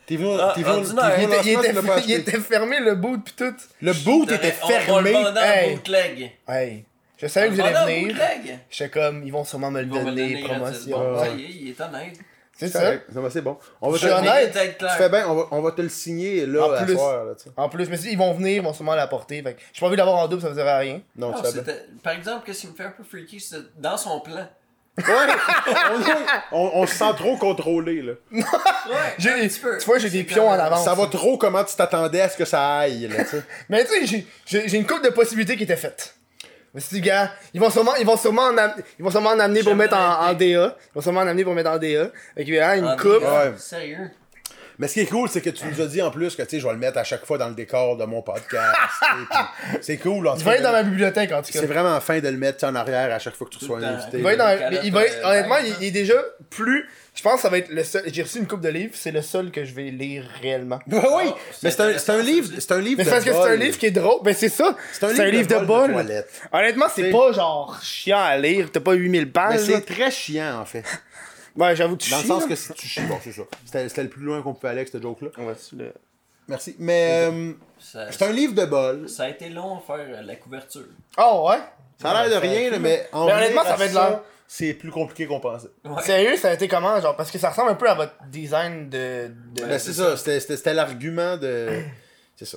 T'es venu,
Ah,
t'es venu, t'es
ordinaire.
venu
Il
au
Il était,
lancement, tu l'as pas
il
acheté.
était fermé, le boot, pis tout.
Le boot
T'aurais-
était
on- On le
fermé.
vendait
hey.
en bootleg.
Hey, je
On
savais que
le
vous
vendait en
allez venir.
bootleg.
J'étais comme, ils vont sûrement me le
Ils vont me le
donner,
donner
promotion.
gratuitement.
Ouais.
Ça y est, il est honnête.
C'est
C'est
ça?
correct. Non, mais c'est bon. On va
Je
te,
suis
Mais
honnête.
il est être
tu
clair.
fais bien, on va, on va te le signer là,
En
à
plus.
soir. Là, tu sais.
En plus, je me suis dit, ils vont venir, ils vont sûrement l'apporter. Fait que j'ai pas envie d'avoir en double, ça me sert à rien.
Non,
Non,
tu fais bien.
c'était- Par exemple, qu'est-ce qui me fait un peu freaky, c'est dans son plan.
Ouais, on, est- on, on se sent trop contrôlé. Là.
Ouais,
J'ai
un
des-
petit peu.
tu vois, j'ai
C'est
des pions
comme-
en avance.
Ça va trop comment tu t'attendais à ce que ça aille. Là, tu sais.
Mais tu sais, j'ai- j'ai j'ai une coupe de possibilités qui étaient faites. Mais si, gars, ils vont sûrement, ils vont sûrement en, am- ils vont sûrement en amener pour
Jamais
mettre en, en
arrêté.
DA. Ils vont sûrement en amener pour mettre en DA. Fait qu'il y a
Ah,
une coupe.
mais,
Ouais.
Sérieux.
Mais ce qui est cool, c'est que tu nous as dit en plus que tu sais, je vais le mettre à chaque fois dans le décor de mon podcast. tu sais, puis c'est cool. en
Il
tout
va
cas,
être dans ma bibliothèque, en tout cas.
C'est vraiment fin de le mettre tu sais, en arrière à chaque fois que tu
Tout
reçois
le
un
temps.
invité.
Il va être dans-
là.
mais il va être- honnêtement, il, il est déjà plus. Je pense que ça va être le seul. J'ai reçu une coupe de livres, c'est le seul que je vais lire réellement.
Ben oui,
Oh,
mais c'est un,
c'est
c'est un livre, c'est un livre
Mais
de
c'est parce que c'est un
bol.
livre qui est drôle. Ben c'est ça. C'est un, livre de
bol de
bol.
toilette.
Honnêtement, c'est
C'est-
pas genre chiant à lire. T'as pas 8000
Mais
pages. là.
c'est très chiant en fait.
Ouais, j'avoue, tu
Dans le
chies,
sens
là.
que si tu chies, bon, c'est ça. C'était c'était le plus loin qu'on pouvait aller avec cette joke-là.
On va se le-
Merci. Mais euh,
Ça,
c'est un livre de bol.
ça a été long à faire euh, la couverture.
Oh ouais?
Ça a l'air de
Ouais, ça a
rien, là, mais en
Mais honnêtement,
venir
ça
à
fait de l'air.
C'est plus compliqué qu'on pensait.
Ouais.
Sérieux, ça a été comment? Genre, parce que ça ressemble un peu à votre design de. de-
Ben, c'est ça, c'était- c'était c'était l'argument de. C'est ça.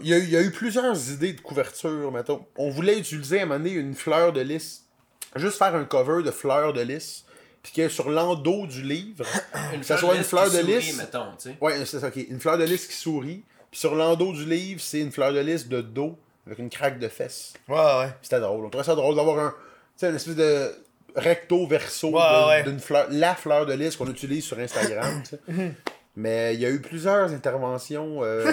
Il y, a, eu- il y a eu plusieurs idées de couverture, mettons. On voulait utiliser à un moment donné une fleur de lys. Juste faire un cover de fleur de lys. Puis que sur l'endos du livre,
Une
ça
fleur
soit
de
une
lys
fleur
qui
de
sourit,
lys.
mettons, tu sais.
Ouais, c'est ça, ok. Une fleur de lys qui sourit. Puis sur l'endos du livre, c'est une fleur de lys de dos avec une craque de fesses.
Ouais, ouais.
Puis C'était drôle. On trouvait ça drôle d'avoir un. Tu sais, une espèce de recto verso
Ouais, ouais.
d'une fleur. La fleur de lys qu'on utilise sur Instagram, tu sais. Mais il y a eu plusieurs interventions. euh,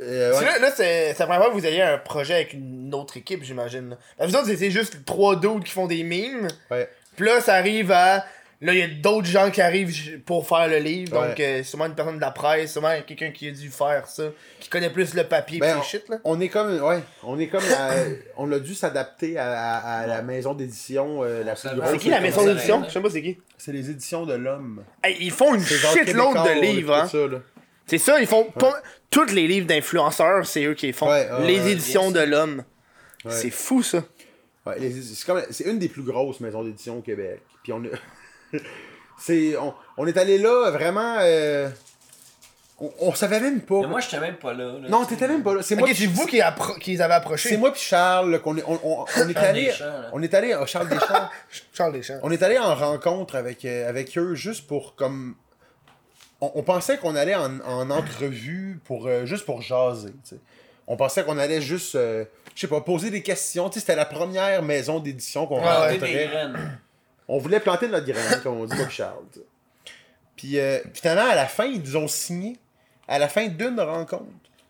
euh,
Tu
ouais.
sais, Là, là, c'est c'est la première fois que vous ayez un projet avec une autre équipe, j'imagine. là. La vous autres, c'était juste trois d'autres qui font des mimes.
Ouais.
Puis là, ça arrive à. Là, il y a d'autres gens qui arrivent j- pour faire le livre.
Ouais.
Donc, euh, sûrement une personne de la presse, sûrement quelqu'un qui a dû faire ça, qui connaît plus le papier
Ben,
pis
on-
ces shit, là.
On est comme. Ouais, on est comme. la- on a dû s'adapter à, à- à la maison d'édition. euh, la plus
Ça va.
grosse
Ah, C'est qui la
que
maison
qu'on a.
d'édition? Je sais pas c'est qui.
C'est les éditions de l'homme.
Hey, ils font une
C'est genre
shitload
Québécois,
de livres,
tout
hein.
ça, là.
C'est ça, ils font pas- tous les livres d'influenceurs, c'est eux qui les font.
Ouais, ouais,
les
ouais.
éditions de l'homme.
Ouais.
C'est fou ça.
Ouais, les- c'est comme- c'est une des plus grosses maisons d'édition au Québec. Puis on a- c'est on, on est allé là vraiment euh, on, on savait même pas.
Mais moi, j'étais même pas là. là,
non,
tu sais.
t'étais même pas là. C'est
Ok,
moi
c'est vous qui, appro- qui les avez
c'est
approchés.
moi puis Charles là, qu'on est on, on- on est
Charles
allé
Deschamps, là.
on est allé à Charles Deschamps.
Charles Deschamps.
on est allé en rencontre avec euh, avec eux juste pour comme on, on pensait qu'on allait en, en entrevue pour euh, juste pour jaser, tu sais. On pensait qu'on allait juste euh, je sais pas poser des questions, tu sais, c'était la première maison d'édition qu'on
Ouais, ouais.
Planter
rencontrait.
des graines.
On voulait planter notre graine, comme on dit, pas Charles. tu sais. Puis euh, finalement, à la fin, ils nous ont signé. À la fin d'une rencontre.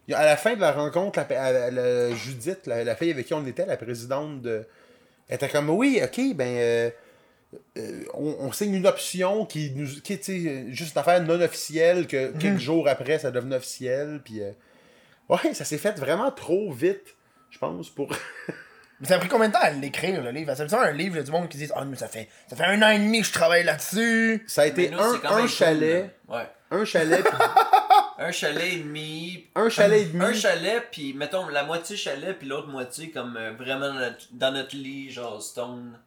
Il y a- À la fin de la rencontre, la, la- la- Judith, la, la fille avec qui on était, la présidente de. Elle était comme Oui, ok, ben. euh, euh, on, on signe une option qui nous. qui est tu sais, euh, juste une affaire non officielle, que
Mhm.
quelques jours après, ça devenait officiel. Puis. euh, ouais, ça s'est fait vraiment trop vite, je pense, pour.
Mais ça a pris combien de temps à l'écrire le livre? C'est un livre il y a du monde qui dit Ah, mais ça fait, ça fait un an et demi que je travaille là-dessus.
Ça a
Mais
été
nous,
un,
c'est quand
un
même
chalet.
cool, là. Ouais.
Un chalet, puis
Un chalet et demi.
un chalet et demi.
Un chalet, puis mettons la moitié chalet, puis l'autre moitié comme euh, vraiment dans notre, dans notre lit, genre stone.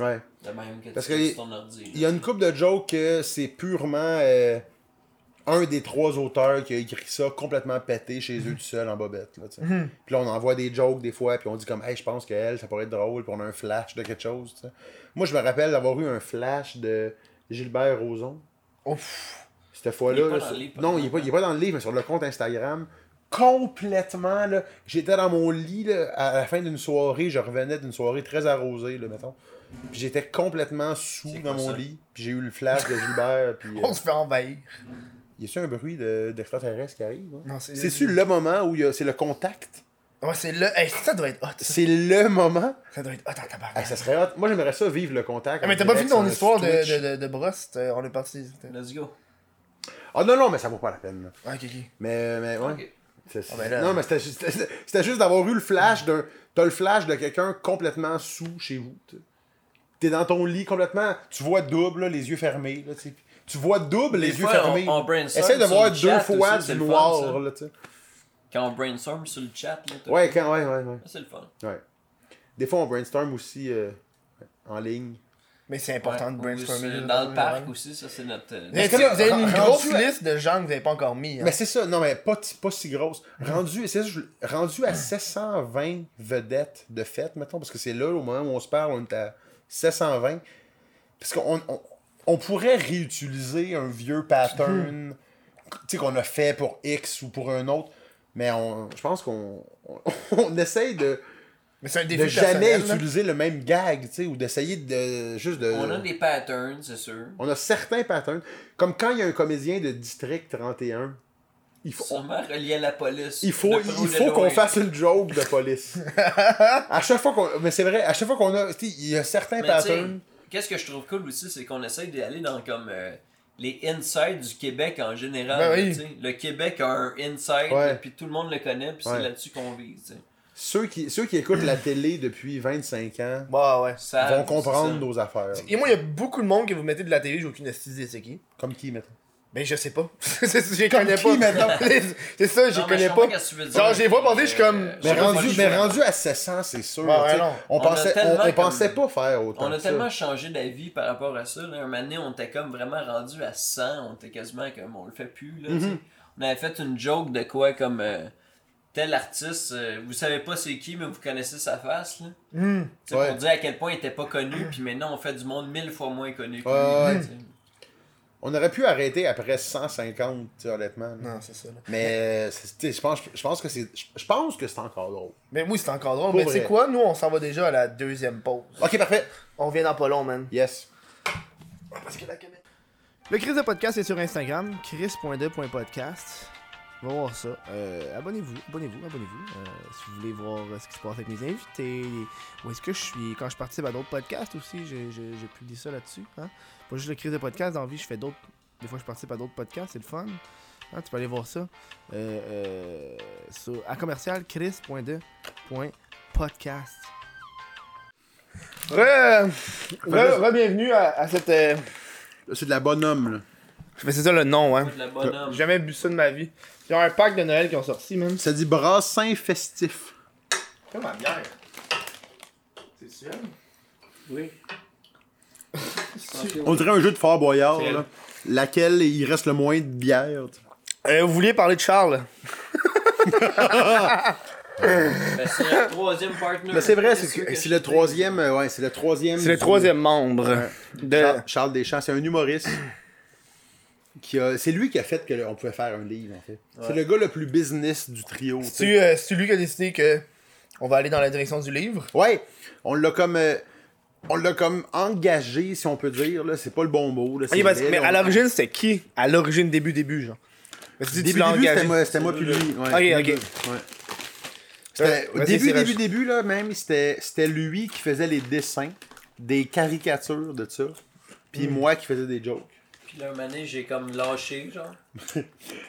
Ouais.
De même que
Parce
tu
que
fais
il-
sur ton ordi.
Il y a une coupe de jokes que c'est purement euh, un des trois auteurs qui a écrit ça complètement pété chez eux tout seul en bobette. Là, tu sais. Puis là, on envoie des jokes des fois, puis on dit comme, hey, je pense qu'elle, ça pourrait être drôle, puis on a un flash de quelque chose. tu sais. Moi, je me rappelle d'avoir eu un flash de Gilbert Rozon.
Ouf.
Cette fois-là.
Il est pas
là,
dans le
sur-
livre, par
non, il est,
exemple,
pas, il est pas dans le livre, mais sur le compte Instagram, complètement, là, j'étais dans mon lit, là, à la fin d'une soirée, je revenais d'une soirée très arrosée, là, mettons. Puis j'étais complètement sous
C'est
dans
quoi
mon
ça?
lit, puis j'ai eu le flash de Gilbert, puis... euh,
On se fait envahir.
y a-tu un bruit de- d'extraterrestre qui arrive? hein?
Non, c'est-
C'est-tu le moment où il y a- c'est le contact?
Ouais, c'est là. Hey, ça doit être hot. Ça,
C'est le moment?
ça doit être hot
Ah,
en tabarnak.
ça serait hot. Moi, j'aimerais ça vivre le contact.
Ah, mais
en
t'as pas
direct
fini ton
sur le
histoire de,
Twitch.
de, de, de brosse, t'as- on est parti. t'as-
Let's go.
Ah non, non, mais ça vaut pas la peine. là.
Ah, ok, ok.
Mais, mais ouais.
Ok.
C'est- c'est-
Ah, ben là-
Non, mais c'était juste, c'était- c'était juste d'avoir eu le flash d'un. T'as le flash de quelqu'un complètement sous chez vous. tu sais. T'es dans ton lit complètement. Tu vois double, là, les yeux fermés. Là, tu sais. tu vois double, les
Des
yeux
fois,
fermés.
on- on brainstorm
Essaye de
sur
voir
le
deux
chat
fois
aussi, c'est
du
le fun,
noir.
ça.
là, tu sais.
Quand on brainstorm sur le chat, là, t'as-
ouais, quand, ouais, ouais, ouais.
Ah, c'est le fun.
ouais. Des fois, on brainstorm aussi euh, en ligne.
Mais c'est important
Ouais.
de
Ou
brainstormer.
c'est-
là,
Dans le parc
vraiment.
aussi, ça c'est notre. euh,
Parce
Mais
que
tu-
là,
Vous avez une
rendu
grosse
à-
liste de gens que vous avez pas encore mis. hein.
Mais c'est ça, non, mais pas, ti- pas si grosse. Rendu, c'est ça, je- rendu à 720 vedettes de fête, mettons, parce que c'est là, au moment où on se parle, on est à 720. Parce qu'on on, on pourrait réutiliser un vieux pattern tu sais, qu'on a fait pour X ou pour un autre, mais on, je pense qu'on on, on essaye de,
Mais c'est un
de
défi
jamais
personnel, là.
utiliser le même gag, tu sais, ou d'essayer de juste de.
On a des patterns, c'est sûr.
On a certains patterns. Comme quand il y a un comédien de District 31, il faut,
Sûrement relié à la police.
il faut,
Le pro
il
de
faut
loin.
qu'on fasse une joke de police. à chaque fois qu'on. Mais c'est vrai, à chaque fois qu'on a. tu sais, Il y a certains
Mais
patterns.
tu sais, Qu'est-ce que je trouve cool aussi, c'est qu'on essaye d'aller dans comme euh, les insides du Québec en général.
Ben
là,
oui.
tu sais. Le Québec a un inside,
Ouais.
là, puis tout le monde le connaît, puis
Ouais.
c'est là-dessus qu'on vise. tu sais.
Ceux, qui, ceux qui écoutent la télé depuis 25 ans
Bah ouais.
Ça,
vont
Ah, c'est
comprendre
ça.
nos affaires.
Et moi, il y a beaucoup de monde que vous mettez de la télé, j'ai aucune astuce de c'est qui.
Comme qui, mettons
Ben, je sais pas. C'est- c'est- je les connais
qui,
pas. c'est ça, je
Non,
les
mais
connais
comprends
pas.
qu'est-ce que tu veux dire.
Genre, je les vois passer, je suis comme-
Euh,
Mais,
je sais pas,
rendu,
je-
mais rendu à 700, c'est sûr.
Ouais,
tu sais.
non.
On,
On a
pensait, on- on,
tellement
pensait
comme-
pas faire autant.
On a
que ça.
tellement changé d'avis par rapport à ça. Là. Un moment donné, on était comme vraiment rendu à 100. On était quasiment comme on le fait plus. Là,
Mhm.
tu sais. On avait fait une joke de quoi comme euh, tel artiste, euh, vous savez pas c'est qui, mais vous connaissez sa face. Là.
Hum.
Tu sais,
Mhm. Ouais.
Pour dire à quel point il était pas connu, puis maintenant on fait du monde mille fois moins connu que lui,
Ouais,
tu sais.
On aurait pu arrêter après 150, tu sais, honnêtement. là.
Non, c'est ça. là.
Mais c'est- tu sais, je pense, je pense que c'est je pense que c'est encore drôle.
Mais oui, c'est encore drôle.
Pour
mais tu sais
vrai.
quoi, nous, on s'en va déjà à la deuxième pause.
OK, parfait.
On revient dans pas long, man.
Yes.
Le Chris de podcast est sur Instagram, chris.de.podcast. Va voir ça. Euh, abonnez-vous, abonnez-vous, abonnez-vous. Euh, si vous voulez voir euh, ce qui se passe avec mes invités, où est-ce que je suis, quand je participe à d'autres podcasts aussi, je, je- je publie ça là-dessus. Hein? Pas juste le Chris de podcast, dans la vie, je fais d'autres. Des fois, je participe à d'autres podcasts, c'est le fun. Hein, tu peux aller voir ça. Euh, euh, sur- à commercial, chris.de.podcast. Re, re- re-bienvenue à, à cette. euh,
Là, c'est de la bonhomme, là.
mais c'est ça le nom, hein.
Pas de la bonhomme.
J'ai jamais bu ça de ma vie. Ils ont un pack de Noël qui ont sorti, man.
Ça dit brassin festif.
Comme ma bière. C'est sûr.
Oui.
On dirait un jeu de Fort Boyard,
C'est
là. Laquelle il reste le moins de bière. tu sais.
Euh, vous vouliez parler de Charles?
Ben, c'est le troisième partner.
Mais c'est vrai, c'est,
Qu'est-ce que
que-
je
c'est le
dis?
troisième. euh, Ouais, c'est le troisième.
C'est le
du-
troisième membre de...
Charles, Charles Deschamps, c'est un humoriste. Qui a, c'est lui qui a fait qu'on pouvait faire un livre, en fait. C'est le gars le plus business du trio. tu sais.
C'est-tu euh, c'est-tu lui qui a décidé que on va aller dans la direction du livre?
Ouais, on l'a comme. euh, on l'a comme engagé, si on peut dire. Là. C'est pas le bon mot. Là. c'est laid,
mais
on-
à l'origine, c'était qui? À l'origine, début, début, genre. Parce que tu
Début,
l'as
début,
engagé.
c'était moi, c'était moi puis lui. Ouais,
Ok,
nous
ok.
deux, ouais. C'était-
Ouais, c'est-
début,
c'est
début,
raj-
début, là, même, c'était c'était lui qui faisait les dessins, des caricatures de ça, puis moi qui faisais des jokes.
Puis là, un moment donné, j'ai comme lâché, genre.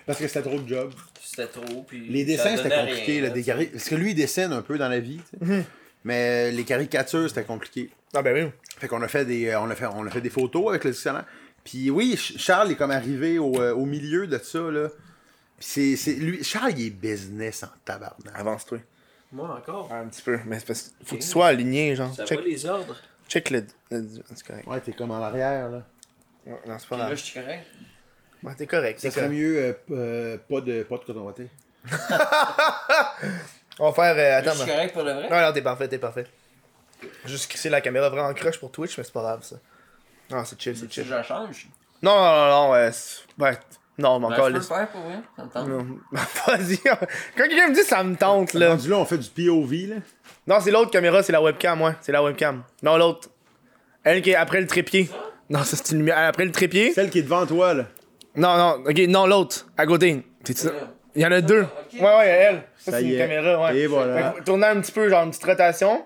Parce que c'était trop de job.
Puis C'était trop. Puis
Les
ça
dessins, c'était
donnait
compliqué.
rien,
là, des cari- Parce que lui, il dessine un peu dans la vie, tu sais. mais euh, les caricatures, c'était compliqué.
Ah ben oui.
Fait qu'on a fait des, euh, on a fait, on a fait des photos avec le dictionnaire. Puis oui, Ch- Charles est comme arrivé au, euh, au milieu de ça là. Puis c'est, c'est lui, Charles, il est business en tabarnak.
Avance-toi.
Moi encore.
Un petit peu. Mais c'est parce que faut que tu sois aligné, genre.
Ça
Check,
va les ordres.
check le... le- C'est correct.
Ouais, t'es comme en arrière là.
Ouais, Non, c'est pas
Là,
grave.
je suis correct.
Ouais, T'es correct,
Ça
t'es
serait
correct.
mieux euh, p- euh, pas de pas de coton watté.
On va faire... euh,
Là,
attends,
Je suis
mais-
correct pour le vrai.
Non, non, t'es parfait, t'es parfait. Juste crisser la caméra vraiment croche pour Twitch, mais c'est pas grave, ça. Non, c'est chill, c'est
Tu sais,
chill.
je change.
Non, non, non, non, ouais. c'est- ouais. Non, je m'en
Ben, je peux le
calisse.
faire pour vrai, ça me tente.
Non. Vas-y. Quand quelqu'un me dit ça me tente, là.
Rendu là, on fait du POV, là.
Non, c'est l'autre caméra, c'est la webcam, ouais. C'est la webcam. Non, l'autre. Elle qui est après le trépied. Non, ça, c'est une lumière. Après le trépied.
Celle qui est devant toi, là.
Non, non, ok, non, l'autre. À côté. C'est ça. Il y en a deux.
Ok.
Ouais, ouais, elle. Ça,
Ça
c'est
y
une
est.
caméra, ouais.
Et voilà.
Fait que, tournez un petit peu, genre une petite rotation.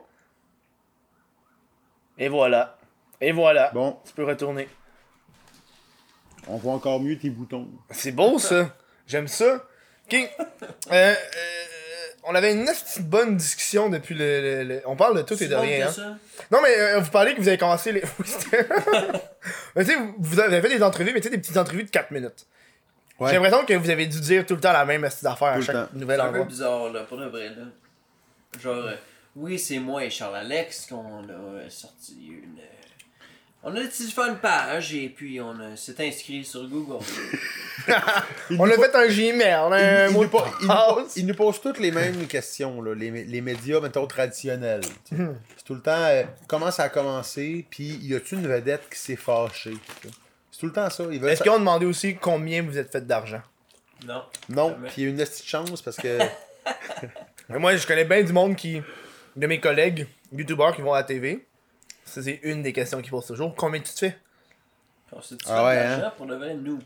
Et voilà. Et voilà.
Bon,
Tu peux retourner.
on voit encore mieux tes boutons.
C'est beau ça. J'aime ça. Ok. Euh, euh, on avait une petite bonne discussion depuis le, le- le- On parle de tout et
C'est
de
bon
rien.
que
hein.
ça?
Non, mais euh, vous parlez que vous avez commencé les. Oui, c'était- mais tu sais, vous- vous avez fait des entrevues, mais tu sais, des petites entrevues de 4 minutes.
Ouais.
J'ai l'impression que vous avez dû dire tout le temps la même petite affaire à
Tout le
chaque
temps.
nouvelle
C'est un peu
endroit.
bizarre, là, pour de vrai, là. Genre, euh, oui, c'est moi et Charles-Alex qu'on a euh, sorti une... euh, On a dit faire une page et puis on euh, s'est inscrit sur Google.
On a fait un Gmail, on a un
il
mot
nous
de
po- il nous po-
passe.
il nous pose toutes les mêmes questions, là, les, les médias, mettons, traditionnels. tu sais. C'est tout le temps, euh, comment ça a commencé, puis y a-tu une vedette qui s'est fâchée? tu sais. C'est tout le temps ça. Ils veulent
Est-ce
sa-
qu'ils ont demandé aussi combien vous êtes fait d'argent?
non.
Non,
Jamais.
puis il y a une petite chance parce que.
Mais moi, je connais bien du monde qui. de mes collègues, youtubeurs qui vont à la TV. Ça, c'est une des questions qu'ils posent toujours. Combien tu te fais
On s'est dit
Ah
ça
ouais,
de l'argent pour de vrai, nous.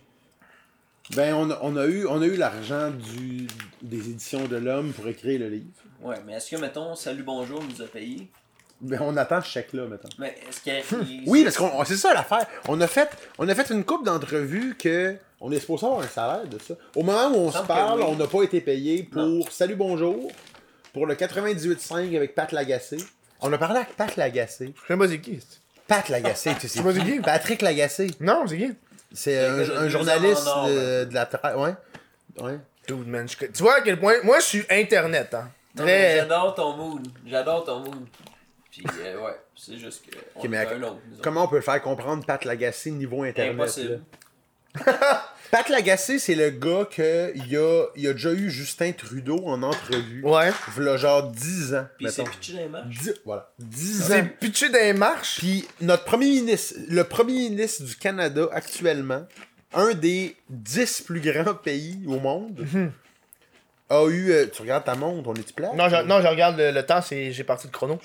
Ben, on a, on a eu, on a eu l'argent du, des éditions de l'homme pour écrire le livre.
Ouais, mais est-ce que, mettons, Salut Bonjour nous a payé?
Ben, on attend ce chèque-là, maintenant.
Mais est-ce que...
Hum, Oui, parce qu'on on- c'est ça l'affaire. On a fait, on a fait une coupe d'entrevues que on est supposé avoir un salaire de ça. Au moment où on se
Semble
parle,
que oui.
on n'a pas été payé pour
Non.
Salut Bonjour, pour le 98.5 avec Pat Lagacé. On a parlé avec Pat Lagacé.
Je sais pas c'est qui. c'est-
Pat Lagacé, tu sais.
C'est pas du
qui?
game.
Patrick Lagacé.
Non, c'est qui
C'est un,
le
un
deux
journaliste
hommes en or,
de, de la Terre. Ouais. Ouais.
Dude, man. je- Tu vois à quel point. Moi, je suis internet, hein.
Non, mais
Très.
J'adore ton mood. J'adore ton mood. Puis, euh, ouais, c'est juste que. On
Ok, mais
est
à-
un autre. nous autres.
Comment on peut faire comprendre Pat Lagacé niveau Internet? là?
Impossible.
Pat Lagacé, c'est le gars que il y a, il a déjà eu Justin Trudeau en entrevue.
Ouais.
V'là genre 10 ans.
Puis, c'est
mettons.
pitché dans les marches.
Dix- voilà. 10
C'est
ans.
pitché dans les marches.
Puis notre premier ministre, le premier ministre du Canada actuellement, un des 10 plus grands pays au monde, a eu. euh, tu regardes ta montre, on est-tu plat?
Mhm. Non, je, non, je regarde le, le temps, c'est j'ai parti de chrono.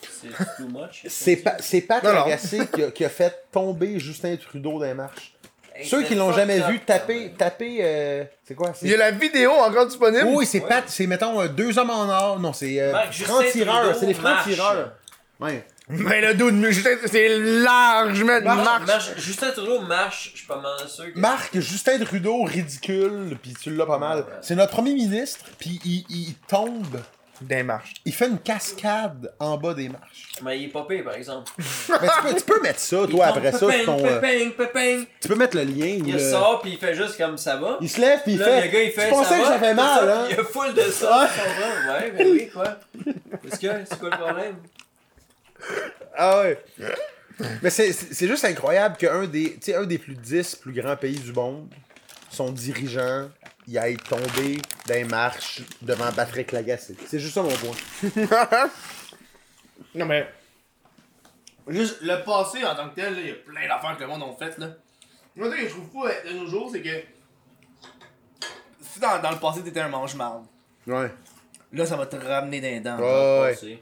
C'est too much.
C'est pas, c'est Pat
Non, non.
Lagacé qui a, qui a fait tomber Justin Trudeau dans les marches.
Hey,
Ceux qui
c'est
l'ont jamais
fucked
vu
up,
taper,
quand
taper, euh, c'est quoi? c'est-
Il y a la vidéo encore disponible.
Oui, c'est
Ouais.
Pat, c'est mettons euh, deux hommes en or. Non, c'est euh,
Marc, Ben, Justin
francs-tireurs.
Trudeau
C'est les
marche.
francs-tireurs. Ouais.
Mais le dude, mais Justin, c'est large, man.
même.
Marche.
Marche- Justin Trudeau marche, je suis pas mal sûr. Que...
Marc, Justin Trudeau, ridicule, puis tu l'as pas mal.
Ouais.
C'est notre premier ministre, puis il, il tombe.
Dans les marches.
Il fait une cascade en bas des marches.
Mais il est pas payé, par exemple.
Mais tu, peux, tu peux mettre ça, toi, après ça, sur ton, euh,
Péping, péping.
tu peux mettre le lien. ou
Il
le-
sort, puis il fait juste comme ça va.
il se lève, puis il
Là,
fait.
le gars, il fait.
tu pensais
ça
que
va?
j'avais
Tout
mal,
ça,
hein?
puis Il a full de ça. ça va. Ouais, mais oui, quoi. Parce que c'est quoi le problème?
Ah ouais. Mais c'est- c'est c'est juste incroyable qu'un des, tu sais, un des plus 10 plus grands pays du monde, son dirigeant, il aille tomber dans les marches devant Patrick Lagacé. C'est juste ça mon point.
Non, mais. Juste le passé en tant que tel, là, il y a plein d'affaires que le monde a faites. Là. Moi, ce que je trouve fou euh, de nos jours, c'est que. Si dans, dans le passé, t'étais un mange-marde,
Ouais.
là, ça va te ramener dans les dents.
Ah Ouais.
C'est-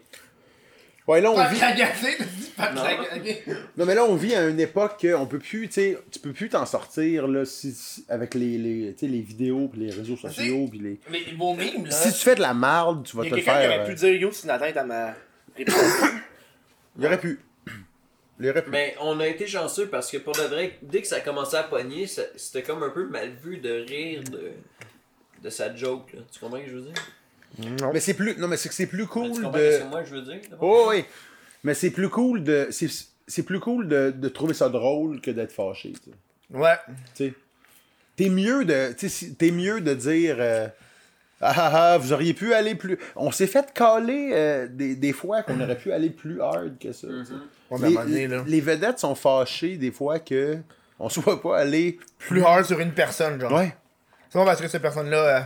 Ouais, là, on
Pas
vit.
cagacer, t'as dit pas
Non.
cagacer.
Non, mais là, on vit à une époque qu'on peut plus, tu sais, tu peux plus t'en sortir, là, si, si- avec les, les, tu sais, les vidéos, puis les réseaux sociaux, puis les.
Mais vos mimes, là.
Si tu fais de la marde, tu vas
Il y a
te le
quelqu'un qui
faire.
aurait pu
euh,
dire Yo, c'est une atteinte à ma.
Il aurait pu. Il aurait pu.
Mais on a été chanceux parce que pour de vrai, dès que ça commençait à pogner, ça- c'était comme un peu mal vu de rire de, de sa joke. Là. Tu comprends ce que je veux dire?
Mais c'est plus. Non, mais c'est que c'est plus
Mais tu
cool
comprends
de.
ce que moi je veux dire? d'abord?
Oh oui. Mais c'est plus cool de. C'est, c'est plus cool de, de trouver ça drôle que d'être fâché. tu sais.
Ouais.
Tu sais. T'es mieux de. tu sais, si- T'es mieux de dire. euh, ah ah ah, vous auriez pu aller plus. On s'est fait caler euh, des, des fois qu'on aurait pu aller plus hard que ça. tu sais.
On
Les, les vedettes sont fâchées des fois que on se voit pas aller.
Plus hard sur une personne, genre.
Ouais.
C'est bon parce que cette personne-là, euh,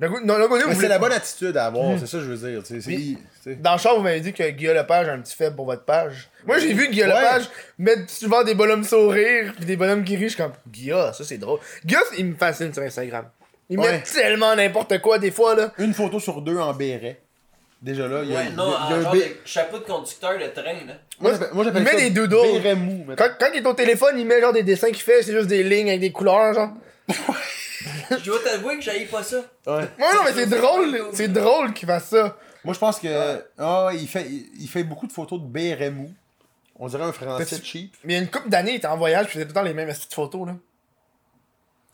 D'un coup- Non, d'un côté, vous
Mais
voulez-
Ben, c'est la bonne attitude à avoir, c'est ça que je veux dire. tu sais, c'est-
Puis-
tu sais.
Dans le chat, vous m'avez dit que Guillaume Lepage a un petit faible pour votre page. Moi, j'ai vu Guillaume
Ouais.
Lepage mettre souvent des bonhommes sourires puis des bonhommes qui rient. Je suis comme, Guillaume, ça c'est drôle. Guillaume, il me fascine sur Instagram. Il
Ouais.
met tellement n'importe quoi des fois, là.
Une photo sur deux en béret. Déjà là, il y a,
Ouais,
il y a-
non,
il y a
en
un
genre
bé-
de chapeau de conducteur de train, là.
Moi, j'appelle- moi, j'appelle
il met
ça
des doodles.
béret mou. mettons.
Quand, quand il est au téléphone, il met genre des dessins qu'il fait, c'est juste des lignes avec des couleurs, genre.
Je dois t'avouer que j'aille pas ça.
Ouais.
Ouais, non, mais c'est drôle, c'est drôle qu'il fasse ça.
Moi, je pense que. Ah, il, fait, il fait beaucoup de photos de béret mou. On dirait un français
Parce-
cheap.
Mais il y a une couple d'années, il était en voyage, puis c'était tout le temps les mêmes petites photos, là.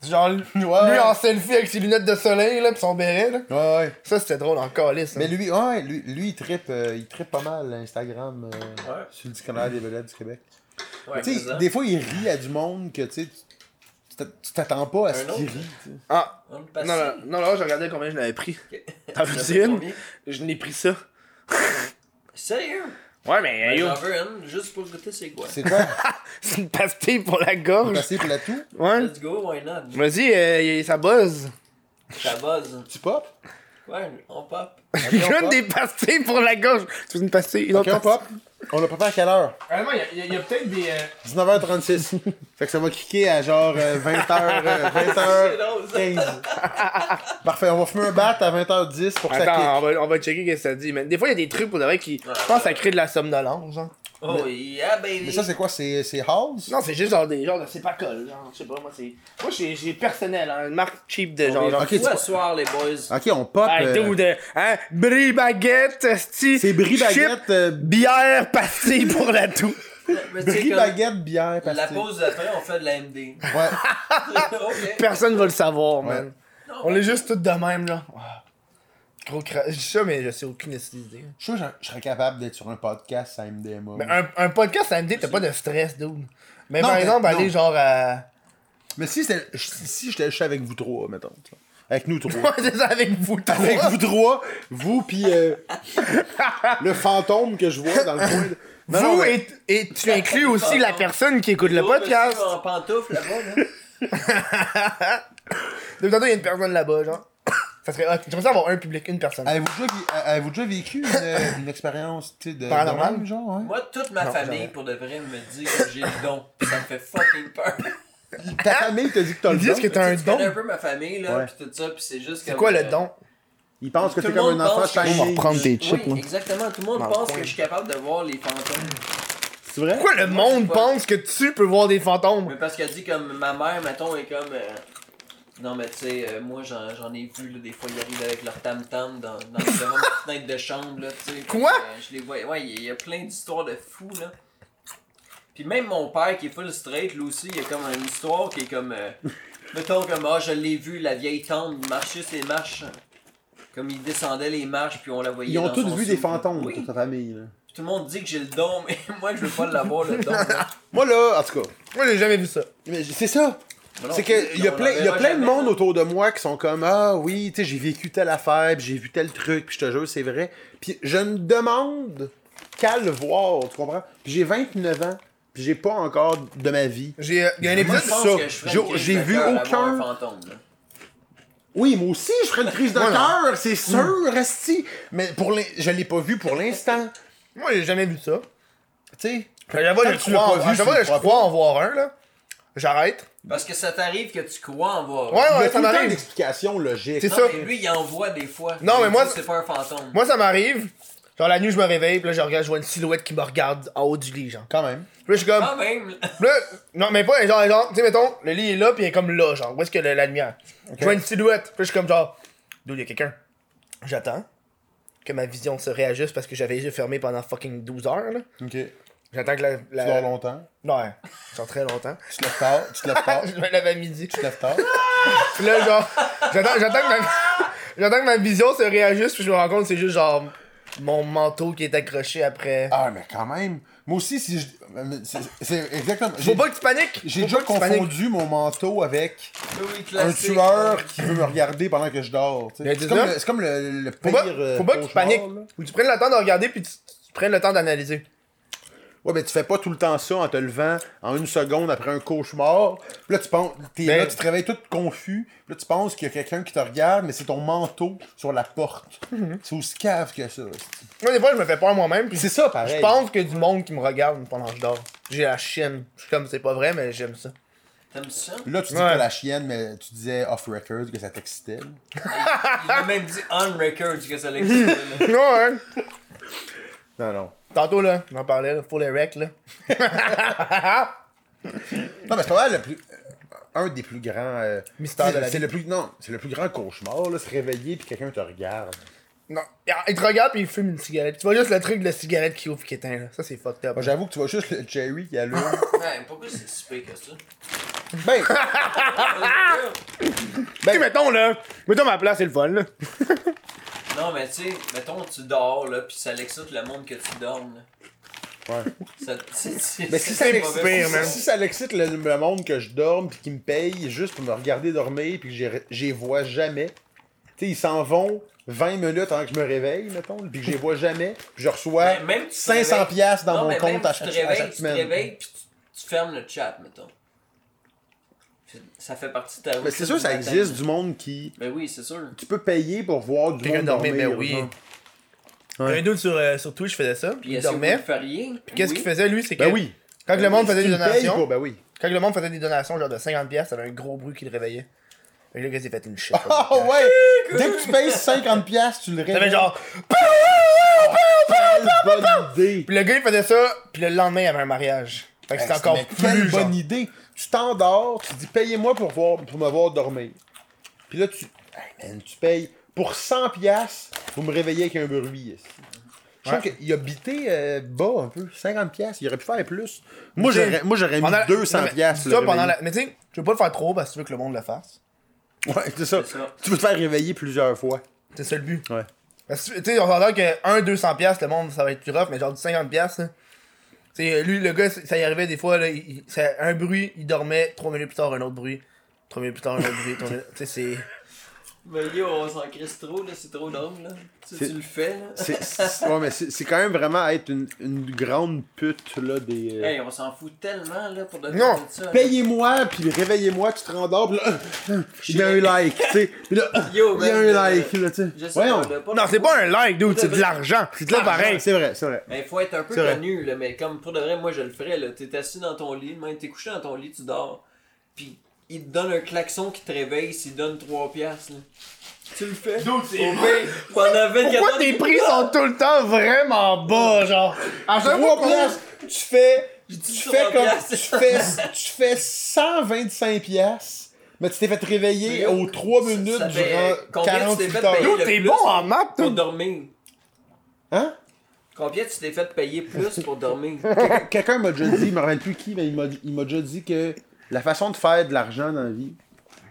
Genre, lui
Ouais,
en selfie avec ses lunettes de soleil, là, pis son béret, là.
ouais, ouais.
Ça, c'était drôle, en calice. hein.
Mais lui, ouais, lui, lui, il trippe euh, il trippe pas mal Instagram euh,
Ouais.
sur le dictionnaire des vedettes du Québec.
Ouais,
Tu
c'est
sais,
ça.
des fois, il rit à du monde que tu sais, tu t'a- tu t'attends pas à ce
Un
qu'il
autre.
rit. tu sais.
Ah,
On le passe.
Non, là, non, là, je regardais combien je l'avais pris.
Ok.
T'en
J'en
veux
veux
une?
combien?
Je n'ai pris ça.
Sérieux?
Ouais, mais euh,
Ben,
yo,
J'en veux une, juste pour goûter c'est quoi.
C'est quoi?
c'est une pastille pour la gorge.
Passer pour la toux?
Ouais.
Let's go, why not?
Vas-y, euh, y- ça buzz.
Ça buzz.
Tu pop?
Ouais, on pop.
Il
on
donne
pop.
des pastilles pour la gorge. Tu veux une pastille, une
Ok,
autre
on pop? On l'a préparé à quelle heure?
Vraiment, il y a, peut-être des.
19h36. fait que ça va kicker à genre euh, 20h,
C'est
20h.
drôle, ça.
15. Parfait, on va fumer un bat à 20h10 pour que ça
Attends, on va, on va checker ce que ça dit. Mais des fois, il y a des trucs pour de vrai qui. Je pense que ça crée de la somnolence. hein. Genre.
Oh yeah,
kick.
baby.
Mais ça, c'est quoi? C'est c'est Halls?
Non, c'est juste genre des genres de c'est pas colle. Genre, je sais pas, moi, c'est. Moi, j'ai j'ai personnel, hein, une marque cheap de genre. genre
Ok, tu
Où à
vois-
soir, les boys?
Ok, on pop.
Hey,
euh,
dude, euh, hein, brie baguette, sti,
C'est brie
chip,
baguette. euh,
bière, pastille pour la toux.
Mais tu sais,
Brie
comme
baguette, bière,
La
pastille.
pause d'après, on fait de la MD.
Ouais.
ok. Oh,
Personne va le savoir,
Ouais.
man. On est juste tous de même, là. Ah. Gros cra... Je dis ça, mais je sais aucune idée.
Je suis sûr que je- je serais capable d'être sur un podcast à MDMA.
Mais Ben, un, un podcast samedi, t'as pas de stress, dude. Mais
Non,
par
mais-
exemple,
non.
aller genre à.
Mais si c'était- si j'étais juste avec vous trois, mettons. tu vois. Avec nous trois.
Moi, c'est ça avec vous, t'as
avec vous trois, vous puis euh, le fantôme que je vois dans le coin. de- Non, non,
Vous
mais-
et, et tu inclus aussi la personne qui écoute le
Gros monsieur
podcast.
en pantoufle là-bas, là.
De temps en temps, il y a une personne là-bas, genre. Ça serait hot. J'aimerais ça avoir un public, une personne.
Avez-vous déjà, vi- euh, avez-vous déjà vécu une, une expérience tu sais, de
Paranormal?
de même, genre, ouais?
Moi, toute ma
Non,
famille,
jamais.
pour de vrai, me dit que j'ai le don. Puis ça me fait fucking peur.
Ta famille te dit que t'as le
Ils disent que
don.
t'as un
Tu connais un
don.
peu ma famille, là,
Ouais.
puis tout ça, puis c'est juste
C'est quoi le
euh,
don?
Ils pensent que
Tout
t'es
le
comme
monde
un enfant
pense que-
shiny.
On va
reprendre tes
Oui, exactement. Tout le monde
Dans le
pense
coin.
que je suis capable de voir les fantômes.
C'est vrai?
Pourquoi le monde
pas.
pense que tu peux voir des fantômes?
Mais parce qu'elle dit comme ma mère, mettons, est comme. euh, Non, mais tu sais, euh, moi j'en j'en ai vu, là, des fois ils arrivent avec leur tam-tam dans, dans le devant de la fenêtre de chambre, là, tu sais.
Quoi?
Puis, euh, je les vois. Ouais, il y, a plein d'histoires de fous, là. Puis même mon père qui est full straight, lui aussi, il y a comme une histoire qui est comme. euh, mettons comme, ah, je l'ai vu, la vieille tante marcher ses marches. Comme il descendait les marches, puis on la voyait.
Ils ont
dans
tous
son
vu des
sou-
fantômes,
Oui.
toute ta famille. là.
Tout le monde dit que j'ai le don, mais moi je veux pas l'avoir le don. là.
Moi, là, en tout cas,
Moi, j'ai jamais vu ça.
mais c'est ça.
Mais non,
C'est que il y a
on
plein,
en
y a
verra
plein de
jamais,
monde
là.
autour de moi qui sont comme ah oui, tu sais j'ai vécu telle affaire, puis j'ai vu tel truc, puis je te jure c'est vrai. Puis je ne demande qu'à le voir, tu comprends Puis j'ai 29 ans, puis j'ai pas encore de ma vie.
J'ai, euh, il y a un
Moi,
épisode
je pense
ça.
que je ferais
J'ai-
une crise
j'ai
de
vu
cœur à
aucun-
voir un fantôme, là.
Oui, moi aussi je ferais une crise de
Voilà.
cœur, c'est sûr, resti. Mais pour l'in- je l'ai pas vu pour l'instant,
Moi, j'ai jamais vu ça.
tu sais.
À chaque fois que
Quand
je
tu l'as
crois en-
pas
à
vu,
chaque
tu
fois
le
que je
crois
crois en voir un, là, j'arrête.
Parce que ça t'arrive que tu crois en voir.
Ouais,
Il y a
ouais,
tout
ça
le temps une
m'arrive.
explication logique.
C'est
Non,
ça.
mais lui, il en voit des fois.
Non,
Il
mais
dit
moi,
que C'est pas un fantôme.
Moi, ça m'arrive. Genre, la nuit, je me réveille, puis là, je regarde, je vois une silhouette qui me regarde en haut du lit, genre.
Quand même.
Puis là, je suis comme.
Quand même. là.
Puis là, non, mais pas, genre, genre, tu sais, mettons, le lit est là, puis il est comme là, genre. Où est-ce que le- la lumière Je vois une silhouette, puis là, je suis comme, genre, d'où il y a quelqu'un. J'attends que ma vision se réajuste parce que j'avais les yeux fermés pendant fucking 12 heures, là.
Ok. Tu
J'attends que la. la...
dors longtemps.
Ouais, genre très longtemps.
Tu te lèves tard. Tu te lèves tard.
je
tu
me lève à midi.
te lèves tard.
Puis là, genre, j'attends, j'attends, que ma, j'attends que ma vision se réajuste, puis je me rends compte que c'est juste genre mon manteau qui est accroché après.
Ah mais quand même. Moi aussi si je euh, c'est- c'est exactement.
Faut
j'ai-
pas que tu paniques!
J'ai
Faut
déjà
pas que tu paniques.
confondu mon manteau avec
Oui,
un
classique.
tueur qui veut me regarder pendant que je dors. tu sais.
Mais
C'est
dis-le.
comme, le- c'est comme le, le
Faut
pire.
pas,
euh,
faut pas que tu
cauchemar,
paniques.
là.
Faut que tu prennes le temps de regarder, puis tu, tu prennes le temps d'analyser.
Ouais, mais tu fais pas tout le temps ça en te levant en une seconde après un cauchemar. Puis là, tu penses, t'es
Ben-
là, tu te réveilles tout confus. Puis Là, tu penses qu'il y a quelqu'un qui te regarde, mais c'est ton manteau sur la porte. C'est aussi cave que ça.
Moi, des fois, je me fais peur moi-même. Puis
C'est ça, pareil.
je pense que du monde qui me regarde pendant que je dors. J'ai la chienne. Je suis comme, c'est pas vrai, mais j'aime ça.
T'aimes ça?
Là, tu dis
Ouais.
pas la chienne, mais tu disais off-record que ça t'excitait. là.
Il a même dit on record que ça l'existe. là.
Non, hein?
Non, non.
Tantôt, là, on en parlait, là, pour les recs, là.
Non, mais c'est pas mal le plus. euh, Un des plus grands. euh,
Mystère de la
c'est
vie.
le plus Non, c'est le plus grand cauchemar, là, se réveiller puis quelqu'un te regarde.
Non. Il te regarde puis il fume une cigarette. Tu vois juste le truc de la cigarette qui ouvre qui éteint, là. Ça, c'est fucked up.
Moi, j'avoue que tu vois juste le cherry qui allume.
Ouais, pourquoi c'est si pire que ça?
ben,
Tu sais, mettons, là. Mettons ma place, c'est le fun, là.
Non, mais tu sais, mettons, tu dors, là, pis ça l'excite le monde que tu dormes, là.
Ouais.
Ça, c'est, c'est,
mais si ça l'excite,
mauvais.
man.
si ça l'excite le, le monde que je dorme puis qu'il me paye juste pour me regarder dormir puis que j'ai- j'y vois jamais. Tu sais, ils s'en vont 20 minutes avant que je me réveille, mettons, puis que j'y vois jamais. Puis je reçois
Mais Ben, même tu te
500
réveilles-
piastres dans
Non,
mon
mais même
compte à,
tu
chaque-
te
à
réveilles,
chaque semaine.
Tu te réveilles, pis tu, tu fermes le chat, mettons. Puis Ça fait partie de ta routine.
mais c'est sûr, ça
du matin.
existe du monde qui.
Mais oui, c'est sûr.
Tu peux payer pour voir du
Quelqu'un
monde
dormait,
dormir.
ben oui.
genre.
Il y a un dude sur, euh, sur Twitch faisait ça.
Puis
Il
est-ce que vous
dormait.
le feriez?
Puis qu'est-ce
Oui.
qu'il faisait, lui, c'est que.
Ben oui.
Quand le monde faisait des
Paye
donations.
pour, ben oui.
Quand le monde faisait des donations, genre de 50$, piastres, ça avait un gros bruit qui le réveillait. Et là, qu'est-ce qu'il fait une shit.
Ah
là.
ouais! Dès que tu payes 50$, piastres, tu le
T'avais
réveilles.
genre. ah,
Quelle bonne idée!
Puis le gars, il faisait ça, puis le lendemain, il y avait un mariage. Fait que c'était
Mais
encore
Quelle
plus. genre.
bonne idée! Tu t'endors, tu dis payez-moi pour, voir, pour me voir dormir. Puis là, tu. Hey, man, tu payes pour 100$, piastres, vous me réveillez avec un bruit. ici. Je trouve qu'il a bité euh, bas un peu, 50$, piastres, il aurait pu faire plus. Moi,
Tu sais,
j'aurais, moi, j'aurais mis
Pendant la-
200$.
Non, mais
piastres
dis
le
ça pendant
réveiller.
la- Mais tu sais, je veux pas le faire trop parce que tu veux que le monde le fasse.
Ouais, c'est ça.
C'est ça.
Tu veux te faire réveiller plusieurs fois.
C'est ça le but.
Ouais.
Parce que, tu sais, on s'entend que 1 200 pièces le monde ça va être plus rough mais genre du 50 pièces tu sais lui le gars ça y arrivait des fois là, il- ça- un bruit, il dormait 3 minutes plus tard un autre bruit, 3 minutes plus tard un autre bruit, trois minutes- tu sais c'est
Mais Ben, yo, on s'en crisse trop, là, c'est trop d'hommes, là. Tu,
C'est-
tu le fais, là.
C'est, c'est- ouais, mais c'est, c'est quand même vraiment être une, une grande pute là, des. euh,
Hey, on s'en fout tellement, là, pour de
Non,
de ça. là.
Payez-moi, puis réveillez-moi, tu te rendors, pis là, euh, il y a un like, tu sais. Puis là,
Yo,
il y a
man,
un
euh,
like, là, tu
Je
sais.
sais
Voyons.
pas, on a pas
Non, c'est pas un like dude, c'est de l'argent, c'est de là pareil.
C'est vrai, c'est vrai.
Mais faut être un peu
C'est vrai.
connu, là. Mais comme pour de vrai, moi je le ferais, là. T'es assis dans ton lit, même t'es couché dans ton lit, tu dors. Puis il te donne un klaxon qui te réveille s'il donne 3 piastres, là. Tu le fais. D'où c'est Pendant 24
Pourquoi
heures,
tes prix sont tout le temps vraiment bas genre À chaque fois
Trois
qu'on-
places, tu fais,
dit
tu
sur
fais
la
comme,
place.
tu fais, tu fais 125 piastres, mais tu t'es fait réveiller
Mais yo,
aux 3 minutes
ça fait
durant
combien tu t'es
48
fait
heures.
payer?
Dude, t'es
le plus,
bon en maths
pour
toi.
dormir.
Hein?
Combien tu t'es fait payer plus pour dormir?
Quelqu'un- Quelqu'un m'a déjà dit, il me rappelle plus qui, mais il m'a il m'a déjà dit que la façon de faire de l'argent dans la vie,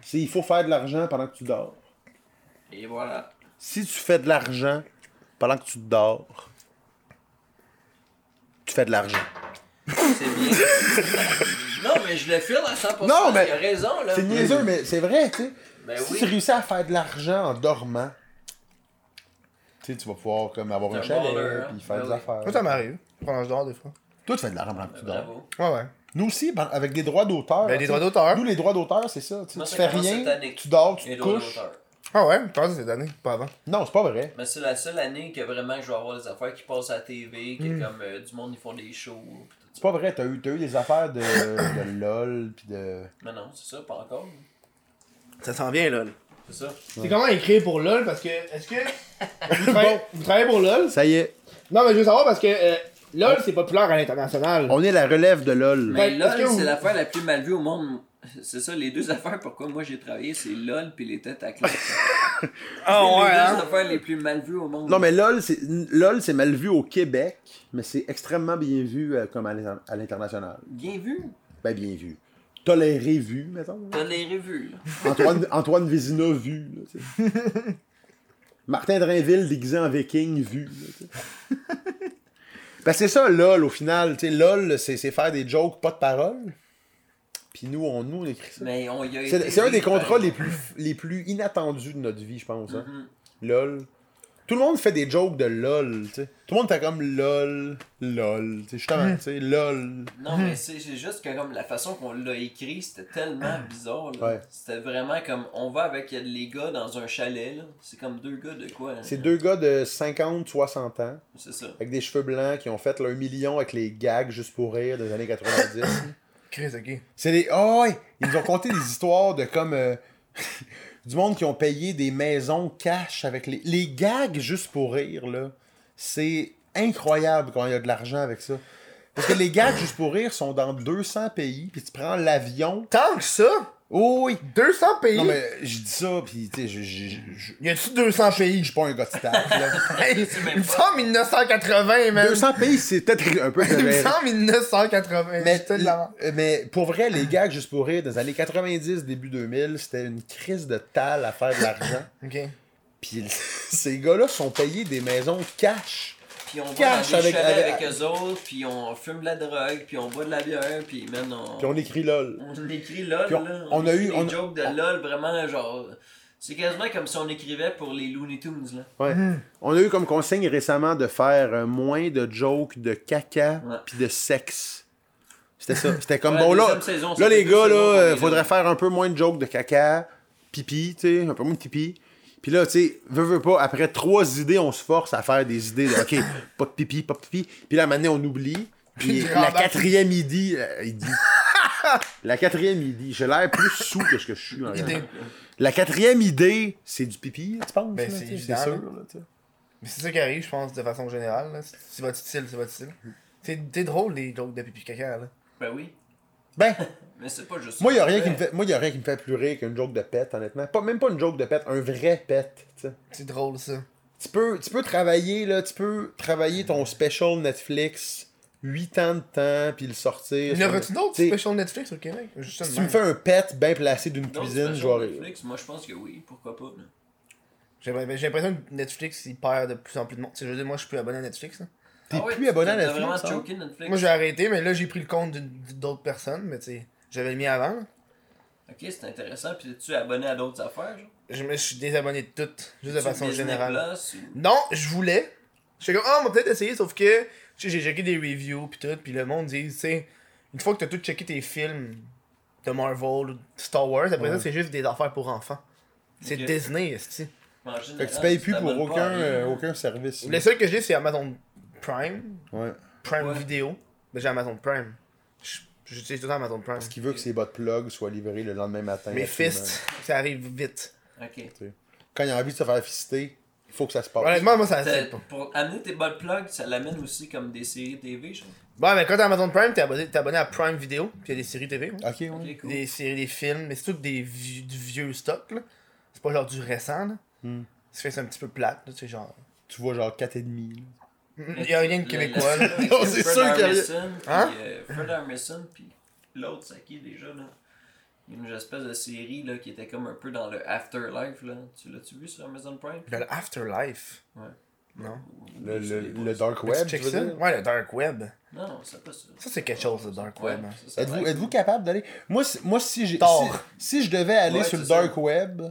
c'est il faut faire de l'argent pendant que tu dors.
Et voilà.
si tu fais de l'argent pendant que tu dors, tu fais de l'argent.
C'est bien. non, mais je le file à 100%.
Non, mais-
Il a raison, là.
C'est niaiseux, mais c'est vrai, tu sais.
Ben
si
oui.
tu réussis à faire de l'argent en dormant, tu sais, tu vas pouvoir comme avoir
T'es
un
un baller,
chalet,
hein.
puis faire
Ben
des
oui.
affaires.
Moi ça m'arrive, pendant que je dors des fois.
Toi, tu fais de l'argent pendant que tu dors.
Bravo.
Ah Ouais ouais.
Nous aussi, ben, avec des droits d'auteur.
Ben
tu
des
sais.
droits d'auteur.
Nous, les droits d'auteur, c'est ça. tu sais,
Moi,
Tu
ça
fais
commence
rien,
cette année.
tu dors, tu
Et
te
droit
couches.
d'auteur.
Ah ouais, je pense que c'est cette année, pas avant.
Non, c'est pas vrai.
Mais c'est la seule année que vraiment je vais avoir des affaires qui passent à la TV, que
Hmm.
comme euh, du monde ils font des shows. pis tout
C'est
ça.
pas vrai. T'as eu, t'as eu des affaires de, de LOL, puis de.
Mais non, c'est ça, pas encore.
Ça s'en vient là.
C'est ça.
Ben,
C'est comment écrire pour LOL parce que est-ce que vous, travaillez, vous travaillez pour LOL
Ça y est,
Non mais je veux savoir parce que euh, LOL c'est populaire à l'international.
on est la relève de LOL.
Mais
Ben,
LOL,
est-ce que vous-
c'est l'affaire la plus mal vue au monde. C'est ça, les deux affaires pourquoi moi j'ai travaillé, c'est LOL pis les têtes à claque.
Ah
les deux affaires les plus mal vues au monde.
Non, mais LOL, c'est LOL, c'est mal vu au Québec, mais c'est extrêmement bien vu euh, comme à l'inter- à l'international.
Bien vu.
Ben, bien vu. Toléré vu, mettons. là.
T'as les revues, là.
Antoine, Antoine Vézina vu. là, tu sais. Martin Drainville déguisé en viking vu. là, tu sais. ben, c'est ça, LOL, au final. tu sais, LOL, c'est c'est faire des jokes, pas de parole. Puis nous, on, nous, on écrit ça.
Mais on y a été,
C'est c'est un des
par Mhm.
contrats les
exemple.
plus, les plus inattendus de notre vie, je pense. hein.
Mhm.
LOL. Tout le monde fait des jokes de lol, tu sais. Tout le monde fait comme lol, lol, tu sais, justement, tu sais, lol.
Non, mais c'est c'est juste que comme la façon qu'on l'a écrit, c'était tellement bizarre. là.
Ah. Ouais.
C'était vraiment comme on va avec euh, les gars dans un chalet. là. C'est comme deux gars de quoi là.
C'est deux gars de 50, 60 ans,
C'est ça.
avec des cheveux blancs, qui ont fait leur million avec les gags juste pour rire des années 90.
Chris, ok.
C'est des. Oh, ouais! Ils nous ont conté des histoires de comme. euh, du monde qui ont payé des maisons cash avec les. Les gags juste pour rire, là. C'est incroyable quand il y a de l'argent avec ça. Parce que les gags juste pour rire sont dans 200 pays, puis tu prends l'avion.
Tant que ça,
Oh oui!
200 pays.
Non, mais je dis ça, puis tu sais, je- je- je je-
Y a-tu 200
je
pays?
suis pas un gars de stats, là.
Hey,
même
il me
pas.
semble 1980, man.
200 pays, c'est peut-être un peu
Il me
exagéré.
semble 1980.
Mais,
J'étais de la-
euh, mais pour vrai, les gags juste pour rire, dans les années 90, début 2000, c'était une crise de tal à faire de l'argent.
Ok.
Puis ces gars-là sont payés des maisons cash.
Puis on va dans
Cache
des
avec-
chalets
avec-
avec... eux autres, puis on fume de la drogue, puis on boit de la bière, puis man, on,
Puis on écrit LOL.
on écrit LOL.
Puis on-
là.
on a
écrit
eu-
des
on-
jokes de LOL vraiment genre. C'est quasiment comme si on écrivait pour les Looney Tunes là.
Ouais. On a eu comme consigne récemment de faire euh, moins de jokes de caca
Ouais.
puis de sexe. C'était ça. C'était comme
Ouais,
bon là.
deuxième saison, ça
Là
fait
les
deux
gars là,
saisons qu'on est
euh,
là.
faudrait faire un peu moins de jokes de caca, pipi, tu sais, un peu moins de pipi. Puis là, tu sais, veux, veux pas, après trois idées, on se force à faire des idées de, OK, pas de pipi, pas de pipi. Puis là, maintenant, on oublie. Puis
Puis tu
la
rembarques.
quatrième idée, euh, il dit. la quatrième idée, j'ai l'air plus sous que ce que je suis. en
Idée.
la quatrième idée, c'est du pipi, tu penses?
Ben,
là,
c'est
tu sais,
évident,
sûr.
là.
là, tu sais.
Mais c'est ça qui arrive, je pense, de façon générale. là. C'est c'est votre style, c'est votre style. T'es t'es drôle, les jokes de pipi caca, là.
Ben oui.
Ben,
Mais c'est pas juste
moi, il n'y
ça
a,
qu'on
rien qui me fait- moi, y a rien qui me fait plus rire qu'une joke de pète, honnêtement. Pas, même pas une joke de pète, un vrai pète, tu sais.
C'est drôle, ça.
Tu peux, tu peux travailler, là, tu peux travailler ton special Netflix 8 ans de temps, puis le sortir.
Il y en aura-tu d'autres
Tu sais,
special Netflix au Québec? Juste
Si
une
tu me
même.
fais un pet bien placé d'une
D'autres
cuisine, je
stations
vais rire.
Netflix, moi je pense que oui, pourquoi pas. là.
J'ai ben, j'ai l'impression que Netflix, il perd de plus en plus de monde. Tu sais, je veux dire, moi, je suis plus abonné à Netflix. là.
T'es
Ah ouais,
plus abonné à
t'as
Netflix, hein?
vraiment
ça?
choqué Netflix.
Moi, j'ai arrêté, mais là, j'ai pris le compte d'une- d'autres personnes, mais tu sais, j'avais le mis avant. là.
Ok, c'est intéressant. Puis tu es abonné à d'autres affaires, genre?
Je me suis désabonné de toutes, juste de
Sur
façon
Disney
générale.
Plus ou-
Non, je voulais. J'étais comme, ah, on va peut-être essayer, sauf que tu sais, j'ai checké des reviews pis tout, pis le monde dit, tu sais, une fois que t'as tout checké tes films de Marvel ou de Star Wars, après ça, c'est juste des affaires pour enfants. C'est
Ok.
Disney, esti.
En général,
Fait que tu payes plus pour
t'abonnes pas à
aucun,
rien.
euh, aucun service.
Le seul que j'ai, c'est Amazon Prime,
Ouais.
Prime
Ouais.
Vidéo. Mais j'ai Amazon Prime. Je- J'utilise tout le temps Amazon Prime.
Parce qu'il veut que ses bottes plug soient livrés le lendemain matin.
Mes
absolument.
fists, ça arrive vite.
Ok.
Quand il a envie de se faire fister, il faut que ça se passe.
Honnêtement, moi, ça
T'as-
ne pas.
Pour amener tes bonnes plugs, ça l'amène aussi comme des séries TV, genre.
Bon, mais quand t'as Amazon Prime, t'es abonné, t'es abonné à Prime Vidéo, pis il y a des séries hein. TV. ouais.
Ok, ouais.
Ok, cool.
des séries, des films, mais c'est tout des vieux, du vieux stock, là. C'est pas genre du récent, là.
Hmm.
Ça fait que c'est un petit peu plate, là, tu sais, genre...
Tu vois genre 4,5. là.
Il y a rien de québécois, là.
Non, c'est sûr qu'il y a rien.
Hein?
Hein? Fred Armisen, puis l'autre, c'est qui déjà, là? Il y a une espèce de série, là, qui était comme un peu dans le Afterlife, là. Tu l'as-tu vu sur Amazon Prime?
Le Afterlife.
Ouais.
Non.
Le, le-
C'est pas
le
ça.
dark
Tu
web, tu
check
veux
ça?
dire?
Ouais, le Dark Web.
Non, non, c'est pas ça.
Ça, c'est quelque chose, le Dark
Ouais,
Web. hein.
ça, ça
Êtes-vous
va être-
êtes capable d'aller Moi, si- moi si j'ai si,
Tard.
si je devais aller
Ouais,
sur le
c'est ça.
dark web,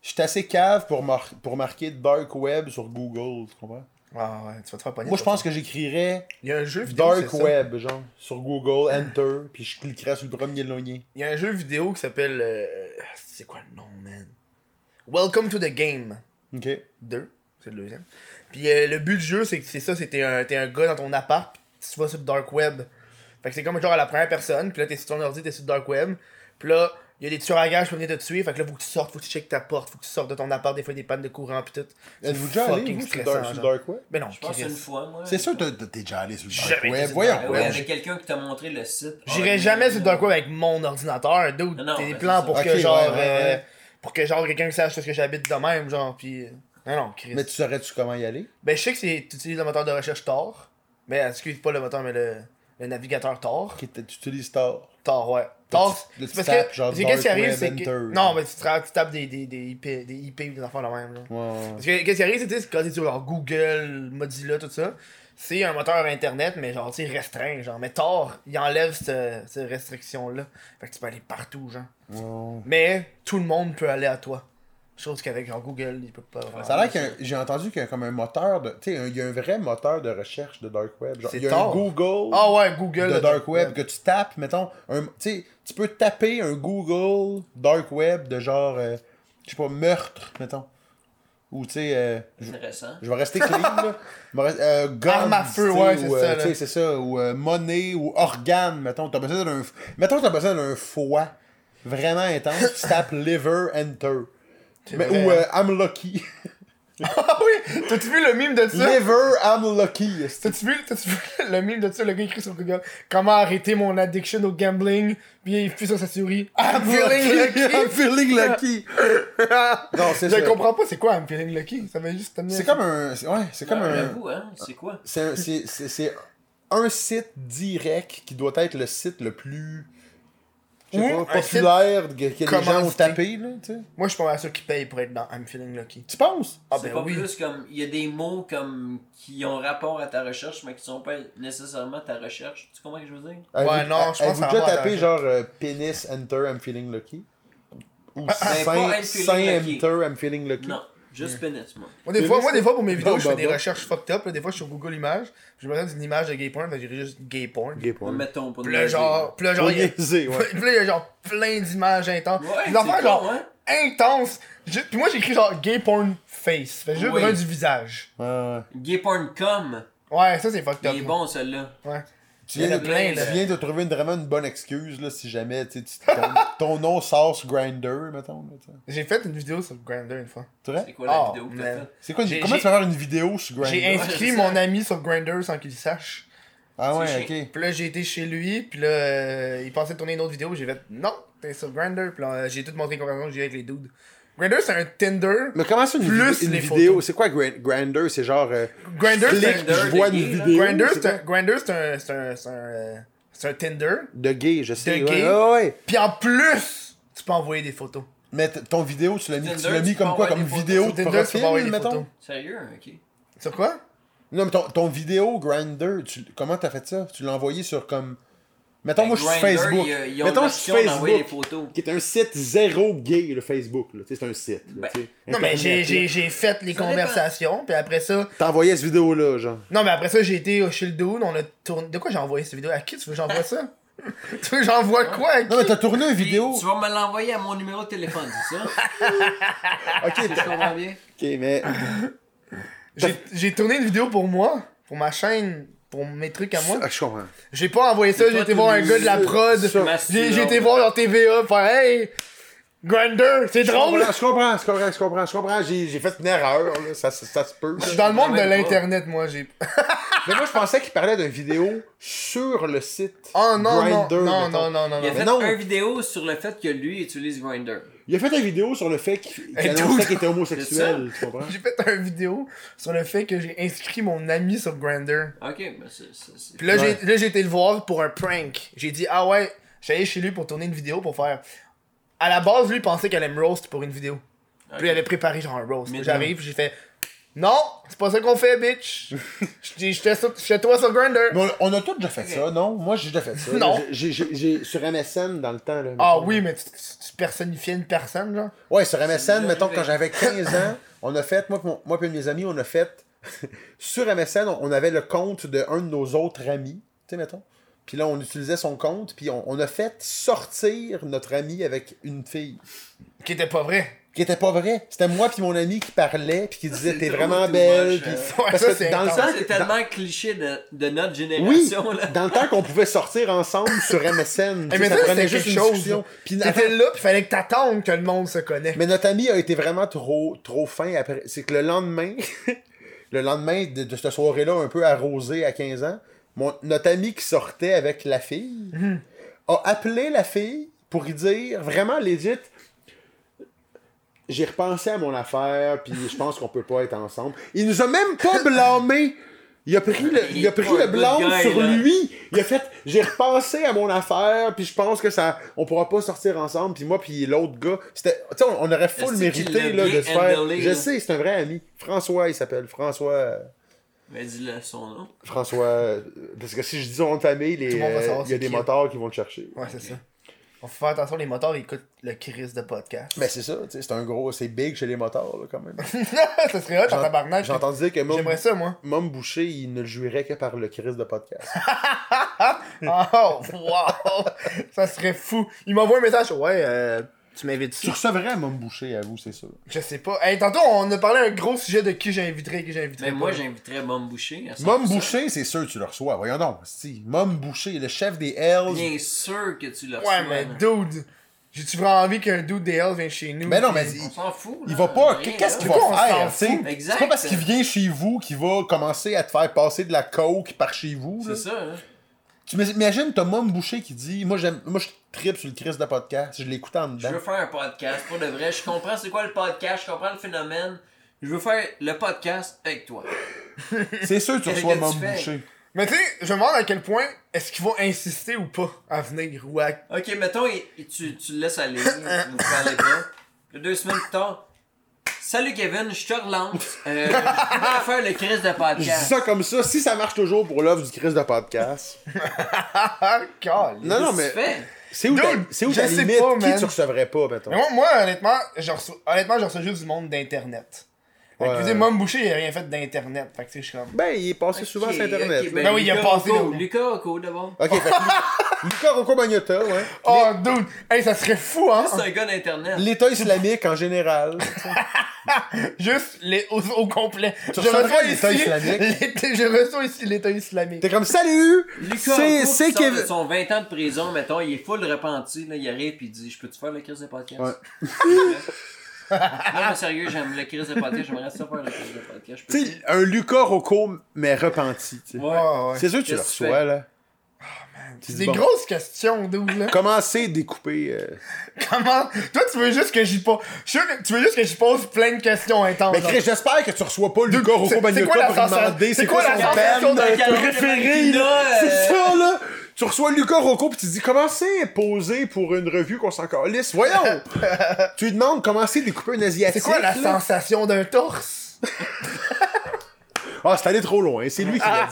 j'étais assez cave pour mar- pour marquer dark web sur Google, tu comprends
Ah ouais, tu vas te faire pogner.
Moi, je
pour
pense
ça.
que j'écrirais
Il y a un jeu vidéo.
dark
c'est ça.
web genre sur Google enter puis je cliquerais sur le premier lien.
Il y a un jeu vidéo qui s'appelle. euh, C'est quoi le nom, man Welcome to the Game.
OK.
2, c'est le deuxième. Puis euh, le but du jeu, c'est que c'est ça, c'est t'es un, t'es un gars dans ton appart, pis tu vas sur le dark web. Fait que c'est comme genre à la première personne, puis là t'es sur ton ordi, t'es sur le dark web. Puis là, il y a des tueurs à gages qui peuvent venir te tuer, fait que là faut que tu sortes, faut que tu checkes ta porte, faut que tu sortes de ton appart, des fois il y a des pannes de courant pis tout. C'est
Êtes-vous déjà allé
fucking
Euh, vous, sur le
stressant,
dark, sur le
genre.
dark web
Mais non,
Je pense
Chris.
une fois, moi.
C'est sûr que t'as- t'es déjà allé sur le dark
Jamais été
web.
sur le
Voyons.
dark
Ah
web.
ouais,
Ouais,
avec quelqu'un qui t'a montré le site.
J'irai
Ah,
jamais
mais-
sur le dark web avec mon ordinateur, dude.
Non, non,
T'as des
ben,
plans
c'est
pour
ça.
que
Ok,
genre.
ouais, ouais,
euh,
ouais.
Pour que genre quelqu'un sache parce que j'habite de même, genre, pis. euh, Non, non, Chris.
Mais tu saurais-tu comment y aller
Ben, je sais que c'est- tu utilises le moteur de recherche Tor. Mais, euh, excuse pas le moteur, mais le, le navigateur Tor.
Qui t- Tu utilises Tor.
Tor, ouais.
Là,
Tor,
tu- là,
c'est
tu
parce
tapes
que.
genre
c'est qu'est-ce qui
Dark
arrive,
Web
c'est que.
Enter.
Non, mais tu, tra- tu tapes des, des, des IP, des IP ou des affaires de même, là.
Ouais, ouais.
Parce que, qu'est-ce qui arrive, c'est que tu sais, quand t'es sur genre Google, Mozilla, tout ça, c'est un moteur internet, mais genre, tu sais, restreint, genre. Mais Tor, il enlève cette, cette restriction-là. Fait que tu peux aller partout, genre.
ouais.
Mais tout le monde peut aller à toi. Chose qu'avec genre Google, il peut pas. vraiment-
Ça a l'air qu'il y a un- j'ai entendu qu'il y a comme un moteur de. Tu sais, un- il y a un vrai moteur de recherche de Dark Web. Genre,
C'est
il y a
tard.
un Google
Ah ouais, Google.
de
le
Dark Web que tu tapes, mettons. un- Tu sais, tu peux taper un Google Dark Web de genre. euh, je sais pas, meurtre, mettons. Ou tu sais. euh, je-
Intéressant.
je vais rester clean, là. Je vais rester- euh, guns,
Arme à
tu
feu,
sais,
ouais, c'est
ou, euh,
ça, là.
tu sais, c'est ça. Ou euh, monnaie, ou organe, mettons. T'as besoin d'un... Mettons que t'as besoin d'un foie vraiment intense. Tu tapes liver, enter. Mais-
vrai. hein.
ou euh, I'm lucky.
Ah oui! T'as-tu vu le mime de ça?
liver, I'm lucky. esti.
T'as-tu vu, t'as-tu vu le mime de ça? Le gars écrit sur Google Comment arrêter mon addiction au gambling? Puis il fuit sur sa souris. I'm feeling
I'm
lucky!
feeling lucky. non, c'est ça.
Je comprends pas, c'est quoi I'm feeling lucky? Ça va juste t'amener.
C'est comme un... c'est- Ouais, c'est comme
Ah,
un...
J'avoue, hein, c'est quoi
C'est un- c'est- c'est- c'est un site direct qui doit être le site le plus... je sais
Ou
pas,
un site
populaire que, que les gens ont
commandité.
tapé, là, tu sais.
Moi, je suis pas mal sûr qu'il paye pour être dans I'm feeling lucky.
Tu penses?
Ah
C'est
ben
pas
oui.
plus comme. Il y a des mots comme qui ont rapport à ta recherche, mais qui sont pas nécessairement ta recherche. Tu comprends ce que je veux dire
Avez-vous-
Ouais, non, je pense
avez-vous
que ça
déjà
va pas
tapé
dans-
genre euh, pénis enter I'm feeling lucky ou
Ah,
pas
sein sein
I'm feeling lucky.
enter I'm feeling lucky.
Non, juste pénis, moi.
Moi, des fois, moi, des fois, pour mes vidéos,
Non,
je fais
bah,
des
bah.
recherches fucked up. là. Des fois, je suis sur Google Images. Puis je me donne une image de gay porn. Fait que j'écris juste gay porn.
Gay
Mettons
porn.
Mettons pas de
Puis là,
niaiser, là.
genre. Puis là, genre.
Pour
il y a-
niaiser, ouais.
Puis là, il y a genre plein d'images intenses.
Ouais,
Des
c'est hein?
affaires,
pas,
genre.
ouais.
Intenses. Je- Puis moi, j'écris genre gay porn face. Fait que juste
Oui.
brun du visage.
Ouais, ouais.
Gay porn com.
Ouais, ça, c'est fucked up.
Il est bon, celui-là.
Ouais.
Tu
Il y en
viens,
a
de,
plein,
tu
là.
viens de trouver une- vraiment une bonne excuse là, si jamais tu, sais, tu- ton, ton nom sort sur Grinder, mettons. là, tu sais.
J'ai fait une vidéo sur Grindr une fois.
Tu vois?
C'est quoi la
Oh,
vidéo que t'as
man.
faite
C'est quoi,
J'ai-
comment
j'ai-
tu vas faire une vidéo sur
J'ai
Grinder?
inscrit
c'est
mon
ça.
ami sur Grindr sans qu'il le sache.
Ah ouais,
C'est
ok.
Puis là, j'ai été chez lui, puis là, euh, il pensait tourner une autre vidéo, j'ai fait non, t'es sur Grindr, puis là, euh, j'ai tout montré les conversations que j'ai avec les dudes. Grindr, c'est un Tinder.
Mais comment ça une,
Plus
vid- une
les
vidéo?
photos.
C'est quoi Grin- Grinder? C'est genre. euh,
Grindr,
clique,
c'est
Tinder
je vois
de
une
gay, là.
vidéo.
Grindr,
c'est
c'est un,
quoi?
Grindr, c'est un, c'est un, c'est un, euh, c'est un Tinder.
De gay, je sais.
De
ouais,
gay.
ouais, ouais.
Puis en plus, tu peux envoyer des photos.
Mais t- ton vidéo, tu l'as mis,
Tinder,
tu l'as mis
tu
comme
peux
quoi
envoyer
Comme
des photos.
vidéo
Sur
de
Tinder, tu peux
profil,
envoyer des photos.
Oh, mettons?
Sérieux, ok.
Sur quoi?
Non, mais ton, ton vidéo Grinder, tu, comment t'as fait ça Tu l'as envoyé sur comme. Mettons,
Ben,
moi, je suis sur
Grindr,
Facebook.
ils, euh, ils ont
mettons, je suis
l'option
sur
d'envoyer des
Facebook.
photos.
Qui est un site zéro gay, le Facebook. là. Tu sais, C'est un site. là,
Ben,
tu sais.
Non, mais j'ai-
Internet,
j'ai
là.
j'ai fait les
Ça dépend.
conversations, puis après ça,
T'as envoyé cette vidéo-là, genre.
Non, mais après ça, j'ai été chez le dude, on a tourné. De quoi j'ai envoyé cette vidéo À qui tu veux que j'envoie ça Tu veux que j'envoie quoi à qui?
Non, mais t'as tourné une
Puis,
vidéo.
Tu vas me l'envoyer à mon numéro de téléphone, c'est ça
Ok,
Je
t'as-
comprends bien.
ok, mais.
Ah, J'ai- J'ai tourné une vidéo pour moi, pour ma chaîne, pour mes trucs à moi.
Ah, je comprends.
J'ai pas envoyé ça,
Et
j'ai
toi,
été voir un
tout
gars de la
nu,
prod.
sur-
J'ai j'ai été
sur-
voir dans TVA, faire Hey Grinder, c'est
Je
drôle
comprends, je comprends, je comprends, je comprends, je comprends. J'ai j'ai fait une erreur, là. Ça, ça, ça se peut.
Je suis dans le monde de
Même pas.
l'internet, moi, j'ai.
Mais moi, je pensais qu'il parlait d'une vidéo sur le site.
Oh non, non,
Grindr,
non,
mettons.
non, non, non,
Il a
non.
fait
non.
une vidéo sur le fait que lui utilise Grindr.
Il a fait une vidéo sur le fait qu'il qu'il
Hey,
annonçait
dude.
qu'il était homosexuel, tu comprends?
J'ai fait une vidéo sur le fait que j'ai inscrit mon ami sur Grinder.
Ok, ben c'est. c'est- c'est-
Puis là,
Ouais.
j'ai- là, j'ai été le voir pour un prank. J'ai dit, ah ouais, j'allais chez lui pour tourner une vidéo pour faire. À la base, lui, il pensait qu'elle allait me roast pour une vidéo.
Ok.
Puis il avait préparé genre un roast.
Mais
J'arrive, j'ai fait, non, c'est pas ça qu'on fait, bitch. J'étais- J'étais sur- j'étais toi sur Grinder.
Mais on, on a tous déjà fait ça, non? Moi, j'ai déjà fait ça.
Non.
J'ai- j'ai- J'ai sur MSN dans le temps. Là,
Ah
mettons.
oui, mais tu, tu- tu personnifiais une personne, là.
Ouais, sur
Ça
MSN,
nous
mettons,
arrive.
quand j'avais 15 ans, on a fait, moi, pis mon- moi et mes amis, on a fait. sur MSN, on, on avait le compte de un de nos autres amis, tu sais, mettons. Puis là, on utilisait son compte, puis on, on a fait sortir notre ami avec une fille.
Qui était pas vrai.
qui était pas vrai. C'était moi puis mon ami qui parlait puis qui disait
c'est
t'es
trop
vraiment
too
belle
much,
puis
hein.
Ouais,
parce
ça,
que
c'est
dans le
intense.
temps
Ça, c'est
dans-
tellement cliché de, de notre
oui,
génération, là.
dans le temps qu'on pouvait sortir ensemble sur MSN,
Eh,
tu sais,
mais
ça
ça, c'était
prenait juste
quelque
une
chose.
discussion.
là.
Puis
T'étais là, puis fallait que t'attendes que le monde se connaisse.
Mais notre ami a été vraiment trop, trop fin après. C'est que le lendemain, le lendemain de, de cette soirée-là, un peu arrosée à 15 ans, mon- notre ami qui sortait avec la fille a appelé la fille pour lui dire vraiment legit. J'ai repensé à mon affaire, puis je pense qu'on peut pas être ensemble. Il nous a même pas blâmé. Il a pris le, il a pris le blâme
Guy,
sur
là.
lui. Il a fait, j'ai repensé à mon affaire, puis je pense que ça, on pourra pas sortir ensemble, puis moi, puis l'autre gars, c'était, tu sais, on, on aurait full
Est-ce qu'il
mérité
l'a
là,
bien
de se faire.
handlé,
je
là?
sais, c'est un vrai ami. François, il s'appelle François.
Mais dis-le son nom.
François, euh, parce que si je dis son nom de famille, les,
Tout le monde va savoir
euh, il y a
c'est
des
qui.
motards qui vont le chercher.
Ouais, c'est ça. Faut faire attention, les moteurs écoutent le Chris de podcast.
Mais c'est ça, tu sais, c'est un gros, c'est big chez les motards, là, quand même.
ça serait hot en
J'en-
tabarnak.
J'ai entendu dire que Mom,
J'aimerais ça, moi.
Mom Boucher, il ne le jouirait que par le Chris de podcast.
Oh, wow! ça serait fou. Il m'envoie un message. Ouais, euh, tu m'invites
tu
sur.
recevrais Mom Boucher, à vous, c'est sûr.
Je sais pas. Hey, tantôt, on a parlé un gros sujet de qui j'inviterais et qui j'inviterais.
Mais moi,
pas.
j'inviterais Mom Boucher. à
Mom
100%.
Boucher, c'est sûr que tu le reçois, voyons donc. Si, Mom Boucher, le chef des Hells.
Bien sûr que tu le reçois.
Ouais, mais
là.
dude. J'ai-tu vraiment envie qu'un dude des Hells vienne chez nous?
Mais Ben non, mais
On
il,
s'en fout.
il
là.
va pas.
Rien,
Qu'est-ce
là.
qu'il
Du coup, on
va
s'en
faire, tu sais?
fout.
C'est pas parce qu'il vient chez vous qu'il va commencer à te faire passer de la coke par chez vous. là.
C'est ça, hein. là.
Tu m'im- imagines Thomas Mom Boucher qui dit Moi, j'aime, moi je tripe sur le Chris de podcast, je l'écoute en
Je
dedans.
veux faire un podcast, pour de vrai. Je comprends c'est quoi le podcast, je comprends le phénomène. Je veux faire le podcast avec toi.
C'est sûr que tu
Qu'est-ce
reçois
que
Mom
tu fais?
Boucher.
Mais tu sais, je me demande à quel point est-ce qu'ils vont insister ou pas à venir ou à.
Ok, mettons, il- il- tu, tu le laisses aller, là, vous parlez pas. Puis Deux semaines plus tard, salut Kevin, je te relance. Euh, je vais faire le crise
Je
de
dis
podcast.
ça comme ça, si ça marche toujours pour l'offre du Chris de podcast.
Ah, calme.
non, non,
Qu'est-ce que
mais
tu fais?
c'est où,
Dude,
ta- c'est où
je
ta
sais
limite
pas, man.
Qui tu recevrais pas, mettons
Mais moi, moi, honnêtement, je reçois, honnêtement, je reçois juste du monde d'Internet. Fait que,
Ouais.
je veux dire, Mom Boucher, il a rien fait d'Internet. Fait que, tu sais, je suis comme.
Ben, il est passé souvent
Ok,
sur Internet.
ok,
là.
Ben oui, il a
Lucas
passé
Rocco.
le-
Lucas Rocco, d'abord.
Ok, fait que Lucas Rocco Magnotta, ouais.
Oh, dude! Hey, ça serait fou, hein!
C'est un gars d'Internet.
L'État islamique en général.
Juste les, au, au complet.
Tu recevrais l'État islamique?
l'État- je reçois ici l'État islamique.
T'es comme salut!
Lucas
C'est
Rocco,
c'est
c'est
Kevin.
son 20 ans de prison, mettons, il est full repenti, là, il arrive puis il dit « Je peux-tu faire le crise de podcast?
Ouais.
Non, mais sérieux, j'aime le crise de podcast, j'aimerais ça faire le crise de podcast. Je peux
Tu sais, un Lucas Rocco, mais repenti. tu sais.
Ouais.
Ouais, ouais.
C'est sûr que tu le
Qu'est-ce que tu
reçois,
fais?
là. Ah,
C'est
dis
des
bon.
grosses questions, dude, là.
Comment c'est découpé? euh?
Comment? Toi, tu veux juste que j'y pose. Je suis sûr que tu veux juste que j'y pose plein de questions intenses.
Mais Ben, Chris, j'espère que tu reçois pas Lucas Rocco Magnotta
quoi la
pour lui
sensation-
demander
c'est
c'est
quoi
quoi
la sensation
son
d'un
band
Carlo
préféré.
de
là.
Marquina, euh?
C'est ça, là! Tu reçois Lucas Rocco pis tu dis comment c'est posé pour une revue qu'on s'en calisse? Voyons! tu lui demandes comment c'est découper un Asiatique.
C'est quoi la
là?
sensation d'un torse?
Ah, c'est allé trop loin. C'est lui qui l'a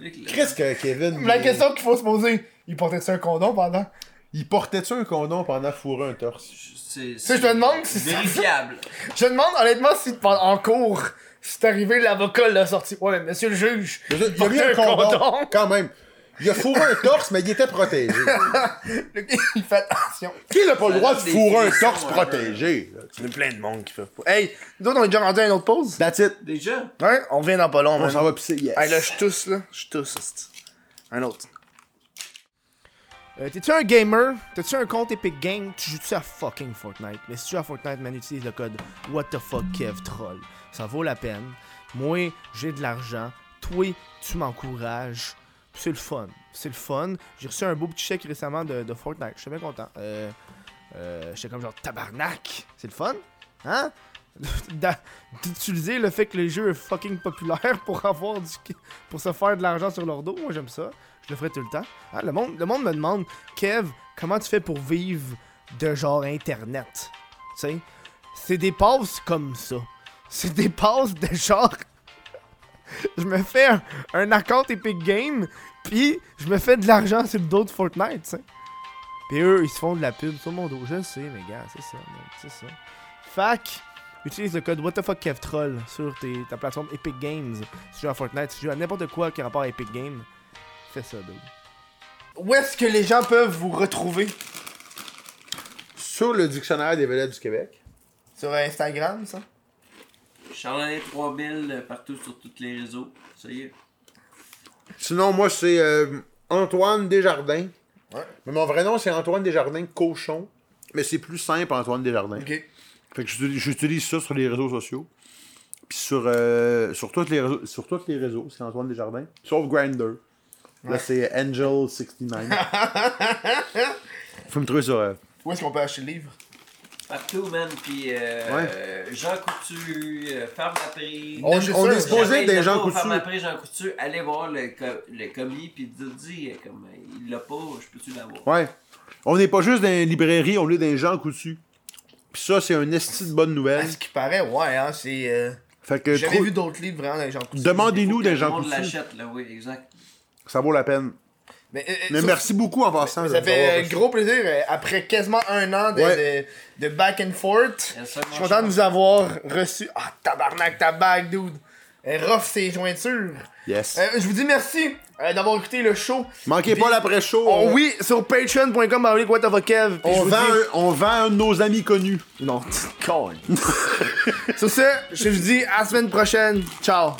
dit. Chris que Kevin.
La
il-
question qu'il faut se poser, il portait-tu un condom pendant?
Il portait-tu un condom pendant fourrer un torse?
C'est
sais, je me demande si ça-
Vérifiable.
Je demande honnêtement si pendant- en cours, c'est arrivé l'avocat l'a sorti. Ouais, mais monsieur le juge,
Il a
portait
mis un condom, quand même. Il a fourré un torse, mais il était protégé.
il fait attention.
Qui n'a pas le
Ça
droit de
donne des
fourrer un
finitions,
torse
hein.
un peu.
protégé? là?
Il y a plein de monde qui fait pas. Hey, nous autres, on est déjà rendu à une autre pause?
That's it.
Déjà?
Ouais, on revient dans pas long,
On
man.
s'en va pisser, yes.
Hey, là, je tousse, là. Je tousse, hostie. Un autre. Euh, T'es-tu un gamer? T'as-tu un compte Epic Games? Tu joues-tu à fucking Fortnite? Mais si tu joues à Fortnite, man, utilise le code WhatTheFuckKevTroll. Ça vaut la peine. Moi, j'ai de l'argent. Toi, tu m'encourages. Puis C'est le fun. C'est le fun. J'ai reçu un beau petit chèque récemment de, de Fortnite. J'étais bien content. Euh, euh, J'étais comme genre tabarnak. C'est le fun? Hein? D'a- D'utiliser le fait que le jeu est fucking populaire pour avoir du, pour se faire de l'argent sur leur dos. Moi, j'aime ça. Je le ferai tout le temps. Hein, le, monde, le monde me demande, Kev, comment tu fais pour vivre de genre Internet? Tu sais, c'est des passes comme ça. C'est des passes de genre... je me fais un, un account Epic Game, puis je me fais de l'argent sur le dos de Fortnite, tu sais. Puis eux, ils se font de la pub sur mon dos. Je le sais, mes gars, c'est ça, man, c'est ça. Fac, utilise le code WTFKevTroll sur tes- ta plateforme Epic Games tu joues à Fortnite, tu joues à n'importe quoi qui a rapport à Epic Games, fais ça, dude. Où est-ce que les gens peuvent vous retrouver?
Sur le dictionnaire des vedettes du Québec.
Sur Instagram, ça?
Charlotte 3000 euh, partout sur tous les réseaux. Ça y est.
Sinon, moi, c'est euh, Antoine Desjardins.
Ouais.
Mais mon vrai nom, c'est Antoine Desjardins Cochon. Mais c'est plus simple, Antoine Desjardins.
Ok.
Fait que j'utilise- j'utilise ça sur les réseaux sociaux. Puis sur, euh, sur, toutes les réseaux, sur tous les réseaux, c'est Antoine Desjardins. Sauf Grinder. Là, c'est Angel69. Faut me trouver sur. euh,
Où est-ce qu'on peut acheter le livre?
Partout, man. Puis euh,
Ouais.
euh, Jean Coutu, euh, Femme Après.
On,
c'est
on
sûr,
disposait des gens coutus.
Femme Après, Jean Coutu, allez voir le, co- le commis. Puis dis, dis, euh, comme euh, il l'a pas, je peux-tu l'avoir?
Ouais. On n'est pas juste dans les librairies, on est dans les gens coutus. Puis ça, c'est un esti de bonne
À
nouvelle.
ce qui paraît, ouais, hein, c'est... euh,
Fait que
J'avais
trou-
vu d'autres livres vraiment dans les gens coutus.
demandez-nous
Faut que
des
tout le
gens
monde
coutus.
l'achète, là, oui, exact.
Ça vaut la peine.
Mais, euh, euh,
Mais
sur-
merci beaucoup en passant.
Ça
de
fait euh,
nous avoir
gros plaisir. euh, Après quasiment un an de,
Ouais.
de, de back and forth,
Yes, sir,
je suis
mon
content
cher.
de vous avoir reçu. Ah, tabarnak, ta bague, dude. Elle rough ses jointures.
Yes.
Euh, je vous dis merci euh, d'avoir écouté le show.
Manquez
Des-
pas l'après-show.
Oh
on-
oui, sur patreon.com, bah oui, what the fuck, Kev. Puis je
On
vous
vend,
dis-
un, on vend un de nos amis connus.
Non, tu te calmes. Sur ce, je vous dis à la semaine prochaine. Ciao.